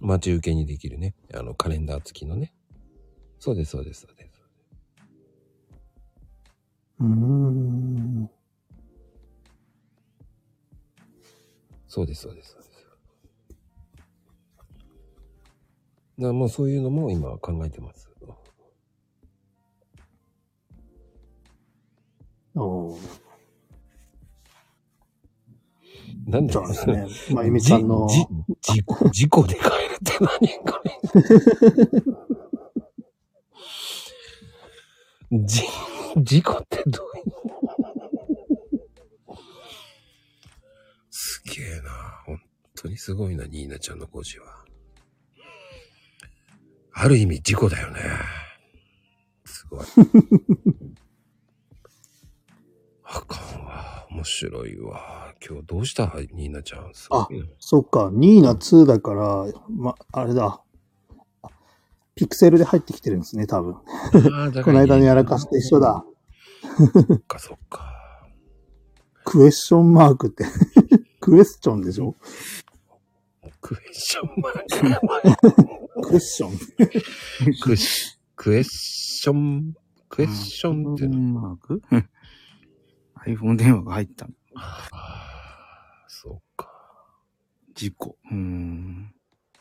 待ち受けにできるね。あの、カレンダー付きのね。そうです、そうです、そうです。
うーん。
そうです、そうです、そうです。だからもうそういうのも今考えてます。
お
なんで
そうですね まゆみさんの
じじ事故、事故で帰るって何これ。 じ、 事故ってどういうすげえな。本当にすごいな、ニーナちゃんの5時は。ある意味事故だよね。すごい。あかんわ。面白いわ。今日どうしたニーナちゃん。すご
あ
いな、
そっか、2ーナ2だから、ま、あれだ。ピクセルで入ってきてるんですね、多分
あー だ。
こ
から
の間のやらかしと一緒だ。そっ
か、そっか。
クエスチョンマークって、 クエスチョンでしょ
クエスチョンマー
ク。 クエスチョン。
クシクエスチョン、クエスチョンっていうのマーク
iPhone 電話が入った。
そう
か。事故。うーん。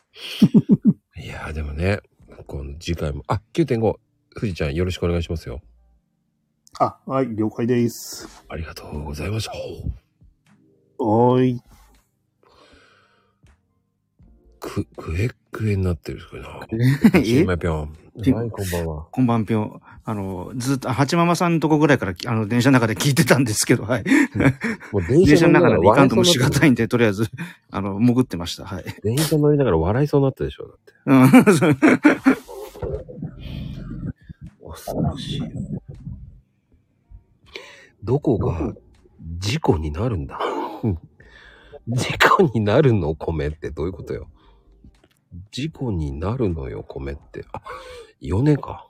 いやーでもね、この次回も、あ、9.5、富士ちゃんよろしくお願いしますよ。
あ、はい、了解です。
ありがとうございました。
おーい。
く、くえくえになってるこれな。
え
シーマイぴょん。はい、こんばんは。
こんばんぴょん。あの、ずっと、八ママさんのとこぐらいから、あの、電車の中で聞いてたんですけど、はい。
もう
電車の中でいかんともしが
笑いそうになって
たいんで、とりあえず、あの、潜ってました。はい。
電車乗りながら笑いそうになったでしょ、だって。
うんそう
恐ろしい。どこが事故になるんだ 事故になるの米ってどういうことよ事故になるのよ米って。あ、米か。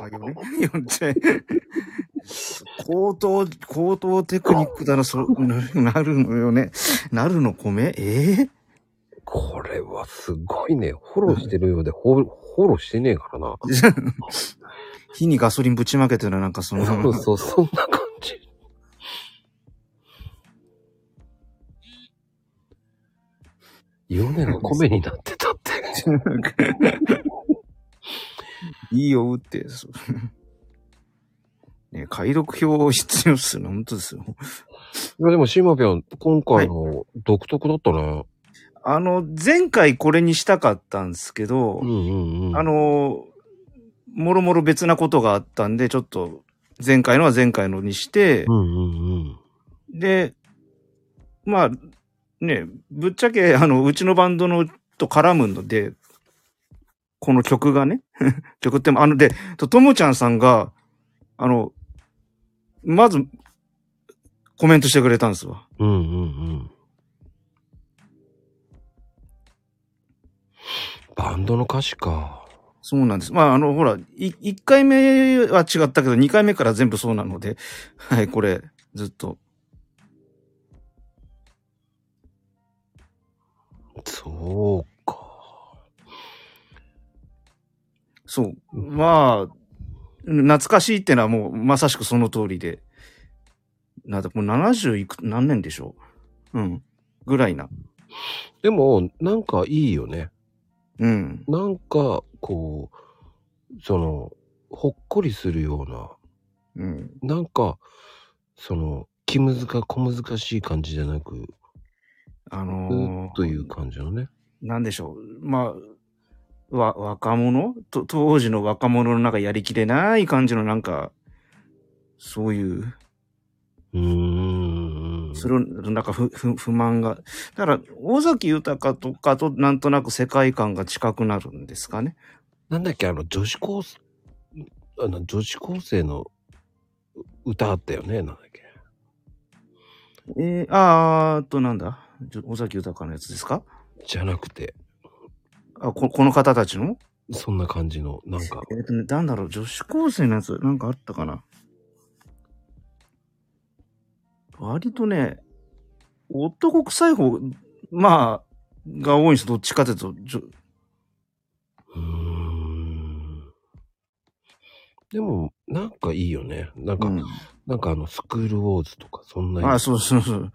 あ、米米って。高等、高等テクニックだな、そう、ななるのよね。なるの米ええ
これはすごいね。フォローしてるようで、フォフォローしてねえからな。
火にガソリンぶちまけてるのなんかその。
そうそう、そんな感じ。米が米になって たって。
いいよって。 そうね解読表を必要するの、本当ですよ。
いや、でも、シーマピョン、今回の独特だったね。
あの、前回これにしたかったんですけど、あの、もろもろ別なことがあったんで、ちょっと、前回のは前回のにして、で、まあ、ね、ぶっちゃけ、あの、うちのバンドのと絡むので、この曲がね、曲っても、あの、で、と、ともちゃんさんが、あの、まず、コメントしてくれたんですわ。
うんうんうん。バンドの歌詞か。
そうなんです。まあ、あの、ほら、い、1回目は違ったけど、2回目から全部そうなので、 はい、これ、ずっと。
そうか。
そう。まあ、懐かしいってのはもう、まさしくその通りで。なんだ、もう70いく、何年でしょううん。ぐらいな。
でも、なんかいいよね。
うん。
なんか、こう、その、ほっこりするよ
うな、うん、
なんか、その、気難か小難しい感じじゃなく、
あ
う
の
ーという感じのね。
なんでしょう。まあ、わ、若者と、当時の若者のなんかやりきれない感じのなんか、そういう。
うん。
それを、なんか不、不、不満が。だから、尾崎豊とかとなんとなく世界観が近くなるんですかね。
なんだっけ、あの、女子高生、あの、女子高生の歌あったよね、なんだっけ。
えー、あーっと、なんだちょ尾崎豊のやつですか
じゃなくて。
あ、こ、この方たちの
そんな感じの、なんか。
えーっとね、なんだろう、女子高生のやつ、なんかあったかな割とね、男臭い方、まあ、が多いんですどっちかというと、じょ
でも、なんかいいよね。なんか、なんかあの、スクールウォーズとか、そんな
あ、そうそうそう。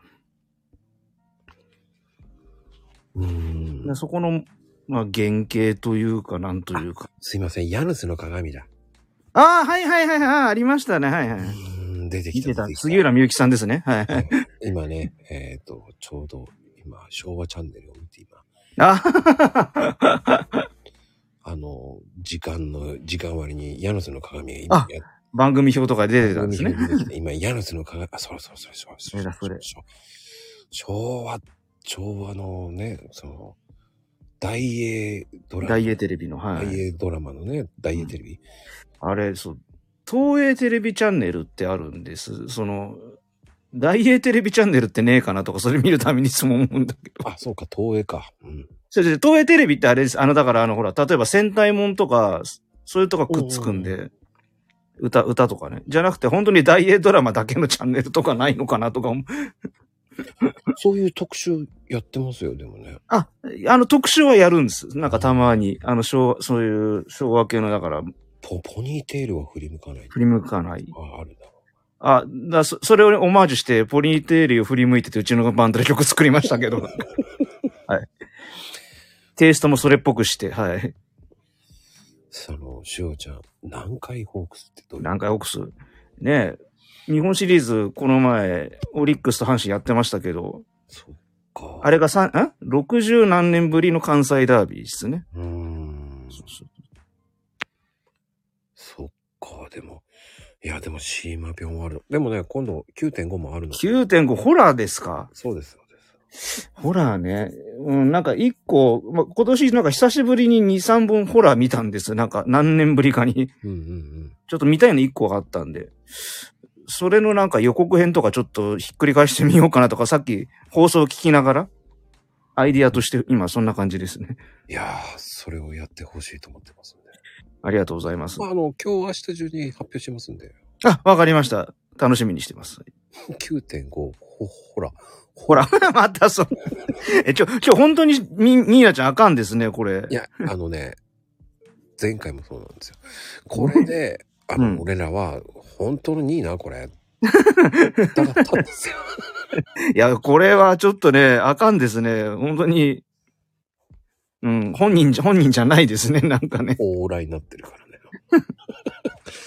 うん
そこの、まあ、原型というか、なんというか。
すいません、ヤヌスの鏡だ。
ああ、はいはいはいはい、ありましたね、はいはい。
出てきた。出てきた
杉浦みゆきさんですね。はい。
今ね、えっ、と、ちょうど、今、昭和チャンネルを見て今、
あ
あの、時間の、時間割に、ヤヌスの鏡が
あ、
今
番組表とか出てたんですね。
出てきて今、ヤヌスの鏡、あ、そうそうそうそうそうそうそう昭和、昭和のね、その、大英ドラマ。
大英テレビの、はい。
大英ドラマのね、大英テレビ。
あれ、そう、東映テレビチャンネルってあるんです。その、大英テレビチャンネルってねえかなとか、それ見るためにいつも思うんだけ
ど。あ、そうか、東映か。
それで、東映テレビってあれです。あの、だから、あの、ほら、例えば戦隊もんとか、そういうとかくっつくんで、歌、歌とかね。じゃなくて、本当に大英ドラマだけのチャンネルとかないのかなとか思う。
そういう特集やってますよ、でもね。
あ、あの、特集はやるんです。なんかたまに、あの、昭和、そういう昭和系の、だから。
ポ、ポニーテールは振り向かない。
振り向かない。
あ、ある
あ、だそそれをオマージュして、ポニーテールを振り向いてて、うちのバンドで曲作りました けど。はい。テイストもそれっぽくして、はい。
その、しおちゃん、南海ホークスってどう
南海ホークス。ねえ、日本シリーズ、この前、オリックスと阪神やってましたけど。あれが三ん ?60 何年ぶりの関西ダービーですね。そうそう
そっか、でも。いや、でもシーマピョンはある。でもね、今度9.5もあるの。
9.5ホラーですか
そうです。
ホラーね。うん、なんか一個、まあ、今年なんか久しぶりに2、3本ホラー見たんです。なんか何年ぶりかに。ちょっと見たいの1個があったんで。それのなんか予告編とかちょっとひっくり返してみようかなとか、さっき放送を聞きながら、アイディアとして今そんな感じですね。
いやー、それをやってほしいと思ってますんで。
ありがとうございます
ま。あ、あの、今日明日中に発表しますんで。
あ、わかりました。楽しみにしてます。
9.5、ほ、ほら。
ほら、 またその、え、ちょ、ちょ、本当にみ、みーなちゃんあかんですね、これ。
いや、あのね、前回もそうなんですよ。こ れで、あの、俺らは、本当にいいな、これ。
いや、これはちょっとね、あかんですね。本当に、うん、本人じゃ、本人じゃないですね、なんかね。
オーラになってるか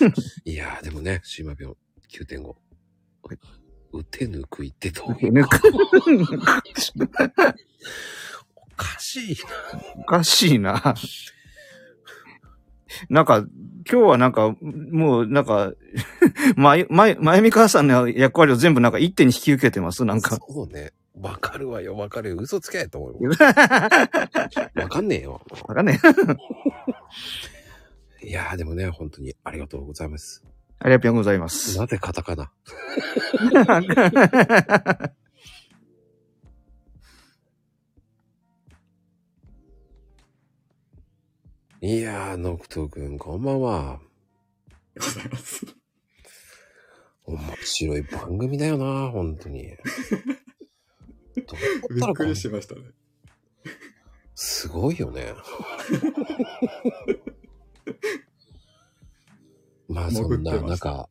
らね。いやー、でもね、シーマピョン9.5。打てぬくいってどう
手抜く。
おかしい
おかしいな。なんか、今日はなんか、もうなんか、まゆ、まゆ、まゆみ母さんの役割を全部なんか一手に引き受けてます、なんか。
そうね。わかるわよ、わかるよ。嘘つけと思 う。わかんねえよ。
わかんね
え。いやーでもね、本当にありがとうございます。
ありがとうございます。
なぜカタ カナいやー、ノクト君、こんばんは。面白い番組だよな、本当に。びっくりし
ましたね。
すごいよ ね。まあ、そんな
潜ってました
中、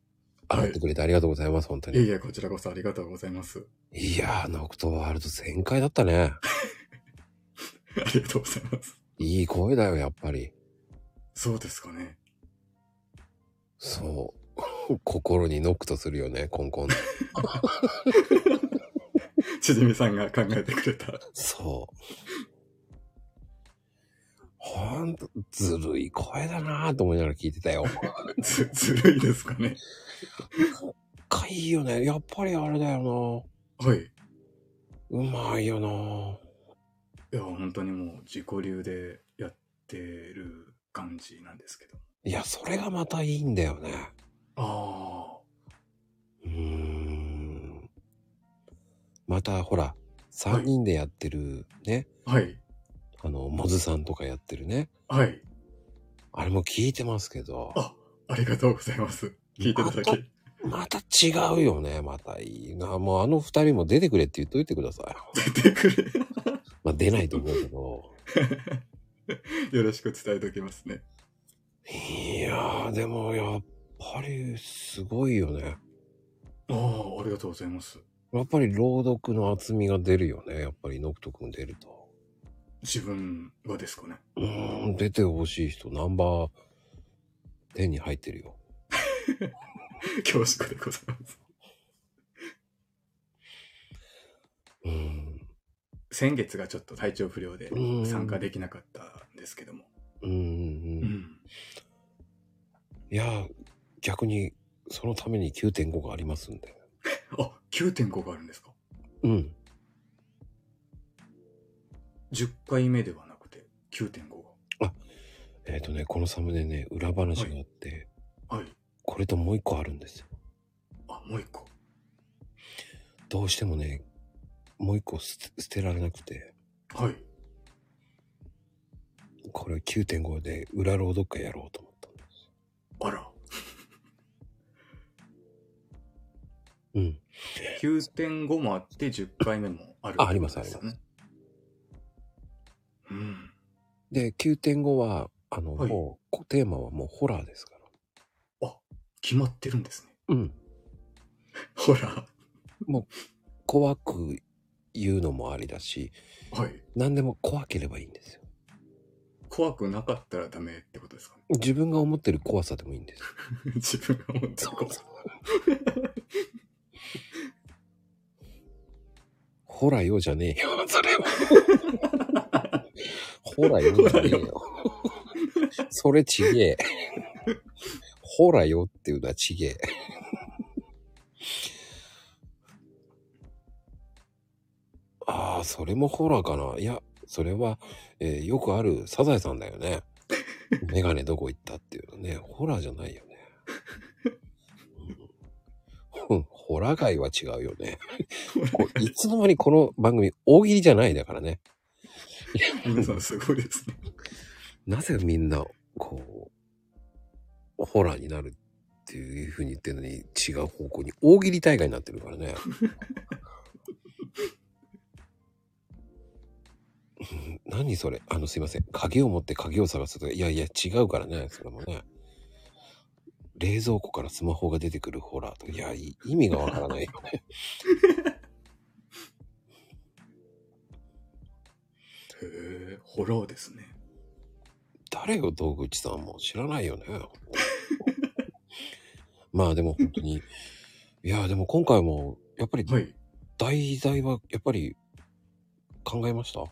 洗ってくれてありがとうございます、本当
いえい
に。
え、こちらこそありがとうございます。
いやー、ノクトワールド全開だったね。
ありがとうございます。
いい声だよ、やっぱり。
そうですかね。
そう。 心にノックとするよね、コンコン。
ちじみさんが考えてくれた。
そう。ほんと、ずるい声だなぁと思いながら聞いてたよ。
ず、ずるいですかね。
かいいよね。やっぱりあれだよ
なはい。
うまいよない
や、本当にもう自己流でやってる感じなんですけど。
いや、それがまたいいんだよね。
ああ、
また、ほら、3人でやってるね。
はい。
あの、モズさんとかやってるね。
はい。
あれも聞いてますけど。
ありがとうございます。聞いていただき。
また違うよね。またいいな。もうあの二人も出てくれって言っといてください。
出てくれ。
まあ出ないと思うけど。
よろしく伝えておきますね。
いやー、でもやっぱりすごいよね。
ああ、ありがとうございます。
やっぱり朗読の厚みが出るよね。やっぱりノクト君出ると。
自分がですかね。
うーん、出てほしい人ナンバー10に入ってるよ。
恐縮でございます。先月がちょっと体調不良で
うん
参加できなかったんですけども。
うんうんうん。いやー、逆にそのために9.5がありますんで。
あ、9.5があるんですか
うん。
?10 回目ではなくて。
9.5が。
えっ、とね、このサムネね、裏話があって、
はい。
これともう一個あるんですよ。
あ、もう一個。
どうしてもね、もう一個捨て捨てられなくて。
はい。
これ9.5で裏朗読会やろうと思
あら。
うん。
9.5もあって、10回目もある、。
あありますあります
うん。
う。で、9.5は、あの、もうこ、テーマはもうホラーですから。
決まってるんですね。
うん。
ホラー。
もう、怖く言うのもありだし、
はい。
何でも怖ければいいんですよ。
怖くなかったらダメってことですか
自分が思ってる怖さでもいいんで す。
自分が思ってる怖 さ。
ホラーよじゃねえよ、それは。 ホラーよじゃねえよ。それちげえ。ホラーよっていうのはちげえ。 ああ、それもホラーかな。いや、それは、えーよくあるサザエさんだ よね。メガネどこ行ったっていうのね、ホラーじゃないよね。うん、ホラー界は違うよ ね。こういつの間にこの番組、大喜利じゃないだか らね。
皆さんすごいですね。
なぜみんな、こう、ホラーになるっていうふうに言ってるのに、違う方向に大喜利大会になってるからね。 うん何それあの、すいません。鍵を持って鍵を探すとか、いやいや、違うからね、それもね。冷蔵庫からスマホが出てくるホラーとか、いや、い意味がわからないよね。
へえ、ホラーですね。
誰よ、道具地さんも知らないよね。 まあでも本当に、いやでも今回も、やっぱり、題材はやっぱり考えました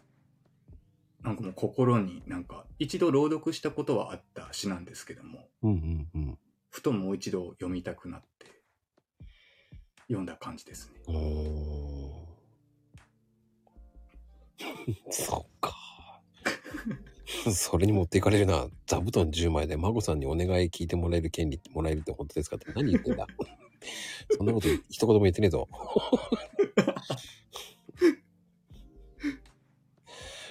なんかもう心になんか、一度朗読したことはあった詩なんですけども、
うんうんうん。
ふともう一度読みたくなって、読んだ感じですね。
そっか。 それに持っていかれるな。座布団10枚で孫さんにお願い聞いてもらえる権利ってもらえるって本当ですかって何言ってんだ。そんなこと一言も言ってねえぞ。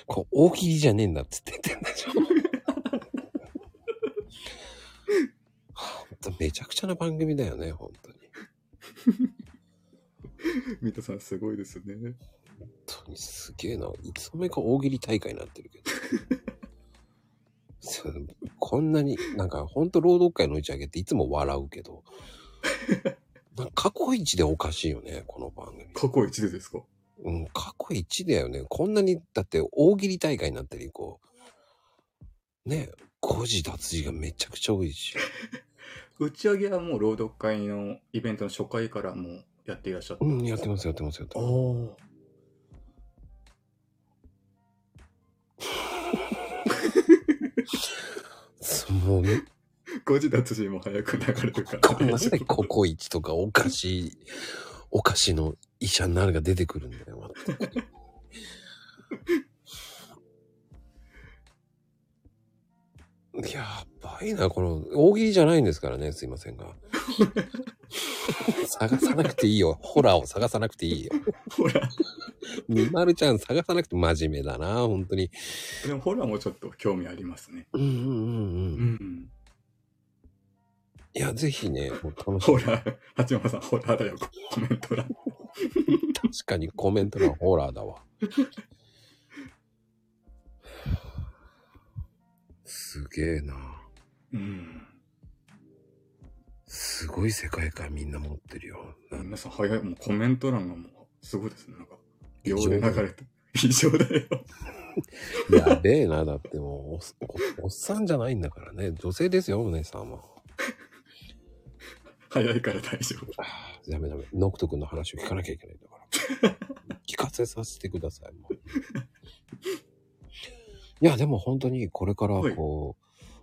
こう大喜利じゃねえんだっつって言ってんだじゃん。ほんと めちゃくちゃな番組だよね、本 当に。
三田さんすごいですね。
本当にすげえな。いつの間にか大喜利大会になってるけど。 そうこんなに、なんかほんと朗読会の打ち上げっていつも笑うけど。なんか過去一でおかしいよね、この番組。
過去一でですか
うん、過去一だよね。こんなに、だって大喜利大会になったり、こう。ねえ、誤字脱字がめちゃくちゃ多いし。
打ち上げはもう朗読会のイベントの初回からもうやっていらっしゃった。
うん、やってます、やってます、やってます。 もうね。
5時脱字も早く流れるから。
こんなね、ココイチとかお菓子、お菓子の医者になるが出てくるんだよ。やばいな、この、大喜利じゃないんですからね、すいませんが。探さなくていいよ。ホラーを探さなくていいよ。
ホラー。
みまるちゃん探さなくて真面目だな、本当に。
でもホラーもちょっと興味ありますね。
うんうんうんうん。いや、ぜひね、もう楽し
ホ
み。
ラー、八幡さん、ホラーだよ、コメント欄。
確かにコメント欄ホラーだわ。すげえな。
うん。
すごい世界観みんな持ってるよ。
皆さん早い、もうコメント欄がもう、すごいですね、なんか。秒で流れて。異常だよ。
やべえな、だってもうお、おおっさんじゃないんだからね。女性ですよ、お姉さんは。
早いから大丈夫。
ダメダメ。ノクト君の話を聞かなきゃいけないんだ から。聞かせさせてください、もう。いや、でも本当にこれからこ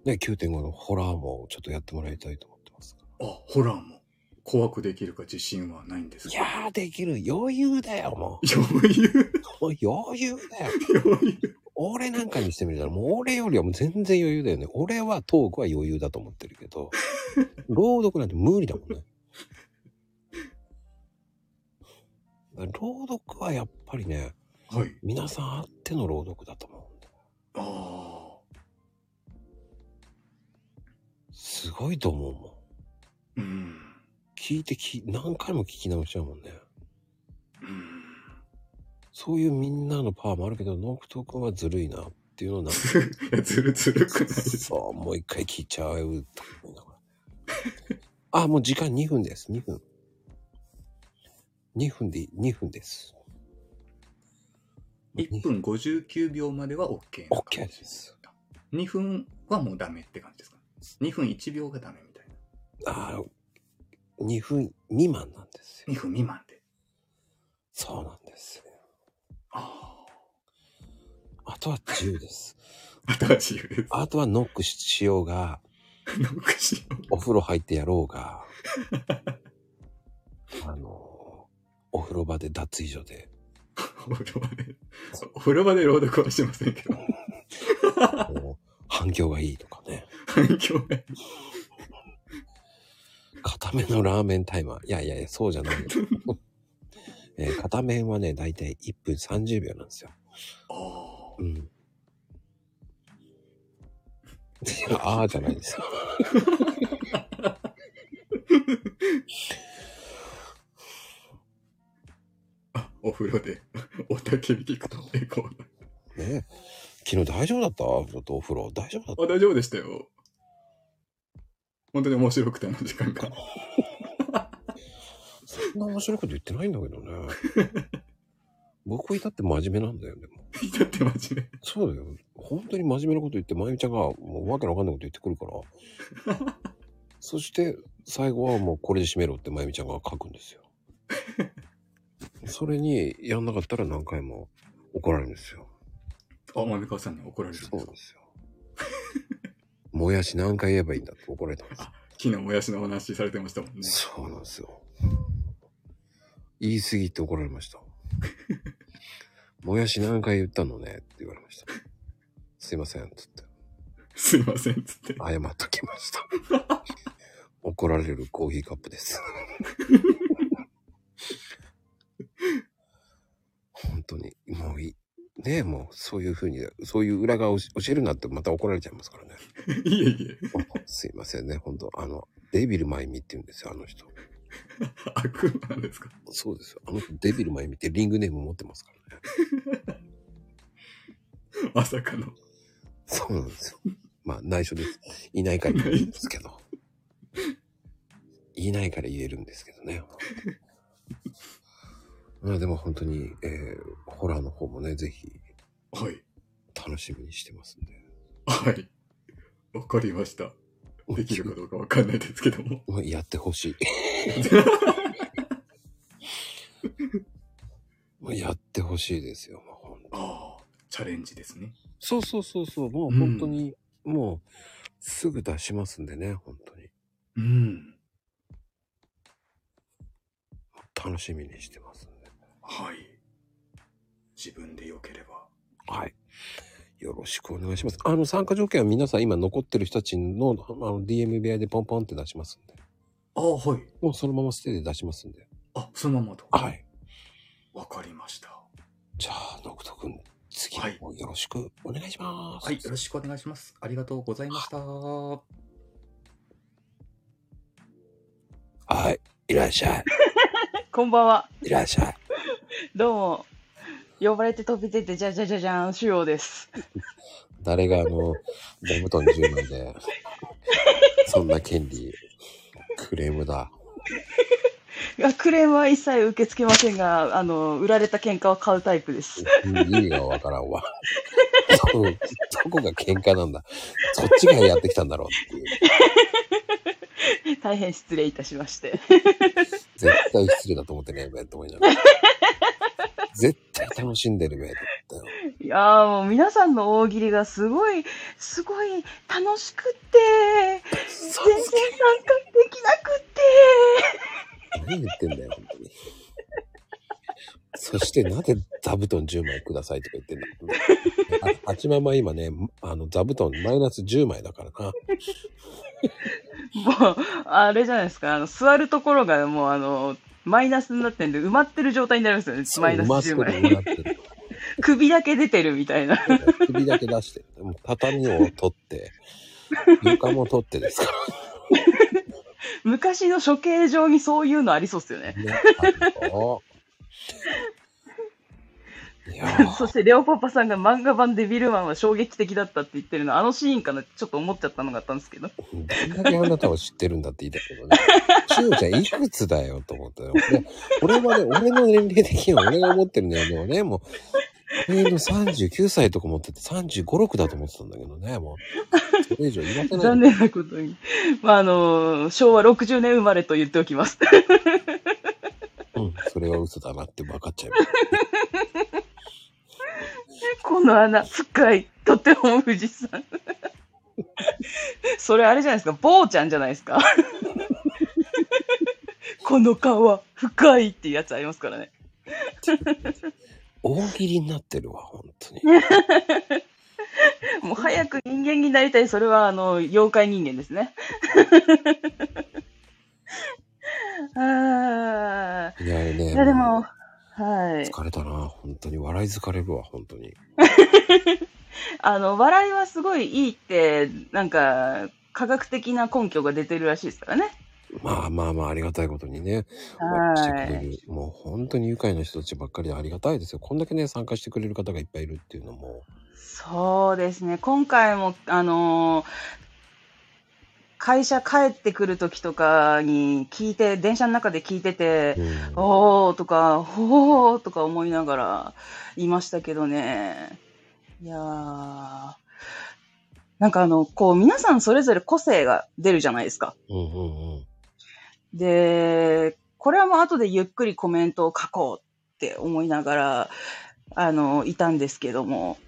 う、ね、9.5のホラーもちょっとやってもらいたいと思ってます。
あ、ホラーも。怖くできるか自信はないんです
い
か
やー、できる余裕だよ、も う。余裕余裕だよ。 俺なんかにしてみたら、もう俺よりはもう全然余裕だよね。俺はトークは余裕だと思ってるけど、朗読なんて無理だもんね。朗読はやっぱりね、皆さんあっての朗読だと思うんだよ。すごいと思うもん。聞いてき、何回も聞き直しちゃうもんね。そういうみんなのパワーもあるけど、ノクト君はずるいなっていうのをなんか。いや、 ずるずるくないそう、もう一回聞いちゃうと思いながら。あ、もう時間2分です、2分。2分でいい、2分です。
1分59秒までは OK な感じです。2分はもうダメって感じですか ?2 分1秒がダメみたい
な。あ2分未満なんです
よ。2分未満で。
そうなんですよ。あとは自由です。
あとは自由です。
あとはノックししようが、
ノックしよ
う。お風呂入ってやろう が、あの、お風呂場で脱衣所で。
お 風呂場で、お風呂場で朗読はしませんけど。
反響がいいとかね。
反響がいい。
固めのラーメンタイマー。いやいやいや、そうじゃないよ。えー片面はね、だいたい1分30秒なんですよ。うん。いやあーじゃないですよ。
お風呂で、おたけび聞くとエコーが
ねえ昨日大丈夫だったちょっとお風呂。大丈夫だっ
あ、大丈夫でしたよ。本当に面白くてあの時間が。
たそんな面白いこと言ってないんだけどね。 僕いたって真面目なんだよね。
いたって真面目。
そうだよ。本当に真面目なこと言って、まゆみちゃんがもうわけのわかんないこと言ってくるから。 そして、最後はもうこれで締めろってまゆみちゃんが書くんですよ。それに、やんなかったら何回も怒られるんですよ。
あ、まみかわさんに怒られるんです
そうですよ。 もやし何回言えばいいんだって怒られたんです。
昨日もやしのお話されてましたもんね。
そうなんですよ。言い過ぎって怒られま した。もやし何回言ったのねって言われました。すいません、つって。
すいません、つって。
謝っときました。怒られるコーヒーカッ プです。本当に、もういい。ねえ、もう、そういうふうに、そういう裏側を教えるなってまた怒られちゃいますからね。
いえい
え。すいませんね、本当あの、デビルマイミって言うんですよ、あの人。
悪魔ですか
そうですよ。あの人、デビルマイミってリングネーム持ってますからね。
まさかの。
そうなんですよ。まあ、内緒です。いないから言うんです けど。いないから言えるんですけどね。まあでも本当に、えー、ホラーの方もね、ぜひ、
はい。
楽しみにしてますんで。
はい。わかりました。できるかどうかわかんないですけども。
まあやってほし い。 まあやってほしいですよ、もう本
当チャレンジですね。
そうそうそうそう、もう本当に、もう、すぐ出しますんでね、本当に。
うん。
楽しみにしてますんで。
はい。自分で良ければ。
はい。よろしくお願いします。あの、参加条件は皆さん今残ってる人たちのあの DM 部屋でポンポンって出しますんで。
ああ、はい。
もうそのまま捨てで出しますんで。
あ、そのままと。
はい。
わかりました。
じゃあ、ノクト君、次もよろしくお願いします。
はい、よろしくお願いします。ありがとうございました。は
はい。いらっしゃい。
こんばんは。
いらっしゃい。
どうも。呼ばれて飛び出て、じゃじゃじゃじゃん、主要です。
誰があの、ダムトン10 枚で、そんな権利、クレームだ。
いやクレームは一切受け付けませんが、あの、売られた喧嘩を買うタイプ です。
意味がわからんわ。どどこが喧嘩なんだ。そっちがやってきたんだろうっていう。
大変失礼いたしまして。
絶対失礼だと思ってねえべと思いながら。絶対楽しんでるべと思っ て。
いやーもう皆さんの大喜利がすごい、すごい楽しくって、全然参加できなくって。
何言ってんだよ、本当に。そしてなぜ座布団10枚くださいとか言ってんだ。あちまま今ね、あの座布団マイナス10枚だからな。
もう、あれじゃないですか、あの、座るところがもう、あの、マイナスになってんで、埋まってる状態になりますよね。
そう
マイナス10枚。 首だけ出てるみたい な。
首だけ出して、もう畳を取って、床も取ってですから。
昔の処刑場にそういうのありそうっすよね。 そして、レオパパさんが漫画版デビルマンは衝撃的だったって言ってるの、あのシーンかなってちょっと思っちゃったのがあったんですけど。
どんだけあなたを知ってるんだって言いたいけ どね。しおちゃんいくつだよと思ったよ。で俺はね、俺の年齢的には俺が思ってるんだよね。もう、俺の39歳とか思ってて35、6だと思ってたんだけどね。もう、それ以上言わせない
残念なことに。まあ、あの、昭和60年生まれと言っておきます。
うん、それは嘘だなって分かっちゃい
この穴、深い。とても富士山。それあれじゃないですか。坊ちゃんじゃないですか。この川、深いっていうやつありますからね。
大喜利になってるわ、本当に。
もう早く人間になりたい。それは、あの、妖怪人間ですね。あ
い
あ。
やね
いや、でも、はい。
疲れたな、本当に。笑い疲れるわ、本当に。
あの、笑いはすごいいいって、なんか、科学的な根拠が出てるらしいですからね。
まあまあまあ、ありがたいことにね。してく
は
れる。もう本当に愉快な人たちばっかりでありがたいですよ。こんだけね、参加してくれる方がいっぱいいるっていうのも。
い。そうですね。今回も、あのー会社帰ってくる時とかに聞いて、電車の中で聞いてて、おーとか、ほーとか思いながらいましたけどね。いやー。なんかあの、こう、皆さんそれぞれ個性が出るじゃないですか。
うんうんうん。
で、これはもう後でゆっくりコメントを書こうって思いながら、あの、いたんですけども。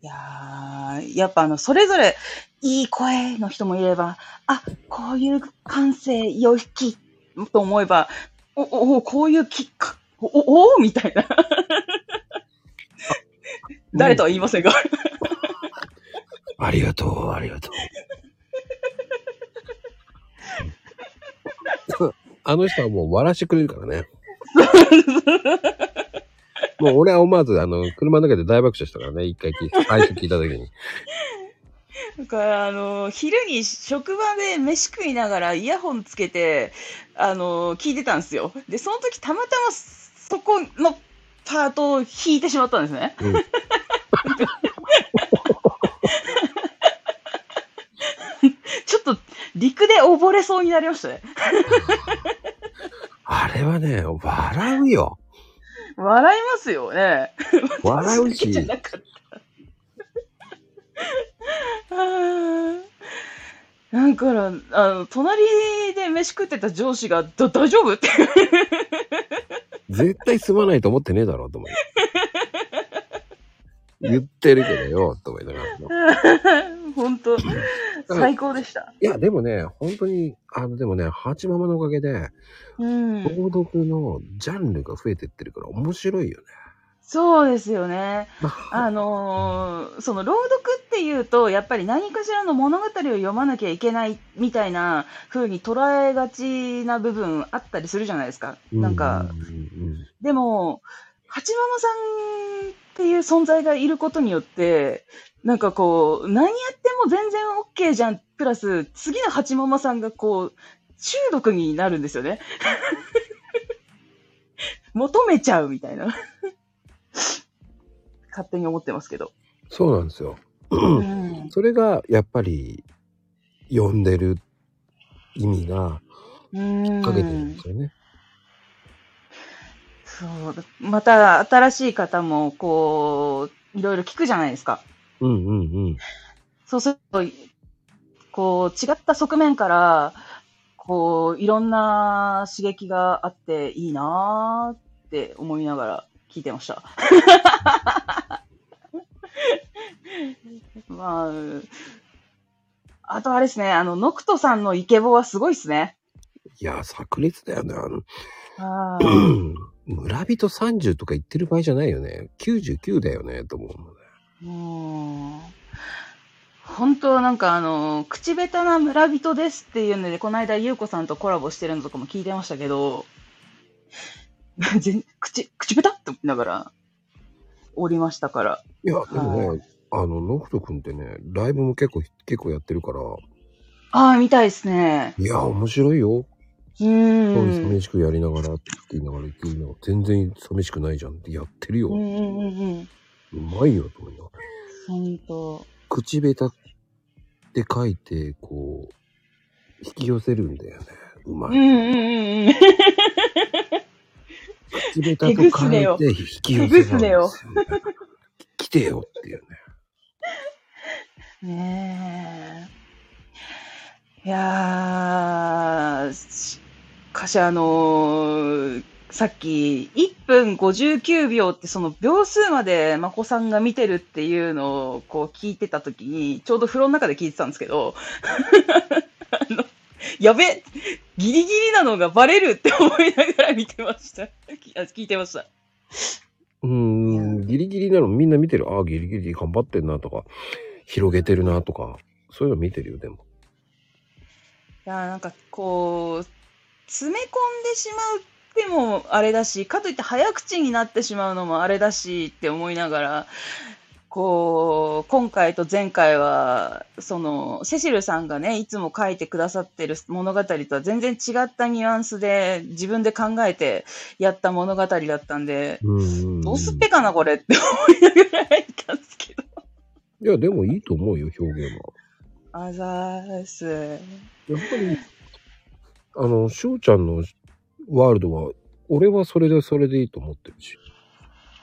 いやー、やっぱあの、それぞれ、いい声の人もいれば、あ、こういう感性良きと思えば、お、お、おこういうきっか、お、お、おみたいな。誰とは言いませんが。
ありがとう、ありがとう。 あの人はもう笑わしてくれるか らね。もう俺は思わず、あの、車の中で大爆笑したからね、一回聞い最初聞いた時に。
だから、あの、昼に職場で飯食いながらイヤホンつけて、あの、聞いてたんですよ。で、その時たまたまそこのパートを弾いてしまったんですね。 ちょっと陸で溺れそうになりましたね。
あれはね、笑うよ。
笑いますよね。
笑う
私だけ
し
じゃなかった。 あーだから、あの、隣で飯食ってた上司が、だ、大丈夫って。
絶対すまないと思ってねえだろうと思う。言ってるけどよ、と思いながら。
本当、最高でした。
いや、でもね、本当に、あの、でもね、ハチママのおかげで、
うん。
朗読のジャンルが増えてってるから面白いよね。
そうですよね。あのーその朗読っていうと、やっぱり何かしらの物語を読まなきゃいけないみたいな風に捉えがちな部分あったりするじゃないですか。なんか、でも、八ママさんっていう存在がいることによって、なんかこう、何やっても全然 OK じゃん、プラス、次の八ママさんがこう、中毒になるんですよね。 求めちゃうみたいな。勝手に思ってますけど。
そうなんですよ。それが、やっぱり、読んでる意味が
うん。
かけてるんですよね。
そうだ。また、新しい方も、こう、いろいろ聞くじゃないですか。
うんうんうん。
そうすると、こう、違った側面から、こう、いろんな刺激があっていいなーって思いながら聞いてました。 まあ、あとあれですね、あの、ノクトさんのイケボはすごいっすね。
いや、炸裂だよね。あの、
あ
村人30とか言ってる場合じゃないよね。99だよね、と思うのね。
あ、もう、本当なんかあの、口下手な村人ですっていうので、この間、ゆうこさんとコラボしてるのとかも聞いてましたけど、全口、口下手って思いながら、おりましたから。
いや、でもね、あの、ノフト君ってね、ライブも結構、結構やってるから、
ああ、見たいですね。
いや、面白いよ。
うー
そうです
ん。
寂しくやりながらって言いながら言っていいの全然寂しくないじゃんってやってるよ。
うん
う
うんうんうん。
まいよ、と思いながら。
本当。
口下手って書いて、こう、引き寄せるんだよね。うま
うん
い。
うんうんうん。
口下手と書いて引き
手
寄せるんで
ぐ
す
すねよ。
来てよっていうね。
ねえ。いやー、しかしあのーさっき1分59秒ってその秒数までまこさんが見てるっていうのをこう聞いてた時に、ちょうど風呂の中で聞いてたんですけど、 あの、やべギリギリなのがバレるって思いながら見てました。 きあ聞いてました。
うーん、ギリギリなのみんな見てる。ああ、ギリギリ頑張ってんなとか、広げてるなとか、そういうの見てるよ、でも。
いやーなんかこう詰め込んでしまうってもあれだしかといって早口になってしまうのもあれだしって思いながらこう今回と前回はそのセシルさんがねいつも書いてくださってる物語とは全然違ったニュアンスで自分で考えてやった物語だったんでどうすっぺかなこれって
いや、でもいいと思うよ、表現は。
あざーす
やっぱりあの、しゅうちゃんのワールドは、俺はそれでそれでいいと思ってるし、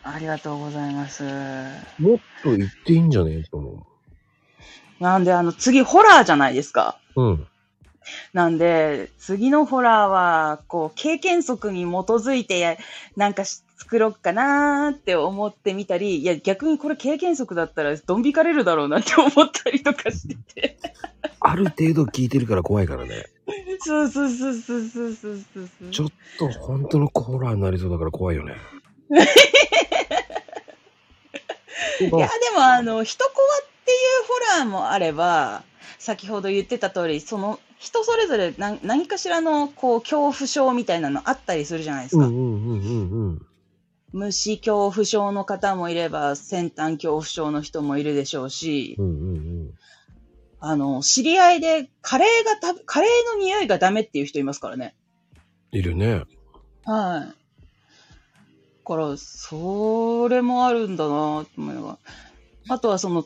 ありがとうございます
もっと言っていいんじゃねえと思
なんであの次ホラーじゃないですか
う。うん。
なんで、次のホラーは、こう、経験則に基づいて、なんかし作ろうかなーって思ってみたり、いや、逆にこれ経験則だったら、ドン引かれるだろうなって思ったりとかして。
ある程度聞いてるから怖いからね。
そうそうそうそうそうそうそうそう。
ちょっと本当のホラーになりそうだから怖いよ ね。
いや、でも、あの、人コアっていうホラーもあれば、先ほど言ってた通り、その、人それぞれ何何かしらの、こう、恐怖症みたいなのあったりするじゃないですか。
うんうんうんうんうん。
虫恐怖症の方もいれば、先端恐怖症の人もいるでしょうし、あの、知り合いでカレーがた、カレーの匂いがダメっていう人いますからね。
いるね。
はい。だから、それもあるんだなって思いながら。あとはその、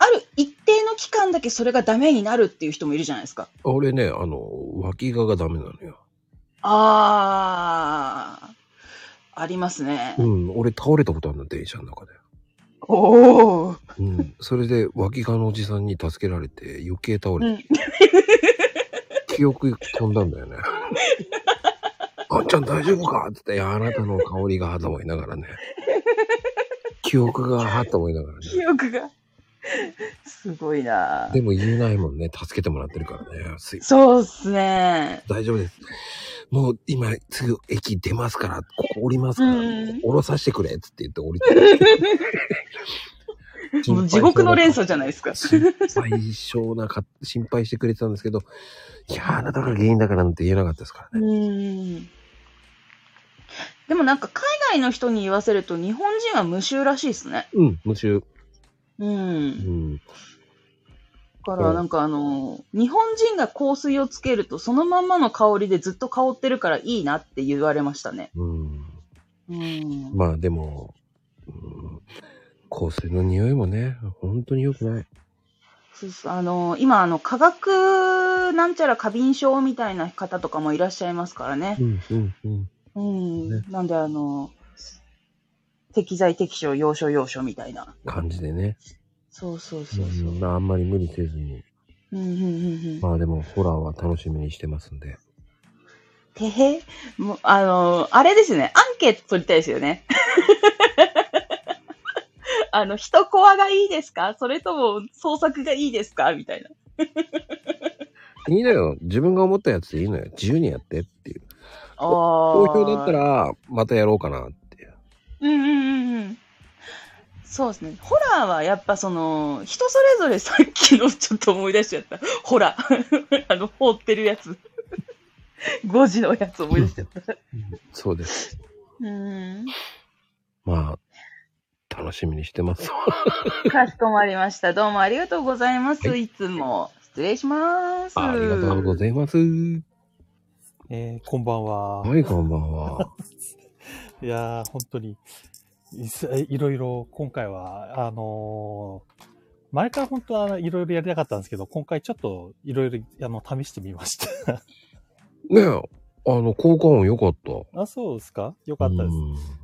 ある一定の期間だけそれがダメになるっていう人もいるじゃないですか。
俺ね、あの、脇ががダメなのよ。
あー、ありますね。
うん、俺倒れたことあるの、電車の中で。
おー。
うん、それで脇がのおじさんに助けられて余計倒れ
う
て、
ん
記憶飛んだんだよね。あんちゃん大丈夫かって言っていや、あなたの香りが、と思いながらね。記憶が、はと思いながらね。
記憶が。すごいな
でも言えないもんね。助けてもらってるからね。すい
そうっすね。
大丈夫です。もう今、すぐ駅出ますから、ここ降りますから、降ろさせてくれっつって言って降りて。
もう地獄の連鎖じゃないですか。
心配性なか、 心配してくれてたんですけど、いや、あなたが原因だからなんて言えなかったですから。
うん。でもなんか海外の人に言わせると日本人は無臭らしいですね。
うん、無臭。
うん。
うん。
だからなんかあの、日本人が香水をつけるとそのまんまの香りでずっと香ってるからいいなって言われましたね。
うん。
うん。
まあでも、うん、香水の匂いもね、本当に良くない。
そうそうあの、今あの、化学なんちゃら過敏症みたいな方とかもいらっしゃいますからね。
うん、うん、うん。
うん。なんであの、適材適所、要所要所みたいな。
感じでね。
そうそうそう。
うん、まああんまり無理せずに。
うんうんうんうん。
まあでも、ホラーは楽しみにしてますんで。
てへ、もう、あの、あれですね、アンケート取りたいですよね。 あの、人コアがいいですかそれとも創作がいいですかみたいな。
いいのよ。自分が思ったやつでいいのよ。自由にやってっていう。
あー
好評だったら、またやろうかなって。
うんうんうんうん。そうですね。ホラーはやっぱその、人それぞれさっきのちょっと思い出しちゃった。ホラー。 あの、放ってるやつ。5時のやつ思い出しちゃった。
そうです。
うん。
まあ、楽しみにしてます。
かしこまりました。どうもありがとうございます。いつも。失礼します。
ありがとうございます。
えー、こんばんは。
はい、こんばんは。
いやー、本当に、いすいろいろ今回は、あのー前から本当はあのいろいろやりたかったんですけど、今回ちょっといろいろあの試してみました。
ねえ、あの、効果音良かった。
あ、そうですかよかったです。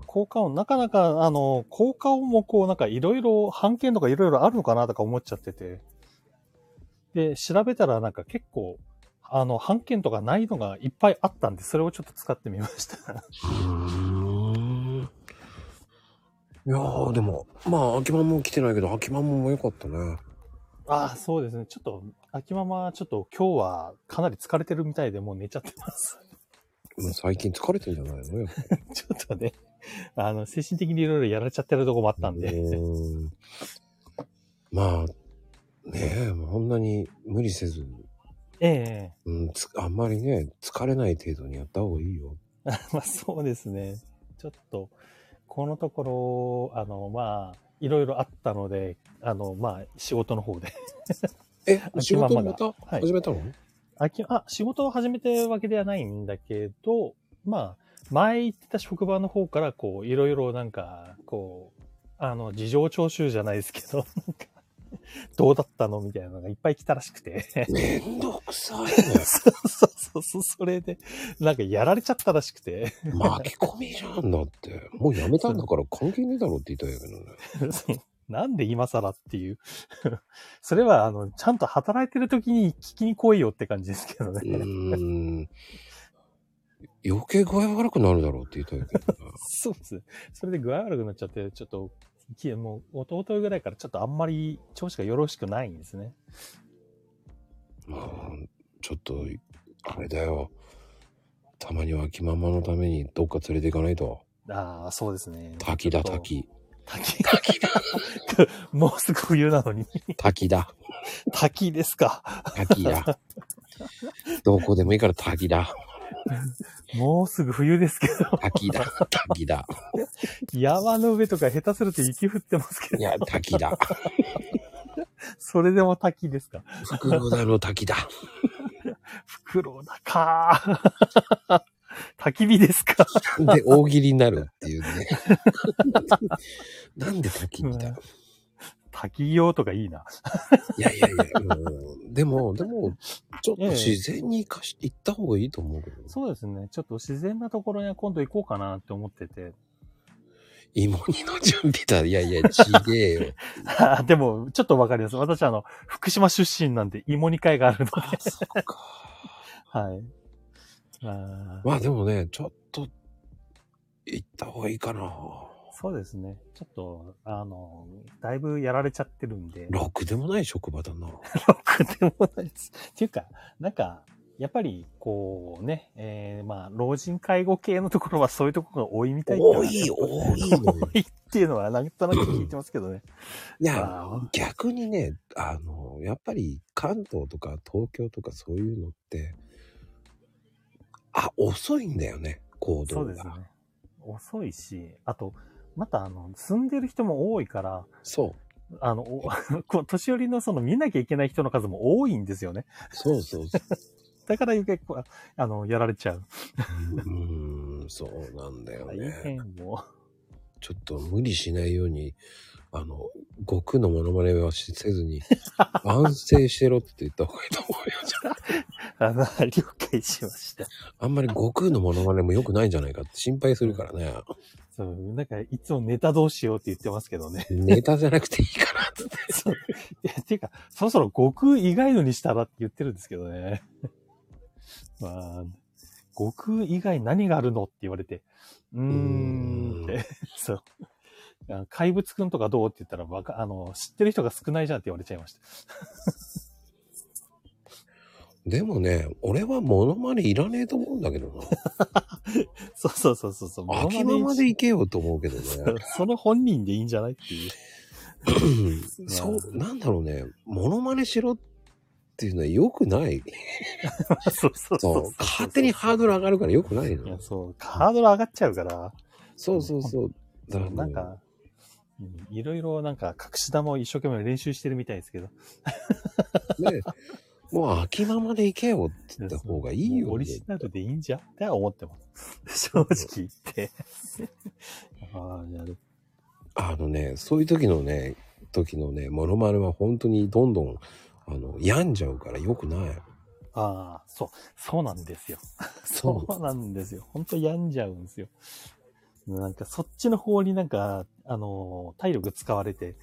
効果音、なかなか、あの、効果音もこう、なんかいろいろ、判件とかいろいろあるのかなとか思っちゃってて。で、調べたらなんか結構、あの、判件とかないのがいっぱいあったんで、それをちょっと使ってみました。
いやー、でも、まあ、秋マも来てないけど、秋マも良かったね。
ああ、そうですね。ちょっと、秋ママ、ちょっと今日はかなり疲れてるみたいで、もう寝ちゃってます。
もう最近疲れてんじゃないのよ。
ちょっとね、あの、精神的にいろいろやられちゃってるとこもあったんで。
まあ、ねえ、もうそんなに無理せず、
ええ
うん、つあんまりね、疲れない程度にやった方がいいよ。
あ まあそうですね。ちょっと、このところ、あの、まあ、いろいろあったので、あの、まあ、仕事の方で。
え
秋ママが
仕事また始めたの
秋あ、仕事を始めてるわけではないんだけど、まあ、前行ってた職場の方から、こう、いろいろなんか、こう、あの、事情聴取じゃないですけど、なんか、 どうだったのみたいなのがいっぱい来たらしくて。
めんどくさいね。
そうそうそうそう、それで、なんかやられちゃったらしくて。
巻き込みじゃんだって。もうやめたんだから関係ねえだろって言いたいけどね。
そうなんで今更っていう。 それは、あの、ちゃんと働いてる時に聞きに来いよって感じですけどね。
余計具合悪くなるだろうって言いたいけど。
そうです。それで具合悪くなっちゃって、ちょっと、きもう、おとといぐらいからちょっとあんまり調子がよろしくないんですね。
ちょっと、あれだよ。たまには気ままのためにどっか連れて行かないと。
ああ、そうですね。
滝だ、滝。
もうすぐ冬なのに。
滝だ。
滝ですか。
滝だ。どこでもいいから滝だ。
もうすぐ冬ですけど。
滝だ。滝だ。
山の上とか下手すると雪降ってますけど。
いや、滝だ。
それでも滝ですか。
福老大の滝だ。
フクロウだか。 焚き火ですか。
で、大喜利になるっ ていうね。 なんで焚き 火だ
焚き用とかいいな。
いやいやいや、うんでも、でも、ちょっと自然に行かし、行った方がいいと思うけど。
そうですね。ちょっと自然なところに今度行こうかなって思ってて。
芋煮の準備だ。いやいや、ちげえよ。
あでも、ちょっとわかります。私、あの、福島出身なんで芋煮会があるので。はい。あー
まあでもね、ちょっと、行った方がいいかな。
そうですね。ちょっと、あの、だいぶやられちゃってるんで。
ろくでもない職場 だな。
っていうか、なんか、やっぱり、こうね、えー、まあ、老人介護系のところはそういうところが多いみたい
多い多い の
多いっていうのは、なんとなく聞いてますけどね。
いや、逆にね、あの、やっぱり関東とか東京とかそういうのって、あ、遅いんだよね、行
そ
動
うですね
が。。
遅いし、あと、また、あの、住んでる人も多いから、
そう。
あの、お こう年寄りのその見なきゃいけない人の数も多いんですよね。
そうそうそう。
だから余計こう、あの、やられちゃう。
うん、そうなんだよね。
も
ちょっと無理しないように、あの、悟空のモノマネはしせ ずに、安静してろって言った方がいいと思うよ。
あの、了解しました。
あんまり悟空のモノマネも良くないんじゃないかって心配するからね。
そう、なんか、いつもネタどうしようって言ってますけどね。
ネタじゃなくていいから
って。 そう。いやていうか、そろそろ悟空以外のにしたらって言ってるんですけどね。まあ、悟空以外何があるのって言われて、うーんって、 そう。あの怪物くんとかどうって言ったら、わか、あの、知ってる人が少ないじゃんって言われちゃいました。
でもね、俺はモノマネいらねえと思うんだけどな。
そうそうそうそうそう。
秋葉まで行けよと思うけど
そう
ね。
その本人でいいんじゃないっていう。
そう、なんだろうね、モノマネしろっていうのは良くない。
そうそう
そう。勝手にハードル上がるから良くないの。
そう、ハードル上がっちゃうから。
そうそうそう。
そうなんか、うんいろいろなんか隠し玉を一生懸命練習してるみたいですけど。
ねもう秋葉まで行けよって言った方がいいよ、
オリジナルでいいんじゃって思ってます。正直言 って。ああ、やる。
あのね、そういう時のね、時のね、モノマネは本当にどんどん、あの、病んじゃうから良くない。
ああ、そう、そうなんです よ。そうなんですよ。ほんと病んじゃうんですよ。なんかそっちの方になんか、あのー体力使われて、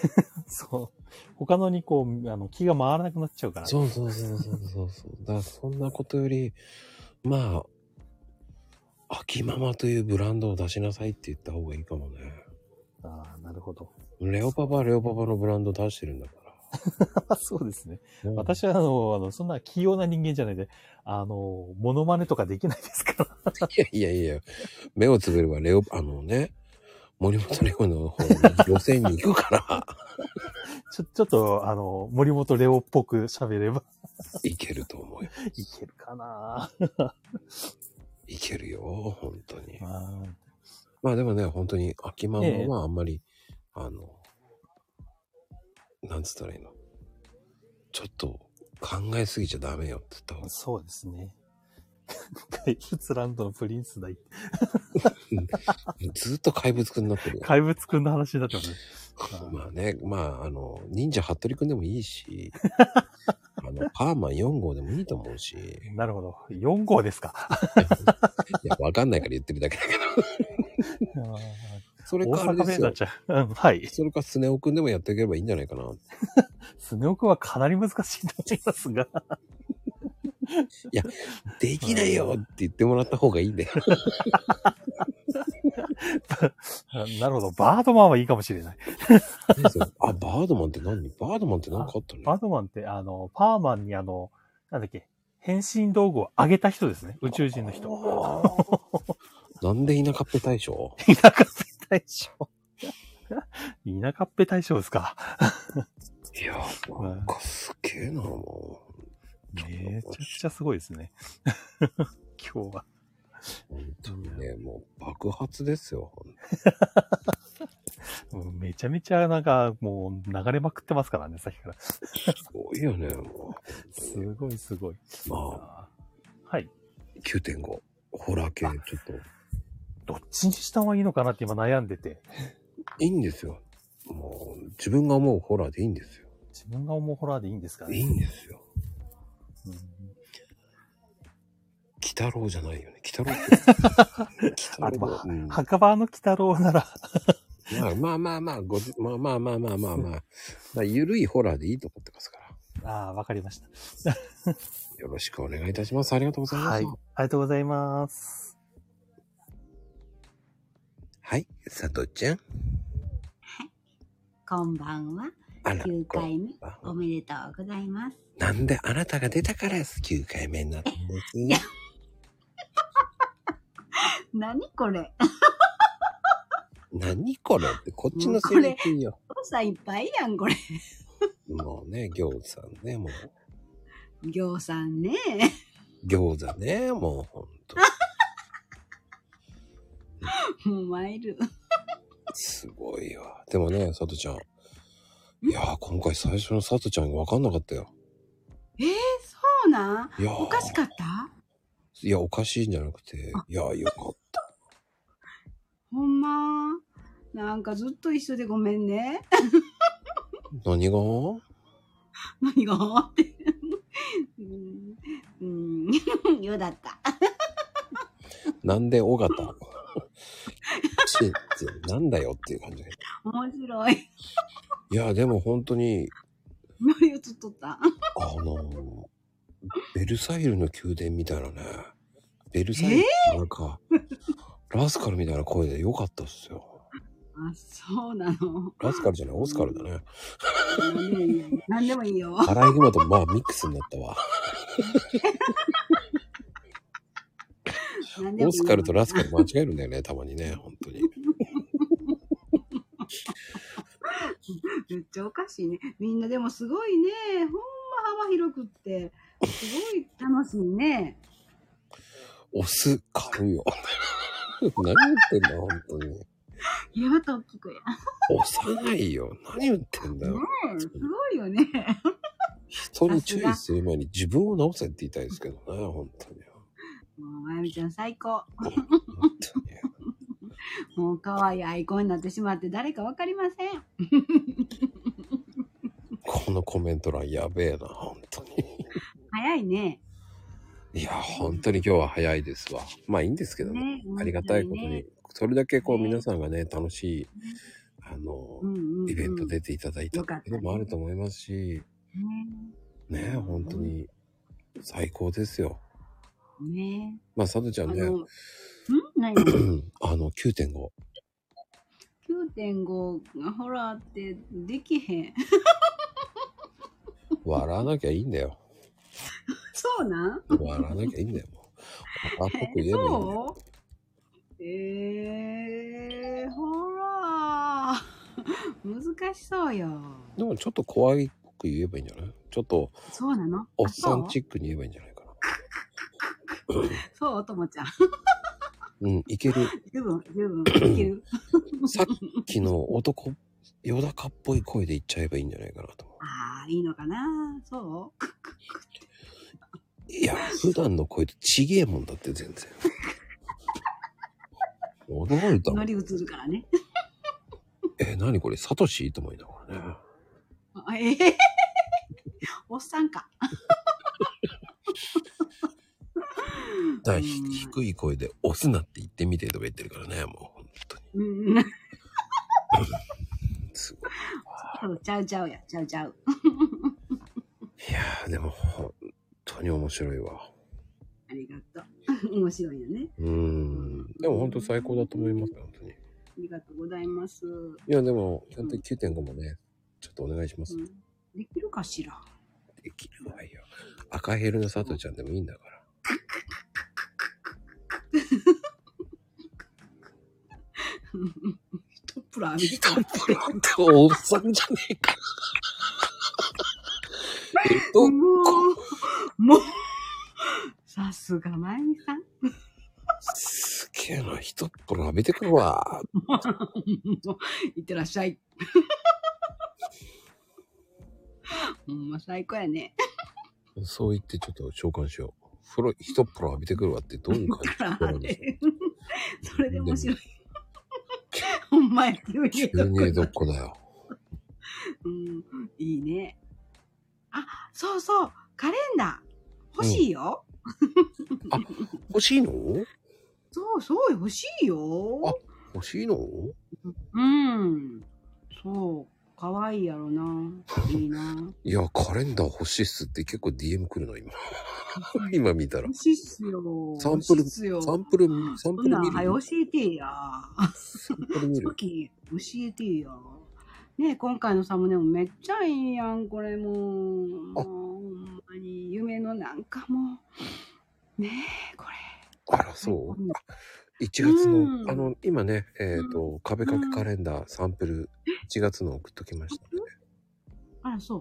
そう、他のにこう、あの、気が回らなくなっちゃうから。
そうそうそうそうそうそう。だからそんなことより、まあ、秋ママというブランドを出しなさいって言った方がいいかもね。
ああ、なるほど。
レオパパはレオパパのブランド出してるんだから。
そうですね。私はあの、あの、そんな器用な人間じゃないで、あの、モノマネとかできないですから。
いやいやいや、目をつぶればレオ、あのね、森本レオの方に路線に行くから、
ちょ、ちょっと、あの、森本レオっぽく喋れば。
いけると思うよ。
いけるかない
いけるよ、本当に。まあでもね、本当に秋ママ
ええ
はあんまり、あの、なんつったらいいの。ちょっと考えすぎちゃダメよって言った方が
そうですね。 怪物ランドのプリンスだい。
ずっと怪物くんになってるよ。
怪物くんの話になってますね。
まあね、まあ、あの、忍者服部くんでもい いし、あの、パーマン4号でもいいと思うし。
なるほど。4号ですか。
いや、わかんないから言ってるだけだけど。 それかあ
大
れですよ
阪弁になっちゃううんはい。
それかスネ夫くんでもやっていければいいんじゃないかな。
スネ夫くんはかなり難しいと思いますが。
いや、できないよって言ってもらった方がいいんだよ。
なるほど。バードマンはいいかもしれない。
あ、バードマンって何バードマンって何かあったの
バードマンって、あの、パーマンにあの、なんだっけ、変身道具をあげた人ですね。宇宙人の人。
なんで田舎っぺ大将
田舎っぺ大将。田舎っぺ大将ですか。
いや、なんかすげえな、も
う。めちゃくちゃすごいですね。 今日は。
本当にね、もう爆発ですよ。
もうめちゃめちゃなんかもう流れまくってますからね、さっきから。す
ごいよね、も
う。すごいすごい。
ま
あ、はい。
9.5。ホラー系、ちょっと。
どっちにした方がいいのかなって今悩んでて。
いいんですよ。もう、自分が思うホラーでいいんですよ。
自分が思うホラーでいいんですかね。
いいんですよ。鬼太郎じゃないよね。鬼太郎 って。
あ、でも、
うん
墓場の鬼太郎なら、
まあまあまあまあ、ごじまあまあまあまあまあまあ。だから緩いホラーでいいと思ってますから。
ああ、わかりました。
よろしくお願いいたします。ありがとうございます。はい。
ありがとうございます。
佐藤ちゃん。
こんばんは。
あら
9回目おめでとうございます。
なんであなたが出たから9回目になったんですね。
何これ
何これってこっち
も
の
うこ
セ
れ
リフよ。
誤差いっぱいやん、これ。
もうね、餃子ね、もう。
行さん ね。
餃子ね、もう。
もうマイル。
すごいわ。でもね、佐藤ちゃん。いやー、今回最初の佐藤ちゃんが分かんなかったよ。
えー、そうなん
いやー
おかしかった
いや、おかしいんじゃなくて。いやー、よかっ
ほんま。なんかずっと一緒でごめんね。
た。何が
何がって。うんうん、よだった。
なんで尾形ちってなんだよっていう感じ。
面白い。
いや、でも本当に、
ノリ映っとった。
あのーベルサイユの宮殿みたいなね。ベルサイユってなんか、ラスカルみたいな声でよかったっすよ。
あ、そうなの。
ラスカルじゃない、オスカルだね。
何でもいいよ。何でもいいよ。
アライグマとまあミックスになったわ。
何でも
オスカルとラスカル間違えるんだ よね、たまにね、本当に。
めっちゃおかしいね。みんなでもすごいね。ほんま幅広くって、すごい楽しいね。
オス買うよ。 何言ってんだ、本当に。
やばと聞くや
幼いよ。何言ってんだ
ん。ね
よ。
え、すごいよ ね。
人に注意する前に自分を直せって言いたいですけどね、本当に。
もう、まゆみちゃん最高。もう、可愛いアイコンになってしまって、誰かわかりません。
このコメント欄やべえな、本当に。
早いね。
いや、本当に今日は早いですわ。まあいいんですけども、
ね
ありがたいこと
本
に、それだけこう皆さんがね、楽しい、あの、
うんうん
イベント出ていただいたっていうのもあると思いますし、ね、本当に最高ですよ。
ね
まあ、佐藤ちゃんね、
ん 何
あの、9.5。
?9.5 がホラーってできへ ん。
笑わなきゃいいんだよ。
そうなん
笑わなきゃいいんだよ。もう。あっぽく言えばいいんだよ。
そうえー、ホラー。難しそうよ。
でもちょっと怖いく言えばいいんじゃないちょっと、
そうなの
おっさん
あ
チックに言えばいいんじゃないか
そうそう、おともちゃん。
な。うん、いける。
十分、十分、いける。
さっきの男、よだかっぽい声で言っちゃえばいいんじゃないかなと思
ああ、いいのかなそう
う。いや、普段の声とちげえもんだって全然。驚いたも
乗
ん。
り移るからね。
え、なにこれ、サトシと思いながらね。
あええおっさんか。
だからひ低い声で押すなって言ってみてとか言ってるからね、もう。
うん。
す
ごい。ちゃうちゃうや、ちゃうちゃう。
いやー、でも、本当に面白いわ。
ありがとう。面白いよね。
うーん。でも本当最高だと思います、本当に。い
ありがとうございます。
や、でも、ちゃんと9.5もね、ちょっとお願いします。
できるかしら
できるわよ。赤ヘルの佐藤ちゃんでもいいんだから。
トップラーみたいな。
これ本当おっさんじゃねえか。えっ と、
もう、さすがまゆみさん。
すげえな、一っぽら浴びてくるわ。
いってらっしゃい。 ほんま最高やね。
そう言ってちょっと召喚しよう。風呂、一っぽら浴びてくるわってどういう感じ
あれそれで面白い。ほんまや、 急に
急に江戸っ子だよ。
うん、いいね。あ、そうそう、カレンダー。欲しいよ。
欲しいの
そうそう、欲しいよ。
欲しいの
うん。そう、かわいいやろな。いいな。
いや、カレンダー欲しいっすって結構 DM 来るの、今。 今見たら
欲。しいっすよ。
サンプル、
欲しいっすよ
サンプル、サン
そ
プ
ん
ル
なん
見
はよ
る。
教えてや。
サンプ ル見
さ
る
っ。き教えてや。ねえ今回のサムネもめっちゃいいやん、これもう。もうほんまに夢のなんかもう。ねえ、こ
あら、そう。1月の、あの、今ね、えっ、と、壁掛けカレンダー、サンプル、1月の送っときました。
れ。あら、そう。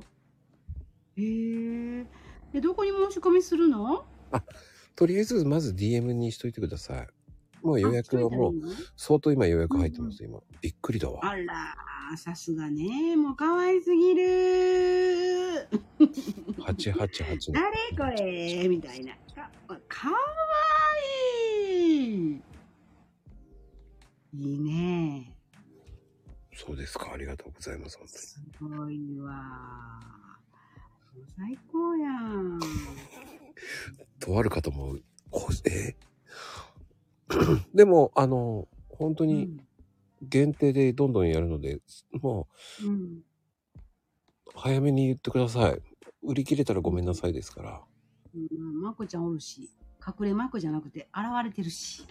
へえ。で、どこに申し込みするの
とりあえず、まず DM にしといてください。もう予約はも
あしといたらい
う
いの、
相当今予約入ってます、今。びっくりだわ。
あら、さすがね。もう可愛すぎる。
888の。
誰これみたいな。かかわいい。いいね。
そうですか、ありがとうございます、本
すごいわ。もう最高やん。
当に。とある方も、こえ でも、あの、本当に、限定でどんどんやるので、も
うん。
う、早めに言ってください。売り切れたらごめんなさいですから。
うんまこちゃんおるし、隠れまこじゃなくて現れてるし。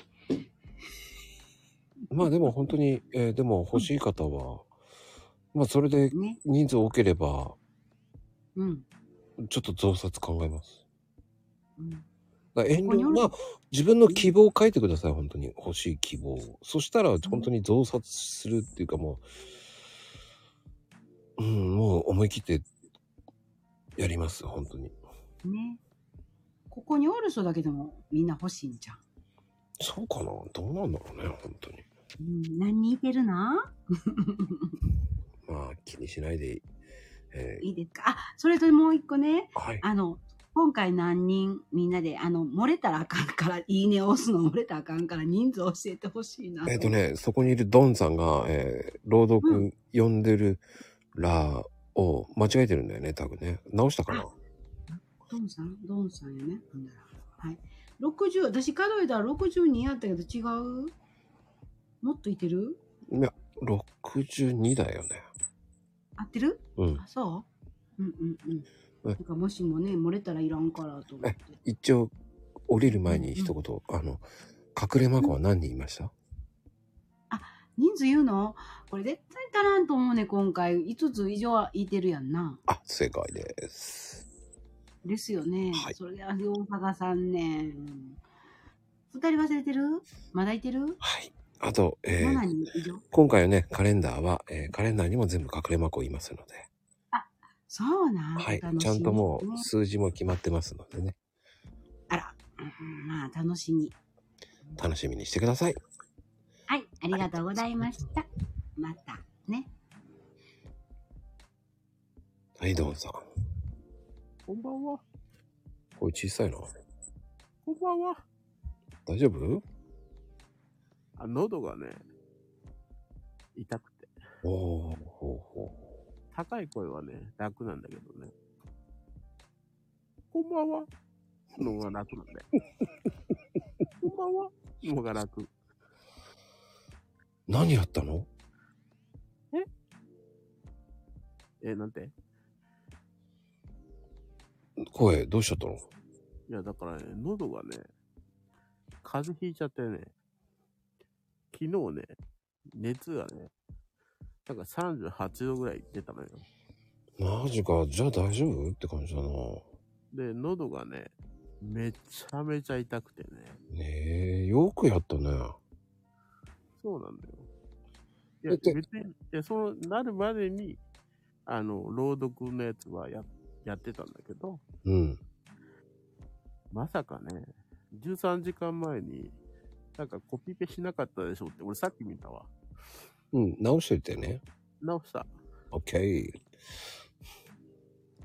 まあでも本当に、えーでも欲しい方は、まあそれで人数多ければ、
うん。
ちょっと増刷考えます。だから遠慮、まあ、自分の希望を書いてください、本当に。欲しい希望を。そしたら、本当に増刷するっていうか、もう、うん、もう思い切って、やります、本当に。
ね。ここにおる人だけでもみんな欲しいんじゃん。
そうかなどうなんだろうね、本当に。
うん、何人いてるな
まあ、気にしないで、え
いいですかあ、それともう一個ね。
はい
あの、今回何人みんなで、あの、漏れたらあかんから、いいね押すの漏れたらあかんから人数教えてほしいな。
ーえっ、と。ね、そこにいるドンさんが、えー朗読読んでるらを間違えてるんだよね、多分ね。直したかな
ドンさんドンさんよね。ほんならはい。60、私数えたら62やったけど違うもっといてる
いや、62だよね。
合ってる
うん
あ、。そううんうんうん。なんかもしもね、漏れたらいらんからと思って。
一応、降りる前に一言、あの、隠れ孫は何人いました
人数言うのこれ絶対足らんと思うね、今回。5つ以上はいてるやんな。
あ、正解です。
ですよね。それで、あ、大阪さんね。二人忘れてるまだいてる
はい。あと、えー
7人以上
今回はね、カレンダーは、えーカレンダーにも全部隠れ孫いますので、
そうなん。
はい
楽。しみ
ちゃんとも
ね
う数字も決まってますのでね、
うんまあ、楽しみ。
楽しみにしてください。
はい、ありがとうございました。またね。
はい、どうもさん。
こんばんは。
これ小さいな。
こんばんは。
大丈夫
あ喉がね、痛くて。
おー、ほうほ
高い声はね、楽なんだけどね。こんば んは。のが楽なんだよ。こんばんは。のが楽。
う。何やったの
え、なんて
声、どうしちゃったの
いや、だからね、喉がね、風邪ひいちゃってね、昨日ね、熱がね、なんか38度ぐらい出たのよ。
マジか。じゃあ大丈夫って感じだな。
で、喉がね、めちゃめちゃ痛くてね。
ねえ、よくやったね。
そうなんだよ。いや、別に、いや、そうなるまでに、あの、朗読のやつはややってたんだけど、
うん。
まさかね、13時間前に、なんかコピペしなかったでしょって、俺さっき見たわ。
うん、直しといてね。
直した。
OK。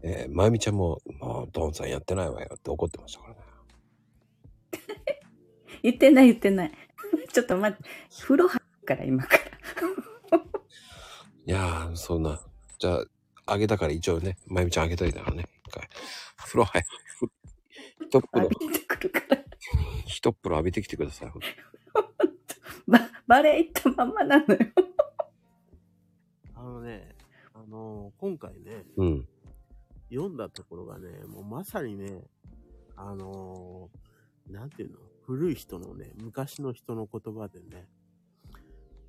えー、まゆみちゃんも、もう、ドンさんやってないわよって怒ってましたからね。
言ってない言ってない。 ちょっと待って。風呂入るから今から。
いやー、そんな。じゃあ、あげたから一応ね、まゆみちゃんあげといたからね、一回。風呂入る。 一風呂。一風呂浴びてきてください。ほんと
バレ行ったまんまなのよ。
あのね、あのー今回ね、
うん。
読んだところがね、もうまさにね、あのーなんていうの、古い人のね、昔の人の言葉でね、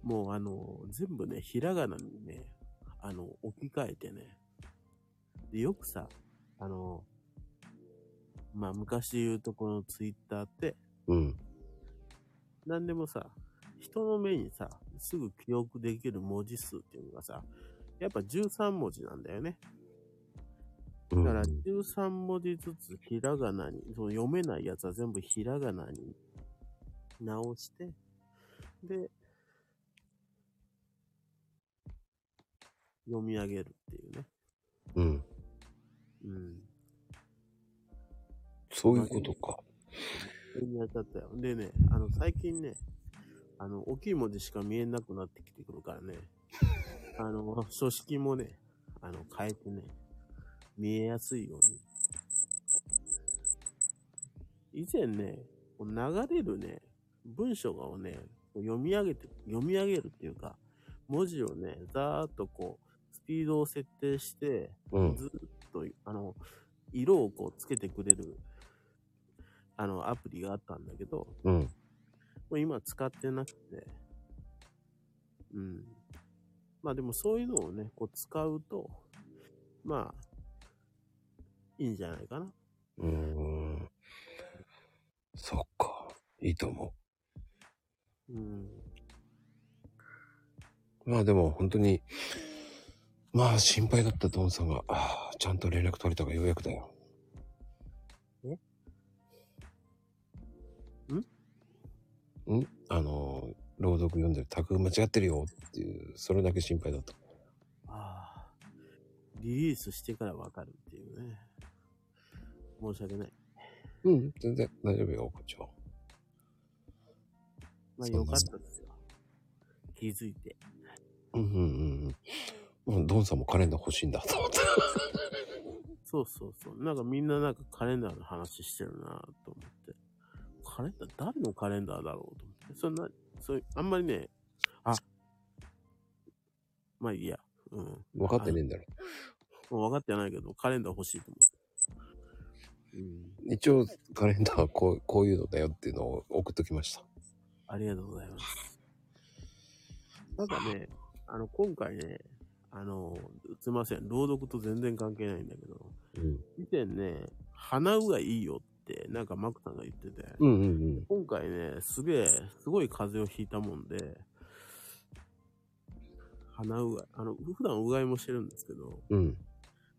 もうあのー全部ね、ひらがなにね、あの、置き換えてね、で、よくさ、あのーまあ、昔言うとこのツイッターって、
うん。
なんでもさ、人の目にさ、すぐ記憶できる文字数っていうのがさ、やっぱ13文字なんだよね。だから13文字ずつひらがなに、その読めないやつは全部ひらがなに直して、で、読み上げるっていうね。
うん。
うん。
そういうことか。
読み当たったよ。でね、あの、最近ね、あの、大きい文字しか見えなくなってきてくるから ね、あの、書式もね、あの、変えてね、見えやすいように。以前ね、こう流れるね、文章をね、こう読み上げて、読み上げるっていうか、文字をね、ざーっとこう、スピードを設定して、
うん
ずーっと、あの、色をこうつけてくれる、あの、アプリがあったんだけど、
うん。
もう今使ってなくて、うん。まあでもそういうのをね、こう使うと、まあ、いいんじゃないかな。
うーん。そっか。いいと思
うん。
う。まあでも本当に、まあ心配だったドンさんが、ああちゃんと連絡取れたがようやくだよ。んんあの、朗読読んでる、タグ間違ってるよっていう、それだけ心配だった。
リリースしてからわかるっていうね。申し訳ない。
うん、全然大丈夫よ、こっちは。
まあ
そんな
よかったですよ。気づいて。
うんうんうんうん。もうドンさんもカレンダー欲しいんだ と思った。
そうそうそう。なんかみんななんかカレンダーの話してるなと思って。カレンダー、誰のカレンダーだろうと思って。そんな、そういう、あんまりね、あ、まあいいや。うん。
分かってねえんだろ。
もう分かってないけど、カレンダー欲しいと思って。
一応、カレンダーはこうこういうのだよっていうのを送っときました。
ありがとうございます。ただね、あの、今回ね、あの、すいません、朗読と全然関係ないんだけど、以前ね、花うがいいよって、なんかマクさんが言ってて、
うんうんうん。
今回ね、すげえ、すごい風邪をひいたもんで、鼻うがい、あの、普段うがいもしてるんですけど、
うん。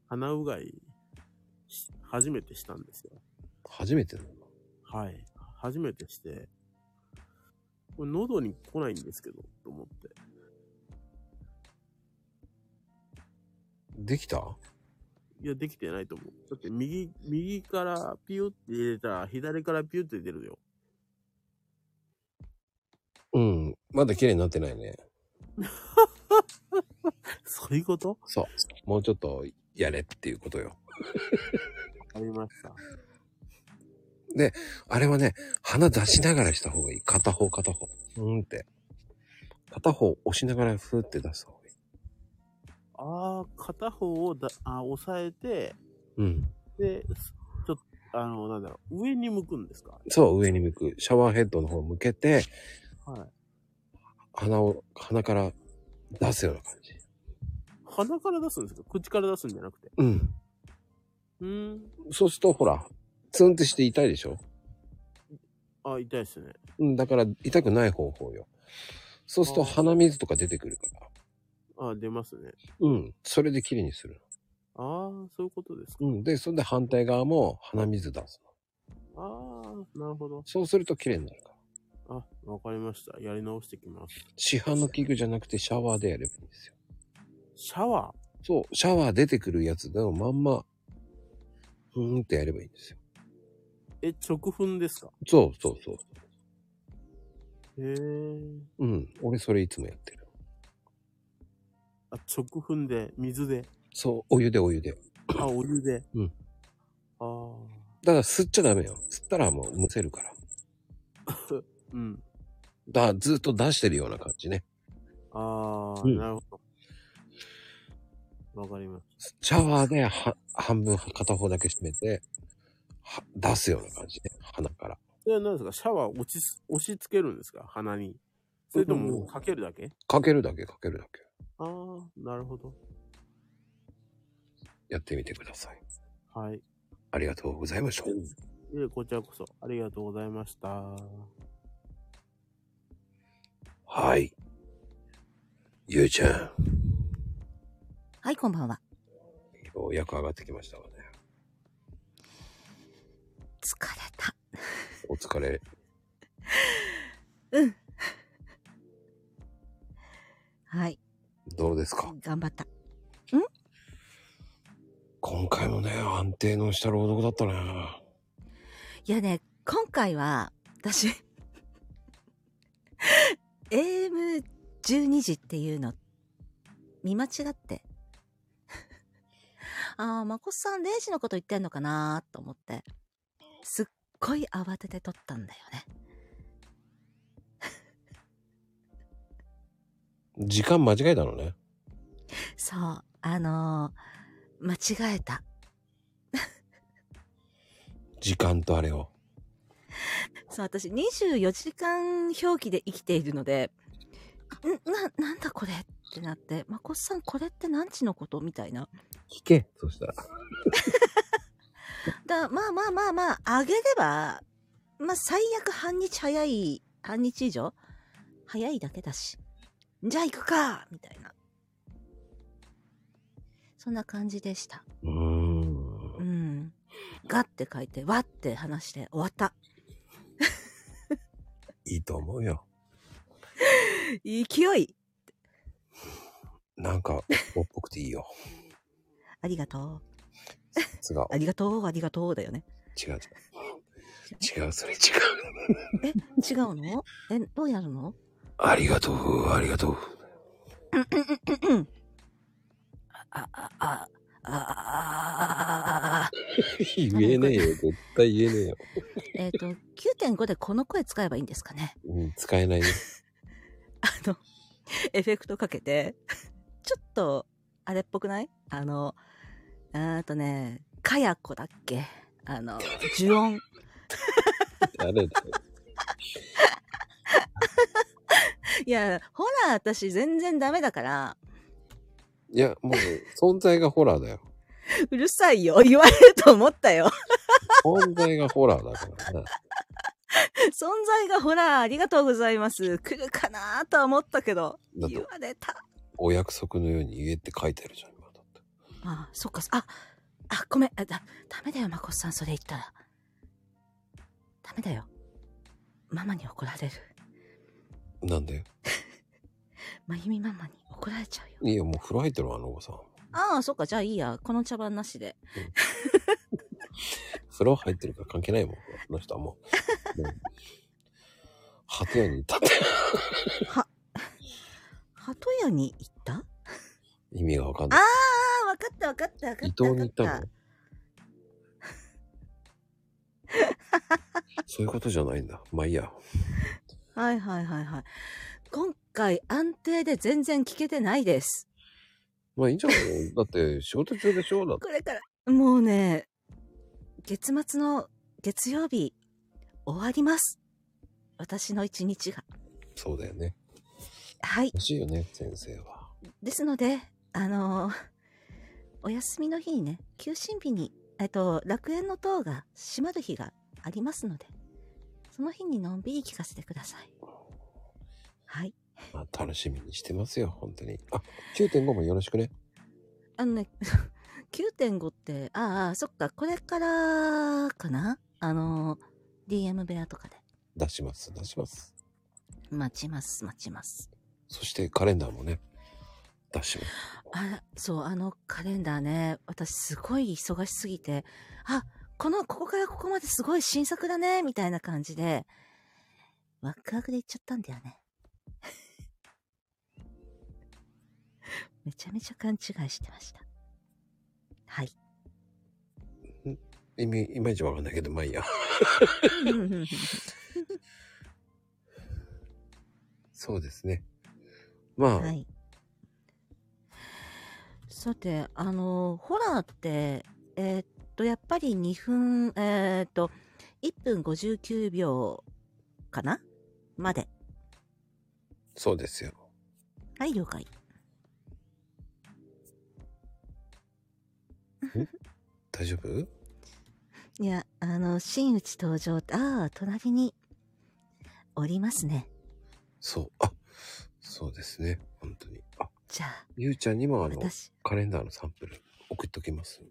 鼻うがいし、初めてしたんですよ。
初めてなの
はい。初めてして、これ喉に来ないんですけど、と思って。
できた
いや、できてないと思う。だって右、右からピュって入れたら、左からピュって出 るよ。
うん。まだ綺麗になってないね。
そういうこと
そう。もうちょっとやれっていうことよ。
ありました。
で、あれはね、鼻出しながらした方がいい。片方片方。うんって。片方押しながらふーって出す方がいい。
ああ、片方をだあー押さえて、
うん。
で、ちょっと、あの、なんだろう、上に向くんですか
そう、上に向く。シャワーヘッドの方向けて、
はい。
鼻を、鼻から出すような感じ。
鼻から出すんですか口から出すんじゃなくて。
うん。
うん。
そうすると、ほら、ツンってして痛いでしょ
あ、痛いですね。
うん、だから痛くない方法よ。そうすると鼻水とか出てくるから。
あー出ますね。
うん、それで綺麗にする
ああ、そういうことですか。
の。うん、で、それで反対側も鼻水出すの。
ああ、なるほど。
そうすると綺麗になるから。
あ、わかりました。やり直してきます。
市販の器具じゃなくてシャワーでやればいいんですよ。
シャワー
そう、シャワー出てくるやつのまんま、ふーんってやればいいんですよ。
え、直噴ですか
そうそうそう。
へえ。
うん、俺それいつもやってる。
あ、直噴で、水で。
そう、お湯でお湯で。
あ、お湯で。
うん。
ああ。
だから吸っちゃダメよ。吸ったらもうむせるから。
うん。
だからずっと出してるような感じね。
ああ、
うん
なるほど。わかります。
シャワーでは半分片方だけ閉めて、は出すような感じね。鼻から。
それは何ですかシャワー落ちす、押し付けるんですか鼻に。それともかけるだけ、
かけるだけかけるだけ。
ああ、なるほど。
やってみてください。
はい。
ありがとうございました。
で、こちらこそありがとうございました。
はい。ゆうちゃん、
はい、こんばんは。
ようやく上がってきましたわね。
疲れた。
お疲れ。
うん。 はい、
どうですか
頑張った。
今回もね、安定のした朗読だったね。
いやね、今回は、私、AM12 時っていうの、見間違って。 ああ、まこさん0時のこと言ってんのかなと思って、すっごい慌てて撮ったんだよね。
時間間違えたのね。
そう、あのー間違えた。
時間とあれを。
そう、私24時間表記で生きているので、ん、な、なんだこれってなって、まこっさんこれって何時のことみたいな。
聞け、 そしたら。
だまあまあまあまあ、あげれば、まあ、最悪半日早い、半日以上早いだけだし。じゃあ行くかみたいな。そんな感じでした。
Mm.
うん。ガって書いて、わって話して終わった。
いいと思うよ。
勢い
なんか、おっぽくていいよ。
ありがと
すが
う。、ありがとう、ありがとうだよね。
違う違う。違う、それ違う。
え、違うのえ、どうやるの
ありがとう、ありがとう。
うんうんうんうんうん。あ、あ、あ、あ、あ、あ、あ、
言えねえよ、絶対言えねえよ。
えっと、9.5でこの声使えばいいんですかね
うん、使えないね。
エフェクトかけて、ちょっと、あれっぽくないあの、あーとね、かやこだっけあの、呪音。
誰だよ。
いや、ほら、私全然ダメだから、
いや、もう、存在がホラーだよ。
うるさいよ。言われると思ったよ。
存在がホラーだからな。
存在がほら、ありがとうございます。来るかなとは思ったけど、
だって
言われた。
お約束のように言えって書いてあるじゃん。
ああ、そっか、あ、あ、ごめん、あだ、ダメだよ、まこっさん、それ言ったら。ダメだよ。ママに怒られる。
なんで
まゆみママに怒られちゃうよ。
いや、もう風呂入ってるわ、あの子さん。
ああ、そっか、じゃあいいや。この茶番なしで。
風呂入ってるから関係 ないもん。あの人はもう。もう鳩屋に行ったって。
は、鳩屋に行った
意味がわかん
あ
ない。
あ、わかったわかったわか
伊
った。
藤に行った
わか
の
っ
そういうことじゃないんだ。まあいいや。
たはいはいはいはい。今回安定で全然聞けてないです。
まあいいんじゃないのだって仕事中でしょだって
こ。れから、もうね、月末の月曜日、終わります。私の一日が。
そうだよね。
はい。
欲しいよね、先生は。
ですので、あのーお休みの日にね、休診日に、えっと、楽園の塔が閉まる日がありますので、その日にのんびり聞かせてください。はい。
まあ楽しみにしてますよ、本当に。あ、9.5もよろしくね。
あのね、9.5って、ああ、そっか、これからかなあのー DM 部屋とかで。
出します、出します。
待ちます、待ちます。
そしてカレンダーもね、出します。
あら、そう、あのカレンダーね、私すごい忙しすぎて、あ、この、ここからここまですごい新作だね、みたいな感じで、ワクワクで行っちゃったんだよね。 めちゃめちゃ勘違いしてました。 はい。
意味、いまいちわかんないけど、まあいいや。 そうですね。まあ、
はい。さて、あの、ホラーって、えーっと、やっぱり2分、えーっと、1分59秒かなまで。
そうですよ。
はい、了解。
大丈夫
いや、あの、真打ち登場って、ああ、隣に、おりますね。
そう。あ、そうですね。本当に。あ、
じゃあ、
ゆうちゃんにもあの
私、
カレンダーのサンプル送っときます。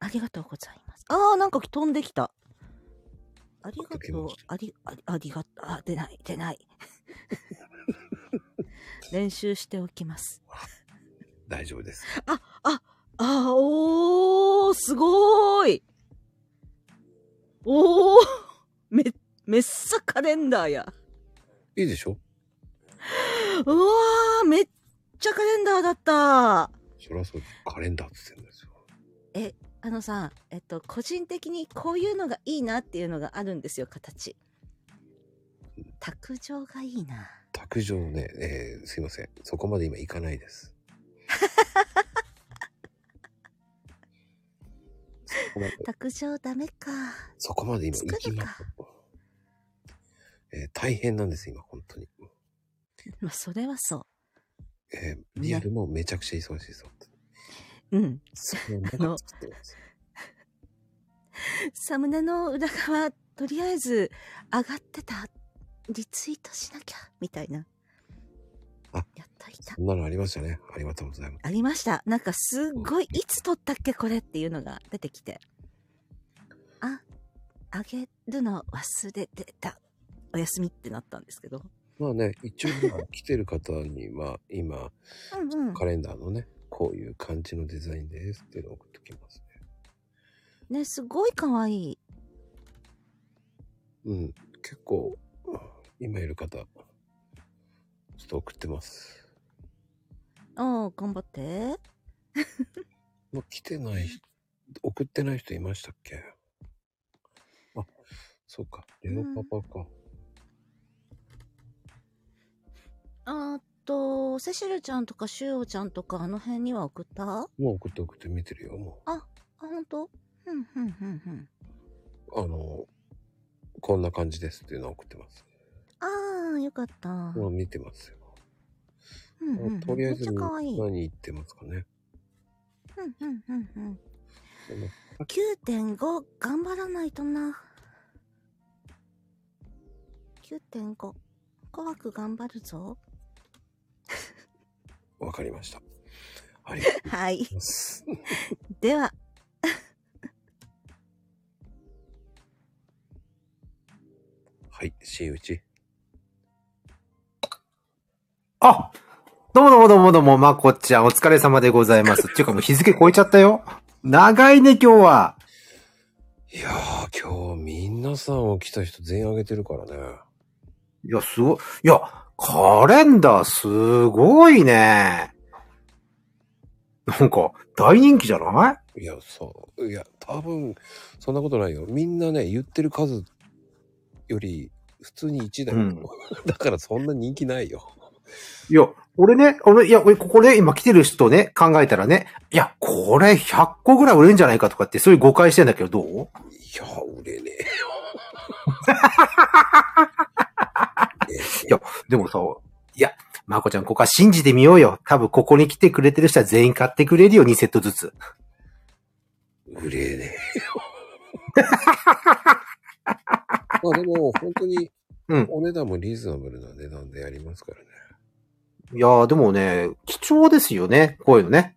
ありがとうございます。ああ、なんか飛んできた。ありがとう、あり、あり、ありがとう、あ、出ない、出ない。 練習しておきます。
大丈夫です。
あ、あ、あ、おー、すごーい。おー、め、めっさカレンダーや。
いいでしょ
うわー、めっちゃカレンダーだった。
そりゃそうです。カレンダーって言ってんですよ。
え、あのさ、えっと、個人的にこういうのがいいなっていうのがあるんですよ、形。卓上がいいな。
卓上ね、えー、すいません。そこまで今行かないです。そこまで
卓上ダメか。
そこまで今行きます。えー大変なんです、今、本当に。
まあ、それはそ
えーリアルもめちゃくちゃ忙しいです。本当に
う。うん。
その中で作ってます
サムネの裏側、とりあえず、上がってた、リツイートしなきゃ、みたいな。
そんなのありましたね。ありがとうございます。
ありました。なんかすっごい、いつ撮ったっけこれっていうのが出てきて。あ、あげるの忘れてた。おやすみってなったんですけど。
まあね、一応今来てる方には今、
うんうん。
カレンダーのね、こういう感じのデザインですっていうのを送ってきますね。
ね、すごい可愛い。
うん。結構、今いる方、ちょっと送ってます。
おー、頑張って。
もう来てない人、送ってない人いましたっけあ、そうか。レオパパか。
あーっと、セシルちゃんとかシュウオちゃんとかあの辺には送った
もう送って送って見てるよ、も
あ、あ、ほんとふんふんふんふん。
う。あの、こんな感じですっていうのを送ってます。
あー、よかった。
もう見てますよ。
うんうんうん、
とりあえず
めっちゃ可愛い。うん
何言ってますかね。
うんうんうん。
でも
9.5頑張らないとな。9.5。怖く頑張る ぞ。
わかりました。
はい。では。
はい、新内。
あどうもどうもどうもどうも、まこちゃん、お疲れ様でございます。っていうかもう日付超えちゃったよ。長いね、今日は。
あ、今日みんなさん起きた人全員あげてるからね。
いや、すごい。いや、カレンダーすごいね。なんか、大人気じゃない
いや、そう。いや、多分、そんなことないよ。みんなね、言ってる数より、普通に1だよ。だ からそんな人気ないよ。
いや、俺ね、俺、いや、俺、ここで今来てる人ね、考えたらね、いや、これ100個ぐらい売れんじゃないかとかって、そういう誤解してんだけど、どう
いや、売れね
えよ。 いや、でもさ、いや、まこちゃん、ここは信じてみようよ。多分、ここに来てくれてる人は全員買ってくれるよ、2セットずつ。
売れねえよ。まあでも、本当に、お値段もリーズナブルな値段でやりますからね。
いやー、でもね、貴重ですよね、こういうのね。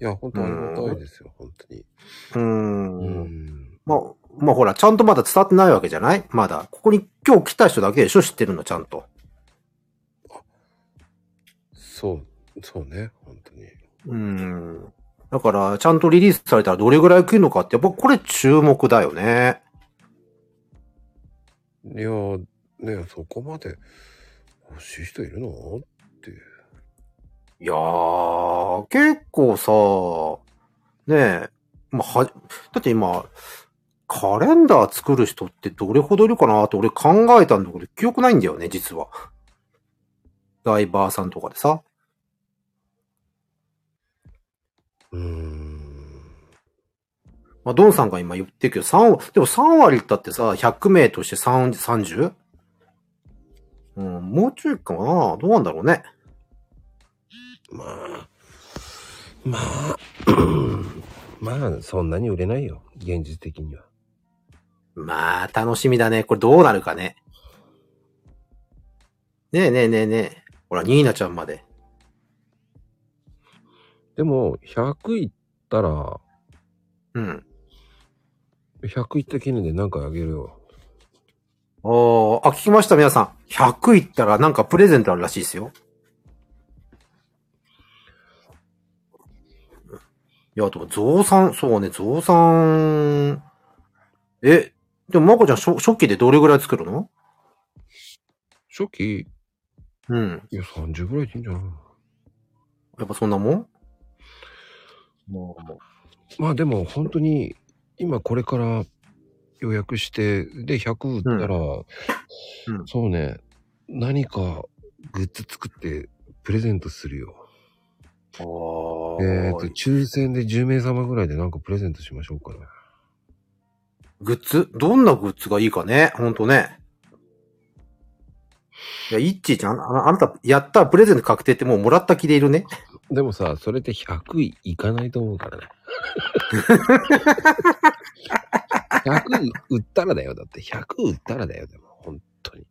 いや、本当ありがたいですよ。
うーん。まあ、まあほら、ちゃんとまだ伝わってないわけじゃないまだ。ここに今日来た人だけでしょ知ってるの、ちゃんと。
そう、そうね。
うーん。だから、ちゃんとリリースされたらどれぐらい来るのかって、やっぱこれ注目だよね。
いやー、ねそこまで欲しい人いるのっていう。
いやー、結構さ、ねえ、まあ、は、だって今、カレンダー作る人ってどれほどいるかなって俺考えたんだけど、記憶ないんだよね、実は。ダイバーさんとかでさ。まあ、ドンさんが今言ってるけど、3割、でも3割だってさ、100名として3 30? うん、もうちょいかなどうなんだろうね。
まあ、まあ、 まあ、そんなに売れないよ。現実的には。
まあ、楽しみだね。これどうなるかね。ねえねえねえねえ。ほら、ニーナちゃんまで。
でも、100いったら、
うん。
100いった記念で何回あげるよ。
おー、あ、聞きました、皆さん。100いったらなんかプレゼントあるらしいですよ。いや、でも、ゾウさん、そうね、ゾウさん。え、でも、まこちゃん、初初期でどれぐらい作るの
初期
うん。
いや、30ぐらいでいいんじゃない
やっぱそんなもん
もう。まあでも本当に今これから予約して、で100売ったら、そうね、何かグッズ作ってプレゼントするよ。
あ
えっ、
ー
と、抽選で10名様ぐらいでなんかプレゼントしましょうかね。
グッズどんなグッズがいいかねほんとね。いや、いっちーちゃん、あのあなた、やったプレゼント確定ってもうもらった気でいるね。
でもさ、それって100位いかないと思うからね。 100売ったらだよ。だって100売ったらだよ。でも、本当に。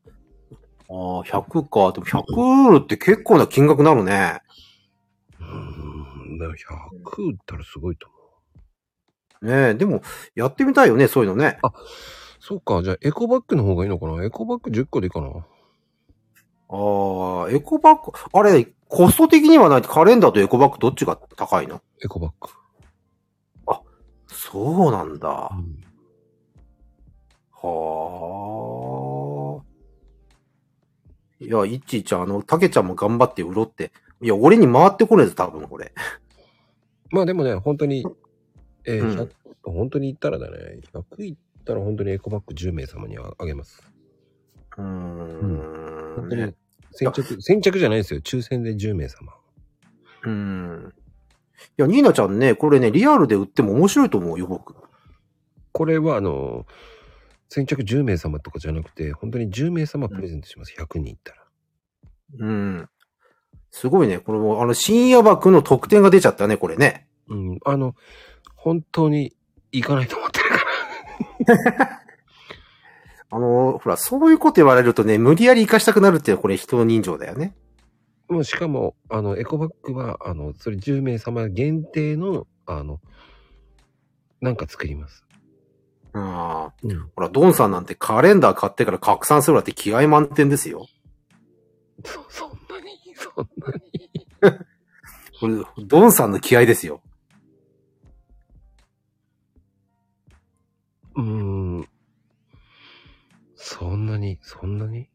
ああ、100か。でも100ウールって結構な金額なのね。
うん、だから100売ったらすごいと思
う。ねえ、でも、やってみたいよね、そういうのね。
あ、そっか。じゃあ、エコバッグの方がいいのかなエコバッグ10個でいいかな
ああ、エコバッグ、あれ、コスト的にはないカレンダーとエコバッグどっちが高いの
エコバッグ。
あ、そうなんだ。はあ。いや、いっちーちゃん、あの、たけちゃんも頑張って売ろうって。いや、俺に回ってこねえぞ、多分これ。
まあでもね、本当に、えー100本当に言ったらだね、100いったら本当にエコバッグ10名様にはあげます。
うーん。
本当に、先着、先着じゃないですよ。抽選で10名様。
うん。いや、ニーナちゃんね、これね、リアルで売っても面白いと思うよ、僕。
これはあの、先着10名様とかじゃなくて、本当に10名様プレゼントします。100人いったら。
うん。すごいね。これも、あの、深夜枠の特典が出ちゃったね、これね。
うん。あの、本当に行かないと思ってる から。
あの、ほら、そういうこと言われるとね、無理やり生かしたくなるっていうのはこれ人の人情だよね。
もうしかも、あの、エコバッグは、あの、それ10名様限定の、あの、なんか作ります。
ああ、ほら、ドンさんなんてカレンダー買ってから拡散するなんて気合満点ですよ。
そんなに、そんなに。
これ、ドンさんの気合ですよ。
うーん。そんなに、そんなに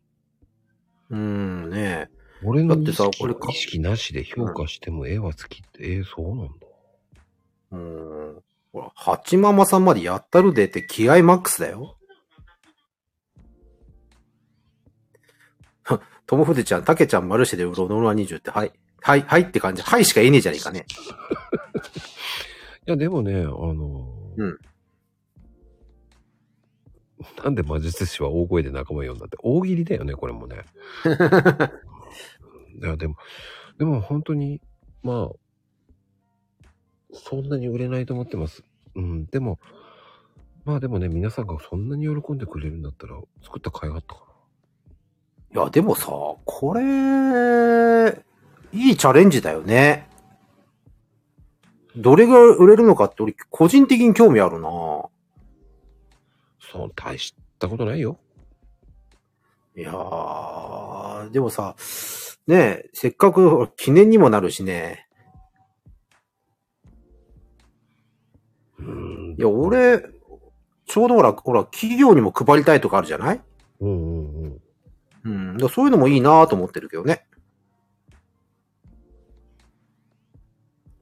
うん、ね
俺の
だってさ
意識
これか
意識なしで評価しても絵は好きって、えーそうなんだ。
うん。ほら、ハチママさんまでやったるでって気合マックスだよ。 ともふでちゃん、たけちゃん、マルシェでうろのろは20って、はい。はい、はいって感じ。はいしか言えねえじゃねえかね。
いや、でもね、あの、なんで魔術師は大声で仲間呼んだって、大喜利だよ ね、これもね。いや、でも、でも本当に、まあ、そんなに売れないと思ってます。うん、でも、まあでもね、皆さんがそんなに喜んでくれるんだったら、作った甲斐があったか
いや、でもさ、これ、いいチャレンジだよね。どれぐらい売れるのかって俺、個人的に興味あるな
そう、大したことないよ。
いやー、でもさ、ねえ、せっかく記念にもなるしね。いや、俺、ちょうどほら、ほら、企業にも配りたいとかあるじゃない
うんうん
うん。だからそういうのもいいなと思ってるけどね。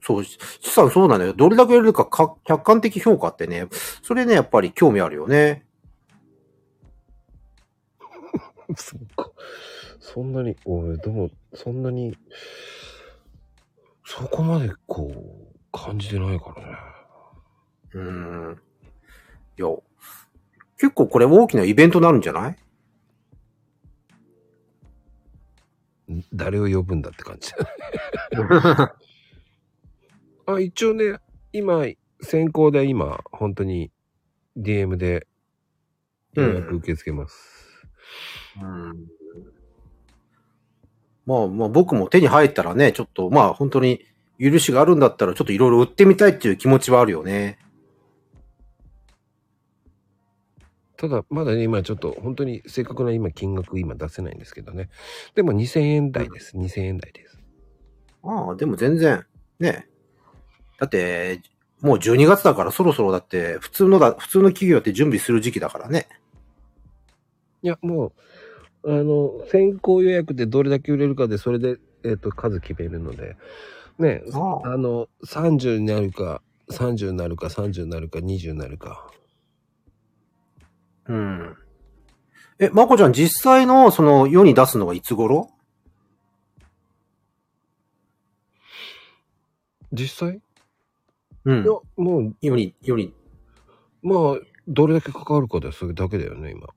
そう、し資産そうなのよ。どれだけ売れるかか客観的評価ってね、それね、やっぱり興味あるよね。
ら。 そっか。そんなに、おい、でも、そんなに、そこまでこう、感じてないからね。
うん。いや、結構これ大きなイベントになるんじゃない
誰を呼ぶんだって感 じ。あ、一応ね、今、先行で今、本当に DM で予約受け付けます。
うんまあまあ僕も手に入ったらね、ちょっとまあ本当に許しがあるんだったらちょっといろいろ売ってみたいっていう気持ちはあるよね。
ただ、まだね、今ちょっと本当に正確な今金額今出せないんですけどね。でも2000円台です。2000円台です。
ああ、でも全然、ね。だって、もう12月だからそろそろだって普通のだ、普通の企業って準備する時期だからね。
いや、もう、あの、先行予約でどれだけ売れるかで、それで、えっ、と、数決めるので、ね、あの、30になるか、30になるか、30になるか、20になるか。
うん。え、まこちゃん実際のその世に出すのはいつ頃
実際
うん。
いや、もう。
世に、世に。
まあ、どれだけ関わるかで、それだけだよね、今。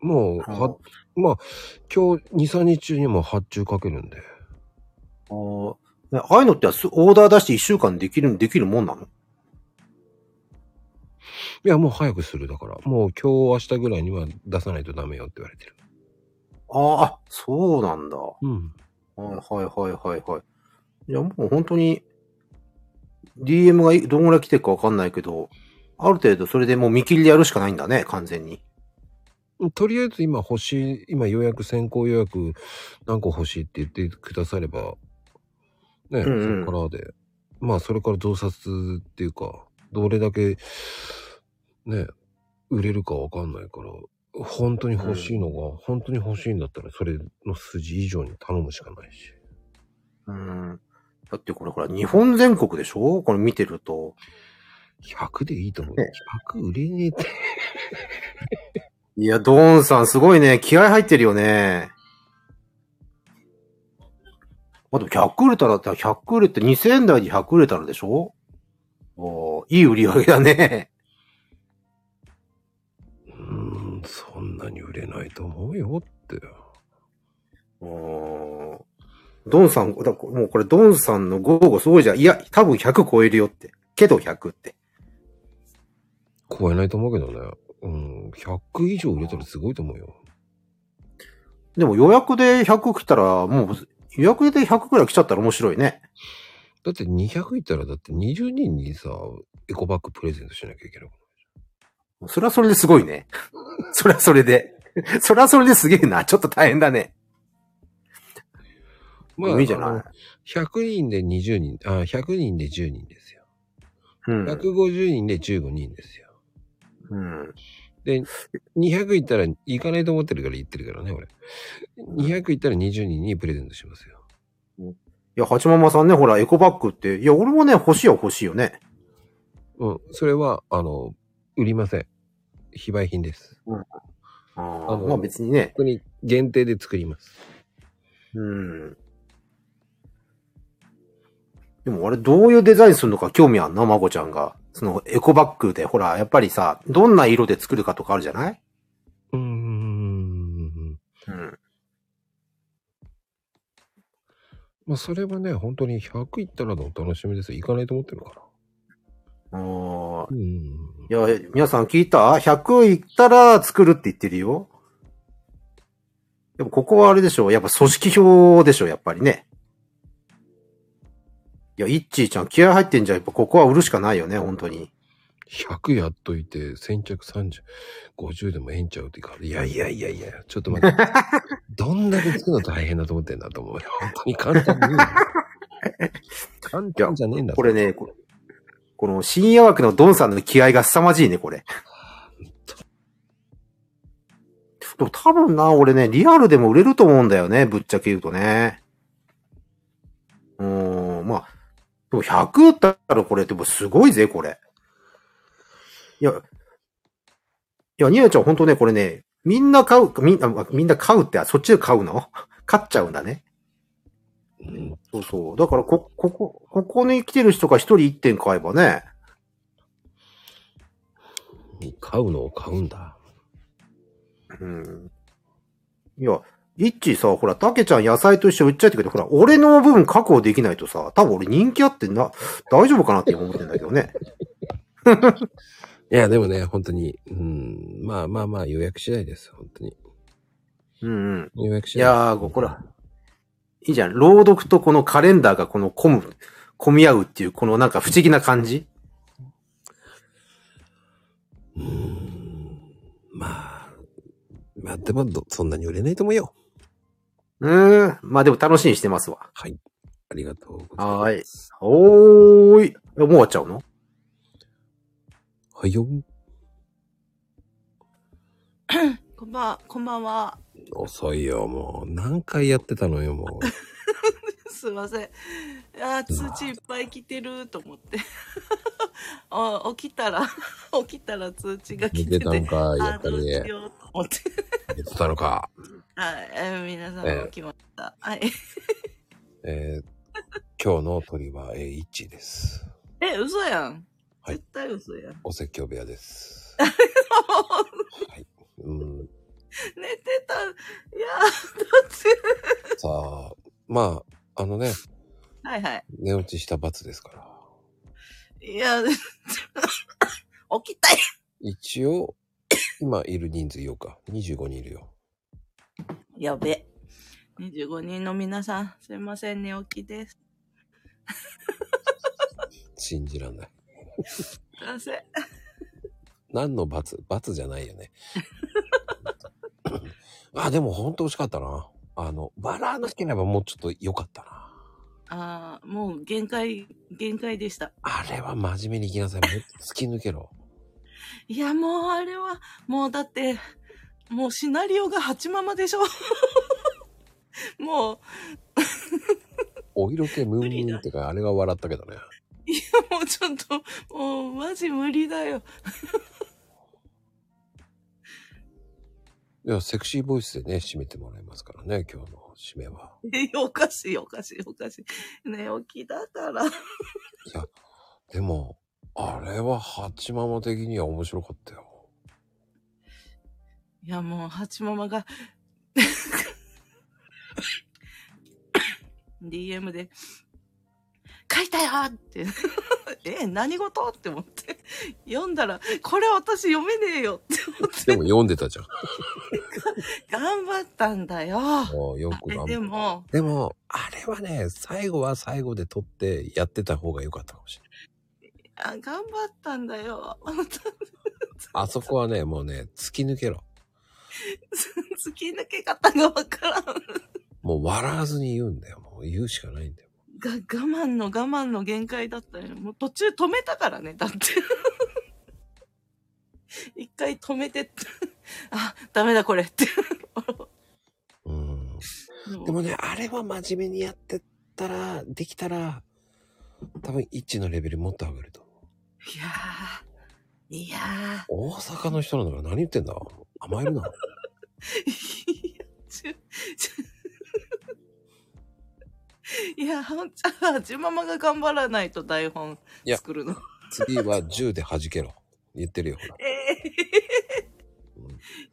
もう、は、まあ、今日2、3日中にも発注かけるんで。
ああねああいうのってすオーダー出して1週間できる、できるもんなの
いや、もう早くする。だから、もう今日、明日ぐらいには出さないとダメよって言われてる。
ああ、そうなんだ。
うん。
はいはいはいはい。いや、もう本当に、DM がいどんぐらい来てるかわかんないけど、ある程度それでもう見切りでやるしかないんだね、完全に。
とりあえず今欲しい、今予約先行予約何個欲しいって言ってくだされば、ね、
うんうん
そこからで、まあそれから増刷っていうか、どれだけ、ね、売れるかわかんないから、本当に欲しいのが、本当に欲しいんだったらそれの数字以上に頼むしかないし。
うん。だってこれほら、日本全国でしょこれ見てると。
100でいいと思う。100売れねえって。
いや、ドーンさんすごいね。気合入ってるよね。あと100売れたら、100売れて2000台で100売れたらでしょおーいい売り上げだね。
うん、そんなに売れないと思うよって。
おードンさん、だもうこれドンさんの豪語すごいじゃん。いや、多分100超えるよって。けど100って。
超えないと思うけどね。うん、100以上売れたらすごいと思うよ。
でも予約で100来たら、もう予約で100くらい来ちゃったら面白いね。
だって200いったらだって20人にさ、エコバッグプレゼントしなきゃいけない。
それはそれですごい ね。それはそれで。それはそれですげえな。ちょっと大変だね。
まあ、
いいじゃない
あの100人で20人、あ、100人で10人ですよ。
うん。
150人で15人ですよ。
うん。
で、200いったら行かないと思ってるから行ってるからね、俺。200いったら20人にプレゼントしますよ。
いや、八ママさんね、ほら、エコバッグって、いや、俺もね、欲しいは欲しいよね。
うん。それは、あの、売りません。非売品です。
うん。あ
あ
まあ別にね。
本当に限定で作ります。
うん。でも、あれ、どういうデザインするのか興味あんな、まこちゃんが。その、エコバッグで、ほら、やっぱりさ、どんな色で作るかとかあるじゃないうん。
まあ、それはね、本当に100いったらのお楽しみですよ。行かないと思ってるから。
お
ー
いや、皆さん聞いた ?100 いったら作るって言ってるよ。でもここはあれでしょやっぱ組織票でしょやっぱりね。いや、いっちーちゃん気合入ってんじゃん。やっぱここは売るしかないよね、本当に。
100やっといて、先着30、50でもええんちゃうっていうか、いやいやいやいや、ちょっと 待って。どんだけ作るの大変だと思ってんだと思うよ。本当に簡単に言うな。簡単じゃねえんだ
これね、ここの深夜枠のドンさんの気合が凄まじいね、こ れ。でも多分な、俺ね、リアルでも売れると思うんだよね、ぶっちゃけ言うとね。うーん、まあ、でも100だったらこれ、でもすごいぜ、これ。いや、いや、ニアちゃんほんとね、これね、みんな買う、みんな、あみんな買うって、あそっちで買うの 買っちゃうんだね。そうそう。だから、こ、ここ、ここに来てる人が一人一点買えばね。
買うのを買うんだ。
うん。いや、いっちーさ、ほら、たけちゃん野菜と一緒に売っちゃえって言うけど、ほら、俺の分確保できないとさ、多分俺人気あってな、大丈夫かなって今思ってんだけどね。
いや、でもね、本当に、うん、まあまあまあ予約次第です、本当に。
うんうん。
予約
いやー、ここら、いいじゃん。朗読とこのカレンダーがこの混む、混み合うっていう、このなんか不思議な感じ。
まあ、でもど、そんなに売れないと思うよ。
うーん。まあでも楽しみにしてますわ。
はい。ありがとう
ざ
ご
います。はーい。おーい。えもう終わっちゃうの
はいよ。
こんばん、こんばんは。
遅いよ、もう。何回やってたのよ、もう。
すいません。あー通知いっぱい来てると思って。 あ起きたら、 起きたら通知が来てて。
見てたんかい
あ
やっぱり
どうしようと思って。
やってたのか。
はい、えー皆さん起きました。はい。
えー、今日の鳥は、えー、イッチーです。
え、嘘やん。絶対嘘やん。
お説教部屋です。
寝てた。いや
さあ、まあ、あのね、
ー、はいは
寝落ちした罰ですから。
い。いや、
起きたい。
一応、今いる人数言おうか。25人いるよ。
やべ。25人の皆さん、すいません、寝起きです。
信じらんない。
すいません。
何の罰罰じゃないよね。 あ、でも本当惜しかったな。あの、バラなければもうちょっと良かったな。
ああ、もう限界、限界でした。
あれは真面目に行きなさい。もう突き抜けろ。
いや、もうあれは、もうだって、もうシナリオが8ママでしょ。 もう、
お色気ムーンムーンってか、あれが笑ったけどね。
いや、もうちょっと、もうマジ無理だよ。
いや、セクシーボイスでね、締めてもらいますからね、今日の締めは。
え、 おかしい、おかしい、おかしい。寝起きだから。
でも、あれは八ママ的には面白かったよ。
いや、もう、ハチママが、DM で、書いたよって、 え、何事って思って、読んだら、これ私読めねえよって
でも読んでたじ ゃん。
頑張ったんだよ。
もうよく
あ
頑
で
張っ
も、
でも、あれはね、最後は最後で撮ってやってた方が良かったかもしれない。
あ頑張ったんだよ。
あそこはね、もうね、突き抜けろ。
突き抜け方がわからん。が、
もう笑わずに言うんだよ。もう言うしかないんだよ。
我慢の我慢の限界だったよ。もう途中止めたからね、だって。 一回止めて、 あ、ダメだこれって。
でもね、あれは真面目にやってたら、できたら、多分、イッチのレベルもっと上がると。
いやー。
大阪の人なんだから何言ってんだ甘えるな。
ちゅちゅ いや、ほんちゃん、ジママが頑張らないと台本。
いや、
作るの。
次は銃で弾けろ。言ってるよ、ほら。
え え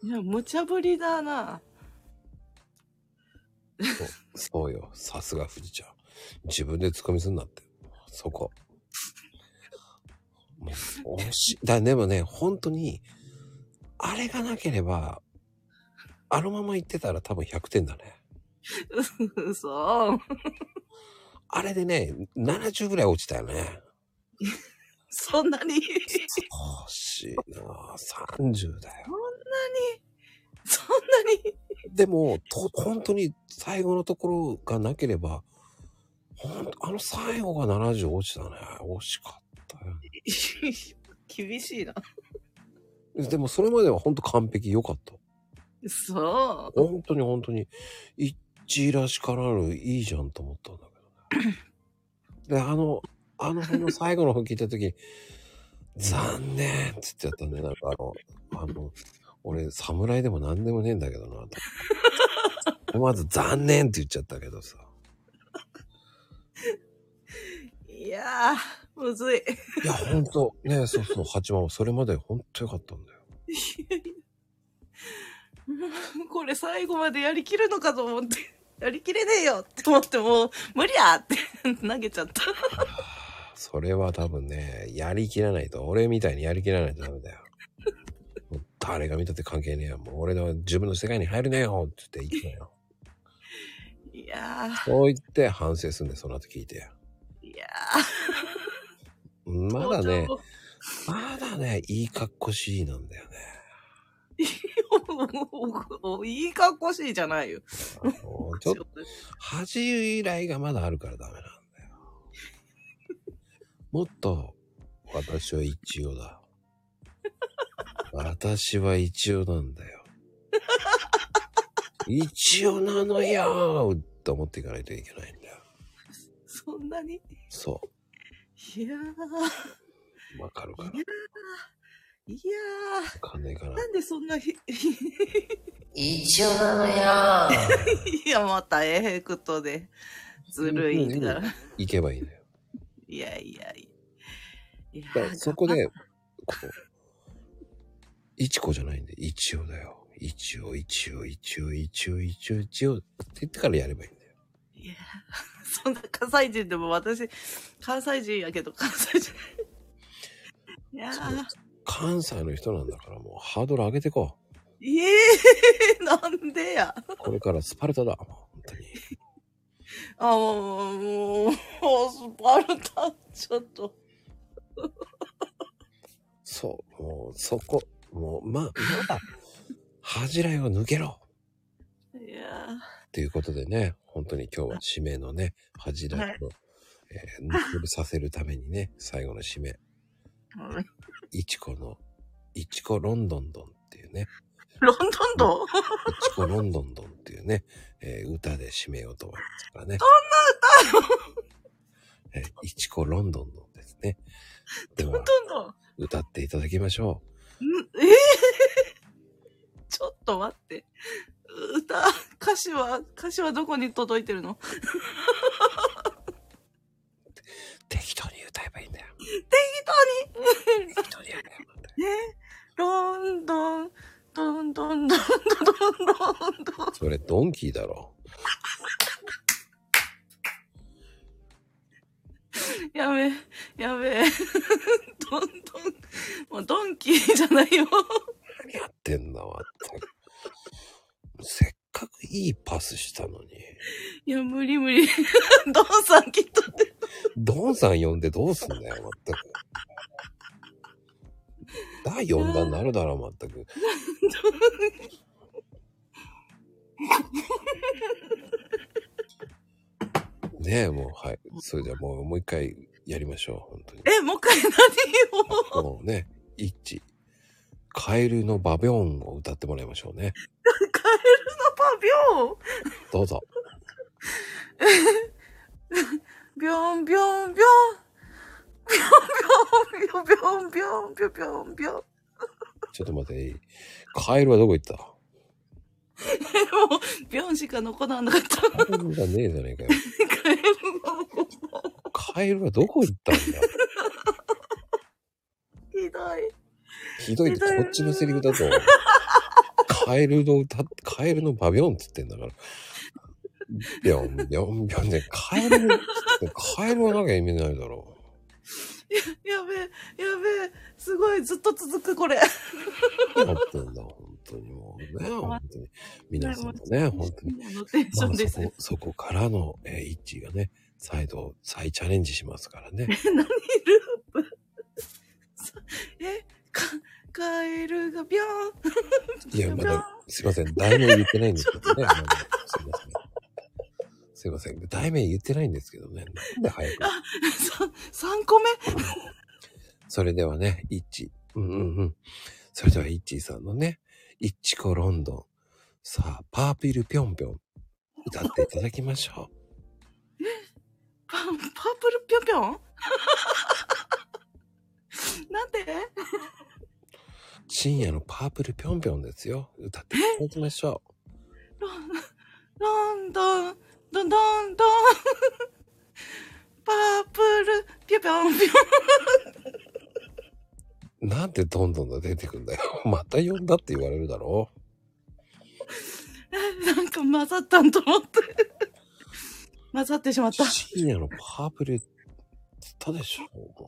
いや、無茶ぶりだな。
そうそうよ。さすが富士ちゃん。自分で突っ込みすんなって。そこ。もう、惜しい。だ、でもね、本当に、あれがなければ、あのまま行ってたら多分100点だね。
そう。
あれでね、70ぐらい落ちたよね。
そんなに。
惜しいなぁ30だよ。
そんなに。そんなに。
でも、と、本当に最後のところがなければ、ほんとあの最後が70落ちたね。惜しかっ
厳しいな。
た。でもそれまでは本当完璧良かった。
そう。
本当に本当に、一致らしからぬいいじゃんと思ったんだけどね。で、あの、あの辺の最後の方聞いた時に、残念っつってやったんで、なんかあの、あの、俺、侍でも何でもねえんだけどな、と。 思わず残念って言っちゃったけどさ。
いやー、むずい。
いや、ほんと、ねそうそう、八幡はそれまでほんとよかったんだよ。
うんこれ最後までやりきるのかと思って、やりきれねえよって思って、もう無理やって 投げちゃった。
それは多分ね、やりきらないと、俺みたいにやりきらないとダメだよ。 もう誰が見たって関係ねえよ。もう俺の自分の世界に入るねえよって言って行くのよ。
いや
そう言って反省すんで、その後聞いてよ。
ー、いや
まだ
ー
ね、、まだね、いい格好しいなんだよね。
いい格好しいじゃないよ。
もうちょっと、恥以来がまだあるからダメなんだよ。もっと、私は一応だ。私は一応なんだよ。一応なのよーと思っていかないといけないんだよ。
そんなに
そ
いやー、
う、わかるかない
やー、いやー、
わかんないかな。
なんでそんなひ、
一
応
なのよ
いや、またエフェクトで、ずるいから。
行けばいいんだよ。
いやいやいや。い
だか
や
らそこで、こう、一子じゃないんで、一応だよ。一応、一応、一応、一応、一応、一応って言ってからやればいいんだよ。
そんな関西人でも私、関西人やけど、関西人。いやー、
関西の人なんだからもうハードル上げてこ
い えー、なんでや。
う。これからスパルタだ。
あ、もう、もう、もうスパルタ、ちょっと。
そう、もうそこ、もうま、まだ、恥じらいを抜けろ
いや
ということでね、本当に今日は締めのね、恥じらいを、えー抜けるさせるためにね、最後の締め、
ー。
いちこの、いちこロンドンドンっていうね、
ロンドン ドン
いちこロンドンドンっていうね、えー歌で締めようと思いますからね。
そんな歌
えーいちこロンドンドンですね。で
ロンド
は、
ンドン
歌っていただきましょ
うんええ ちょっと待って。歌、歌詞は、歌詞はどこに届いてるの
適当に歌えばいいんだよ。
適当に適当にやればねロンドン、ドンドンドンドンドンドン
う。それ、ドンキーだろ。
やべえ、やべえ。 どんどん、もうドンキーじゃないよ。
ってんなわって。せっかくいいパスしたのに。
いや、無理無理。 ドンさんきっと。
ドンさん呼んでどうすんだよ、まったく。第4弾になるだろ、まったく。ねえ、もう、はい。それじゃもう、もう一回やりましょう、本当に。
え、もう一回何を
もうね、一、カエルのバビョンを歌ってもらいましょうね。
カエルのパ
どうぞ。
ビョン。ビョンビョンビョン。ビョンビョンビョンビョンビョンビョンビョン。
ちょっと待って、カエルはどこ行った
えもう、ビョンしか残らなかった。
カエルじゃねえじ ゃねえかよ。
カエルの残った
カエルはどこ行ったんだ
ひどい。
ひどいってこっちのセリフだぞ。カエルの歌、カエルのバビョンって言ってんだから。ビョンビョンビョンで、カエル、カエルはなきゃ意味ないだろ
ややべえ、やべえ。すごい、ずっと続く、これ。
う。なってんだ、本当にもうね、本当に。皆さんもね、本当に。
のテンションです。
まあそこそこからの、えー、イッチーがね、再度、再チャレンジしますからね。
え、何ループえ、か、カエルがビョン。
いや、まだ、すいません、題名言ってないんですけどね。まだすいません。すいません。題名言ってないんですけどね。なんで早く。
さ、3個目。
それではね、イッチ。うんうんうん。それでは、イッチーさんのね、イッチコロンドン。さあ、パーピルピョンピョン。歌っていただきましょう。
パパープルぴょんぴょんなんで
深夜のパープルピョンピョンですよ。歌っていただきましょう。
ロン、ロンドン、ドンドンドン。パープルぴょんぴょんぴょん。
なんでどんどんが出てくんだよ。また呼んだって言われるだろう。
なんか混ざったんと思って。混ざってしまった。
深夜のパープル、つったでしょ。もう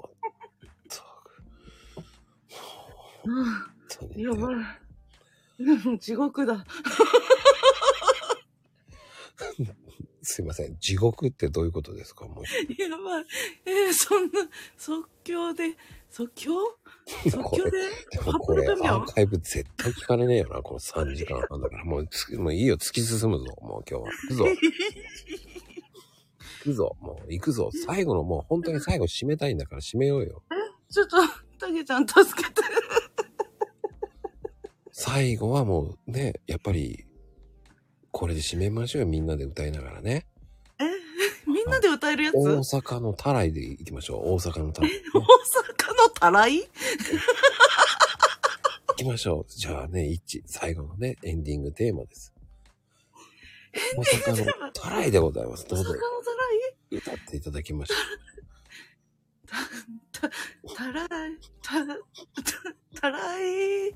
やばい。でも地獄だ。
すいません。地獄ってどういうことですかもう。
やばい。えー、そんな、即興で、即興即興で
で
パ
も
ー
こ
プル
れ
ぴ
ア
ょんぴょん
ーカイブ絶対聞かれねえよ な、この3時間半だから。もうつ、もういいよ、突き進むぞ、もう今日は。行くぞ。行くぞ、もう行くぞ。最後の、もう本当に最後締めたいんだから締めようよ。
ちょっと、たけちゃん助け て。
最後はもうね、やっぱり、これで締めましょうよ、みんなで歌いながらね。
えみんなで歌えるやつ
大
大阪
阪のタライで行きましょう、大阪のタライ。
のたらい
行きましょう。じゃあね、一、最後のね、エンディングテーマです。大阪のトライでございます。どうぞ
大阪の
歌っていただきましょ
たらいた、たらい、た、た、たらい、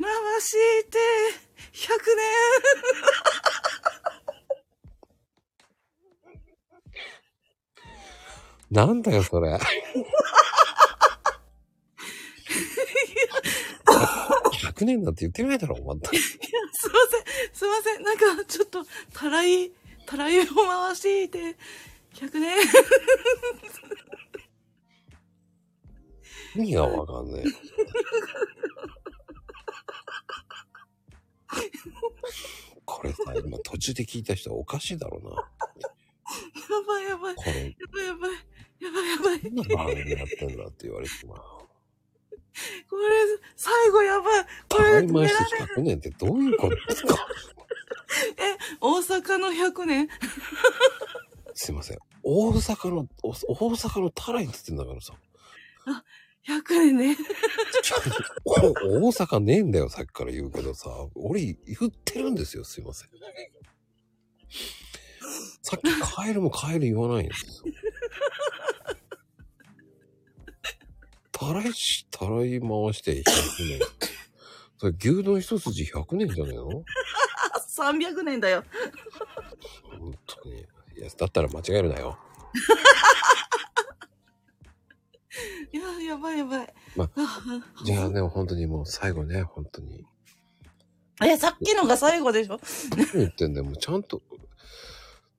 回して、100
う。なんだよ、それ。
年。
100年なんて言ってないだろ、また。
すいません、すいません。なんか、ちょっと、たらい、たらいを回していて、100年。
意味がわかんない。これさ、今途中で聞いた人はおかしいだろうな。
やばいやばい。やばいやばい。やばいやばい。
どんな番組やってんだって言われても。
これ、最後やばい。これ、
曖昧して100年ってどういうことですか
え、大阪の100年
すいません。大阪の、お大阪のタライって言ってんだからさ。
あ、100年ね。
お 大阪ねえんだよ、さっきから言うけどさ。俺、言ってるんですよ、すいません。さっきカエルもカエル言わないんですよ。たらいし、たらい回して100年。それ牛丼一筋100年じゃねえの
300年だよ。
本当に。いや、だったら間違えるなよ。
い や、やばいやばい。
ま
あ
じゃあでも本当にもう最後ね、本当に。
え、さっきのが最後でしょ
何言ってんだよ、もうちゃんと。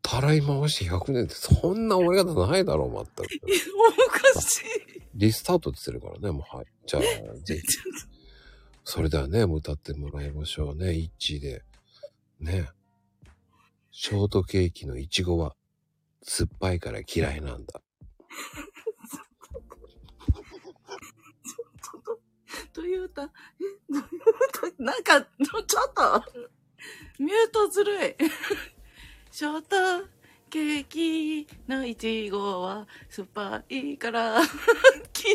たらい回して100年ってそんな終わり方ないだろう、全く。
いやおかしい。
リスタートって言ってるからね、もうはい。じゃあ、ぜ ひ。それではね、もう歌ってもらいましょうね、一致で。ね。ショートケーキのイチゴは、酸っぱいから嫌いなんだ。
という歌、え、どういう歌、なんか、ちょちょっと、ミュートずるい。 ショートケーキのイチゴは酸っぱいから、 き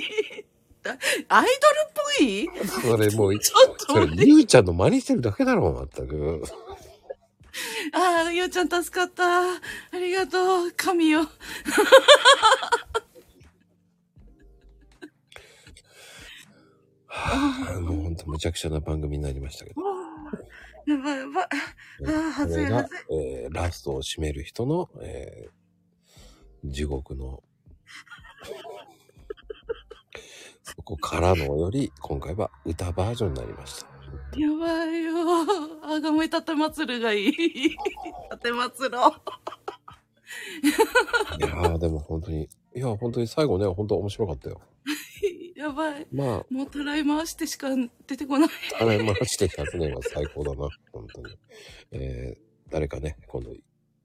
アイドルっぽい
それもう、
ちょっと
それ、りゅうちゃんの真似してるだけだろう、全く。
ああ、ゆうちゃん助かった。ありがとう、神 よ。
はあもう本当無茶苦茶な番組になりましたけど。
やばいやばい。ああ、は
こ
ず
れ
いは
が
ずい。、
えーラストを締める人の、えー地獄の、そこからのより、今回は歌バージョンになりました。
やばいよ。あがめたてまつるがいい。たてまつろう。
いやー、でも本当に、いや、本当に最後ね、本当面白かったよ。
やばい。
まあ、
もうたらい回してしか出てこない。
あれ、回して100年は最高だな、本当に。えー誰かね、今度、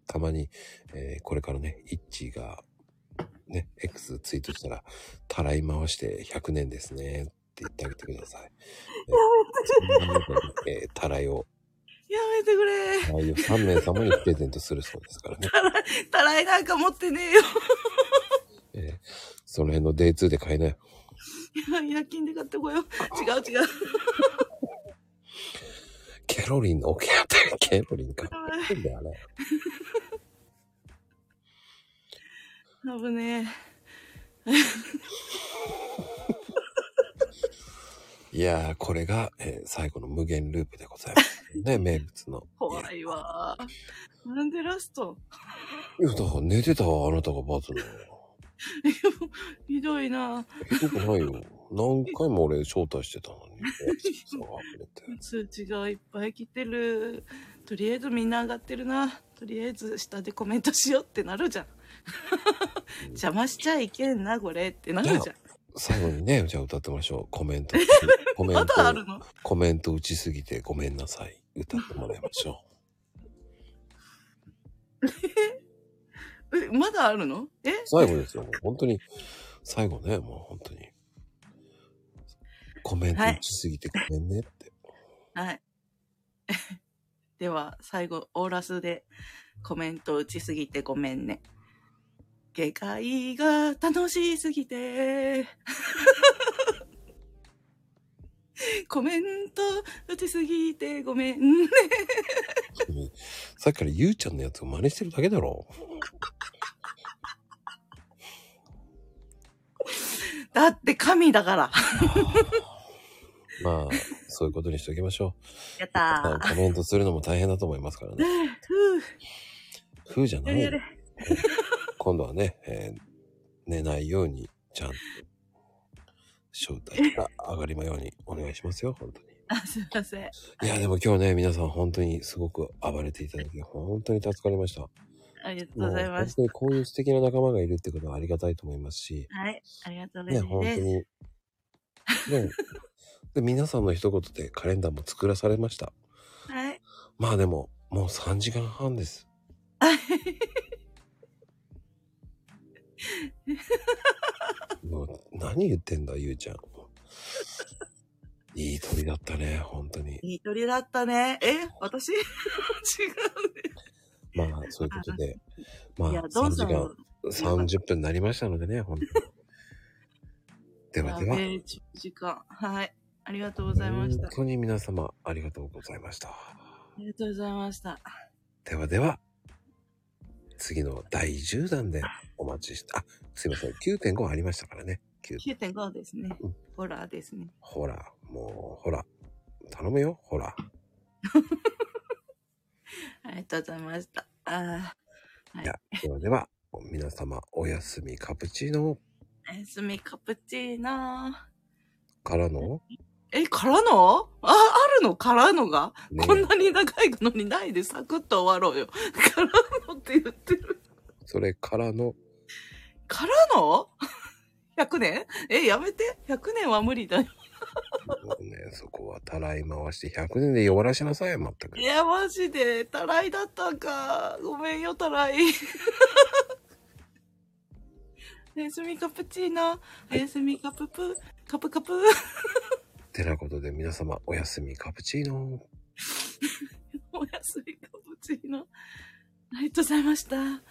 たまに、えーこれからね、イッチーが、ね、X ツイートしたら、たらい回して100年ですね、って言ってあげてください。えーえーたらいを、
やめてくれ。
たらいを3名様にプレゼントするそうですからね。
たらい、たらいなんか持ってねえよ。
その辺の D2 で買いなよ。
いや、夜勤で買ってこよう。違う違 う。
ケロリンのオケやったよケロリン買ってんだよ、あれ。
危ねえ。
いやー、これが、えー最後の無限ループでございます。ね、名物の。
怖いわ。なんでラスト
いや、だから寝てたわ、あなたがバズる
ひどいな。
の。ひどくな いよ。何回も俺招待してたのに。
通知がいっぱい来てる。とりあえずみんな上がってるな。とりあえず下でコメントしようってなるじゃん。邪魔しちゃいけんな、これってなるじゃん。
じゃ最後にね、じゃあ歌ってみましょう。コメン ト。コメン
ま
ト
だあるの
コメント打ちすぎてごめんなさい。歌ってもらいましょ
え、まだあるのえ
う。最後ですよ、もう本当に。最後ね、もう本当に。コメント打ちすぎてごめんね。
はい。 では、最後、オーラスでコメント打ちすぎてごめんね。下界が楽しすぎて。 コメント打ちすぎてごめんね。
さっきからゆうちゃんのやつを真似してるだけだろ。
だって神だ から。
まあ、そういうことにしておきましょ
やっ
う。ま
た
あコメントするのも大変だと思いますから
ー。
ね。
ふう
ふうじゃな
や
い
れ
よ
や。れ。
今度はね、えー寝ないように、ちゃんと、招待が上がりまようにお願いしますよ、本当に。
あ、すいません。
いや、でも今日ね、皆さん本当にすごく暴れていただき、本当に助かりました。
ありがとうございま
本
す。
当にこういう素敵な仲間がいるってことはありがたいと思いますし、
はい、ありがとうござ
ね、
いま
本当
す。
に。ね、で皆さんの一言でカレンダーも作らされました。
はい。
まあでも、もう3時間半です。もう何言ってんだ、ゆうちゃん。いい鳥だったね、本当に。
いい鳥だったね。え私 違う
まあ、そういうことで、まあ、
いやど
3
うぞ
時間、30分になりましたのでね、本当に。では
ね。
では。
え長時間。はい。ありがとうございました
本。当に皆様ありがとうございました。
ありがとうございました。
ではでは、次の第10弾でお待ちして、あ、すいません、9.5ありましたからね。9、
9.5ですね。ホラーですね。
ほら、もう、ほら、頼むよ、ほら。
ありがとうございました。あーはい
や。ではでは、皆様おやすみカプチーノ
おやすみカプチーノ。
か らの、
え、からのあ、あるのからのが、
ねえ
こんなに長いのにないでサクッと終わろうよ。
それからの、
からの ?100 年え、やめて。100年は無理だよ。
ね、そこはたらい回して100年で弱らしなさい、まったく。
いや、マジで、たらいだったんか。ごめんよ、たらい。 おやすみカプチーノ。おやすみカププ、カプカプ。
てなことで皆様おやすみカプチーノ
おやすみカプチーノ。ありがとうございました。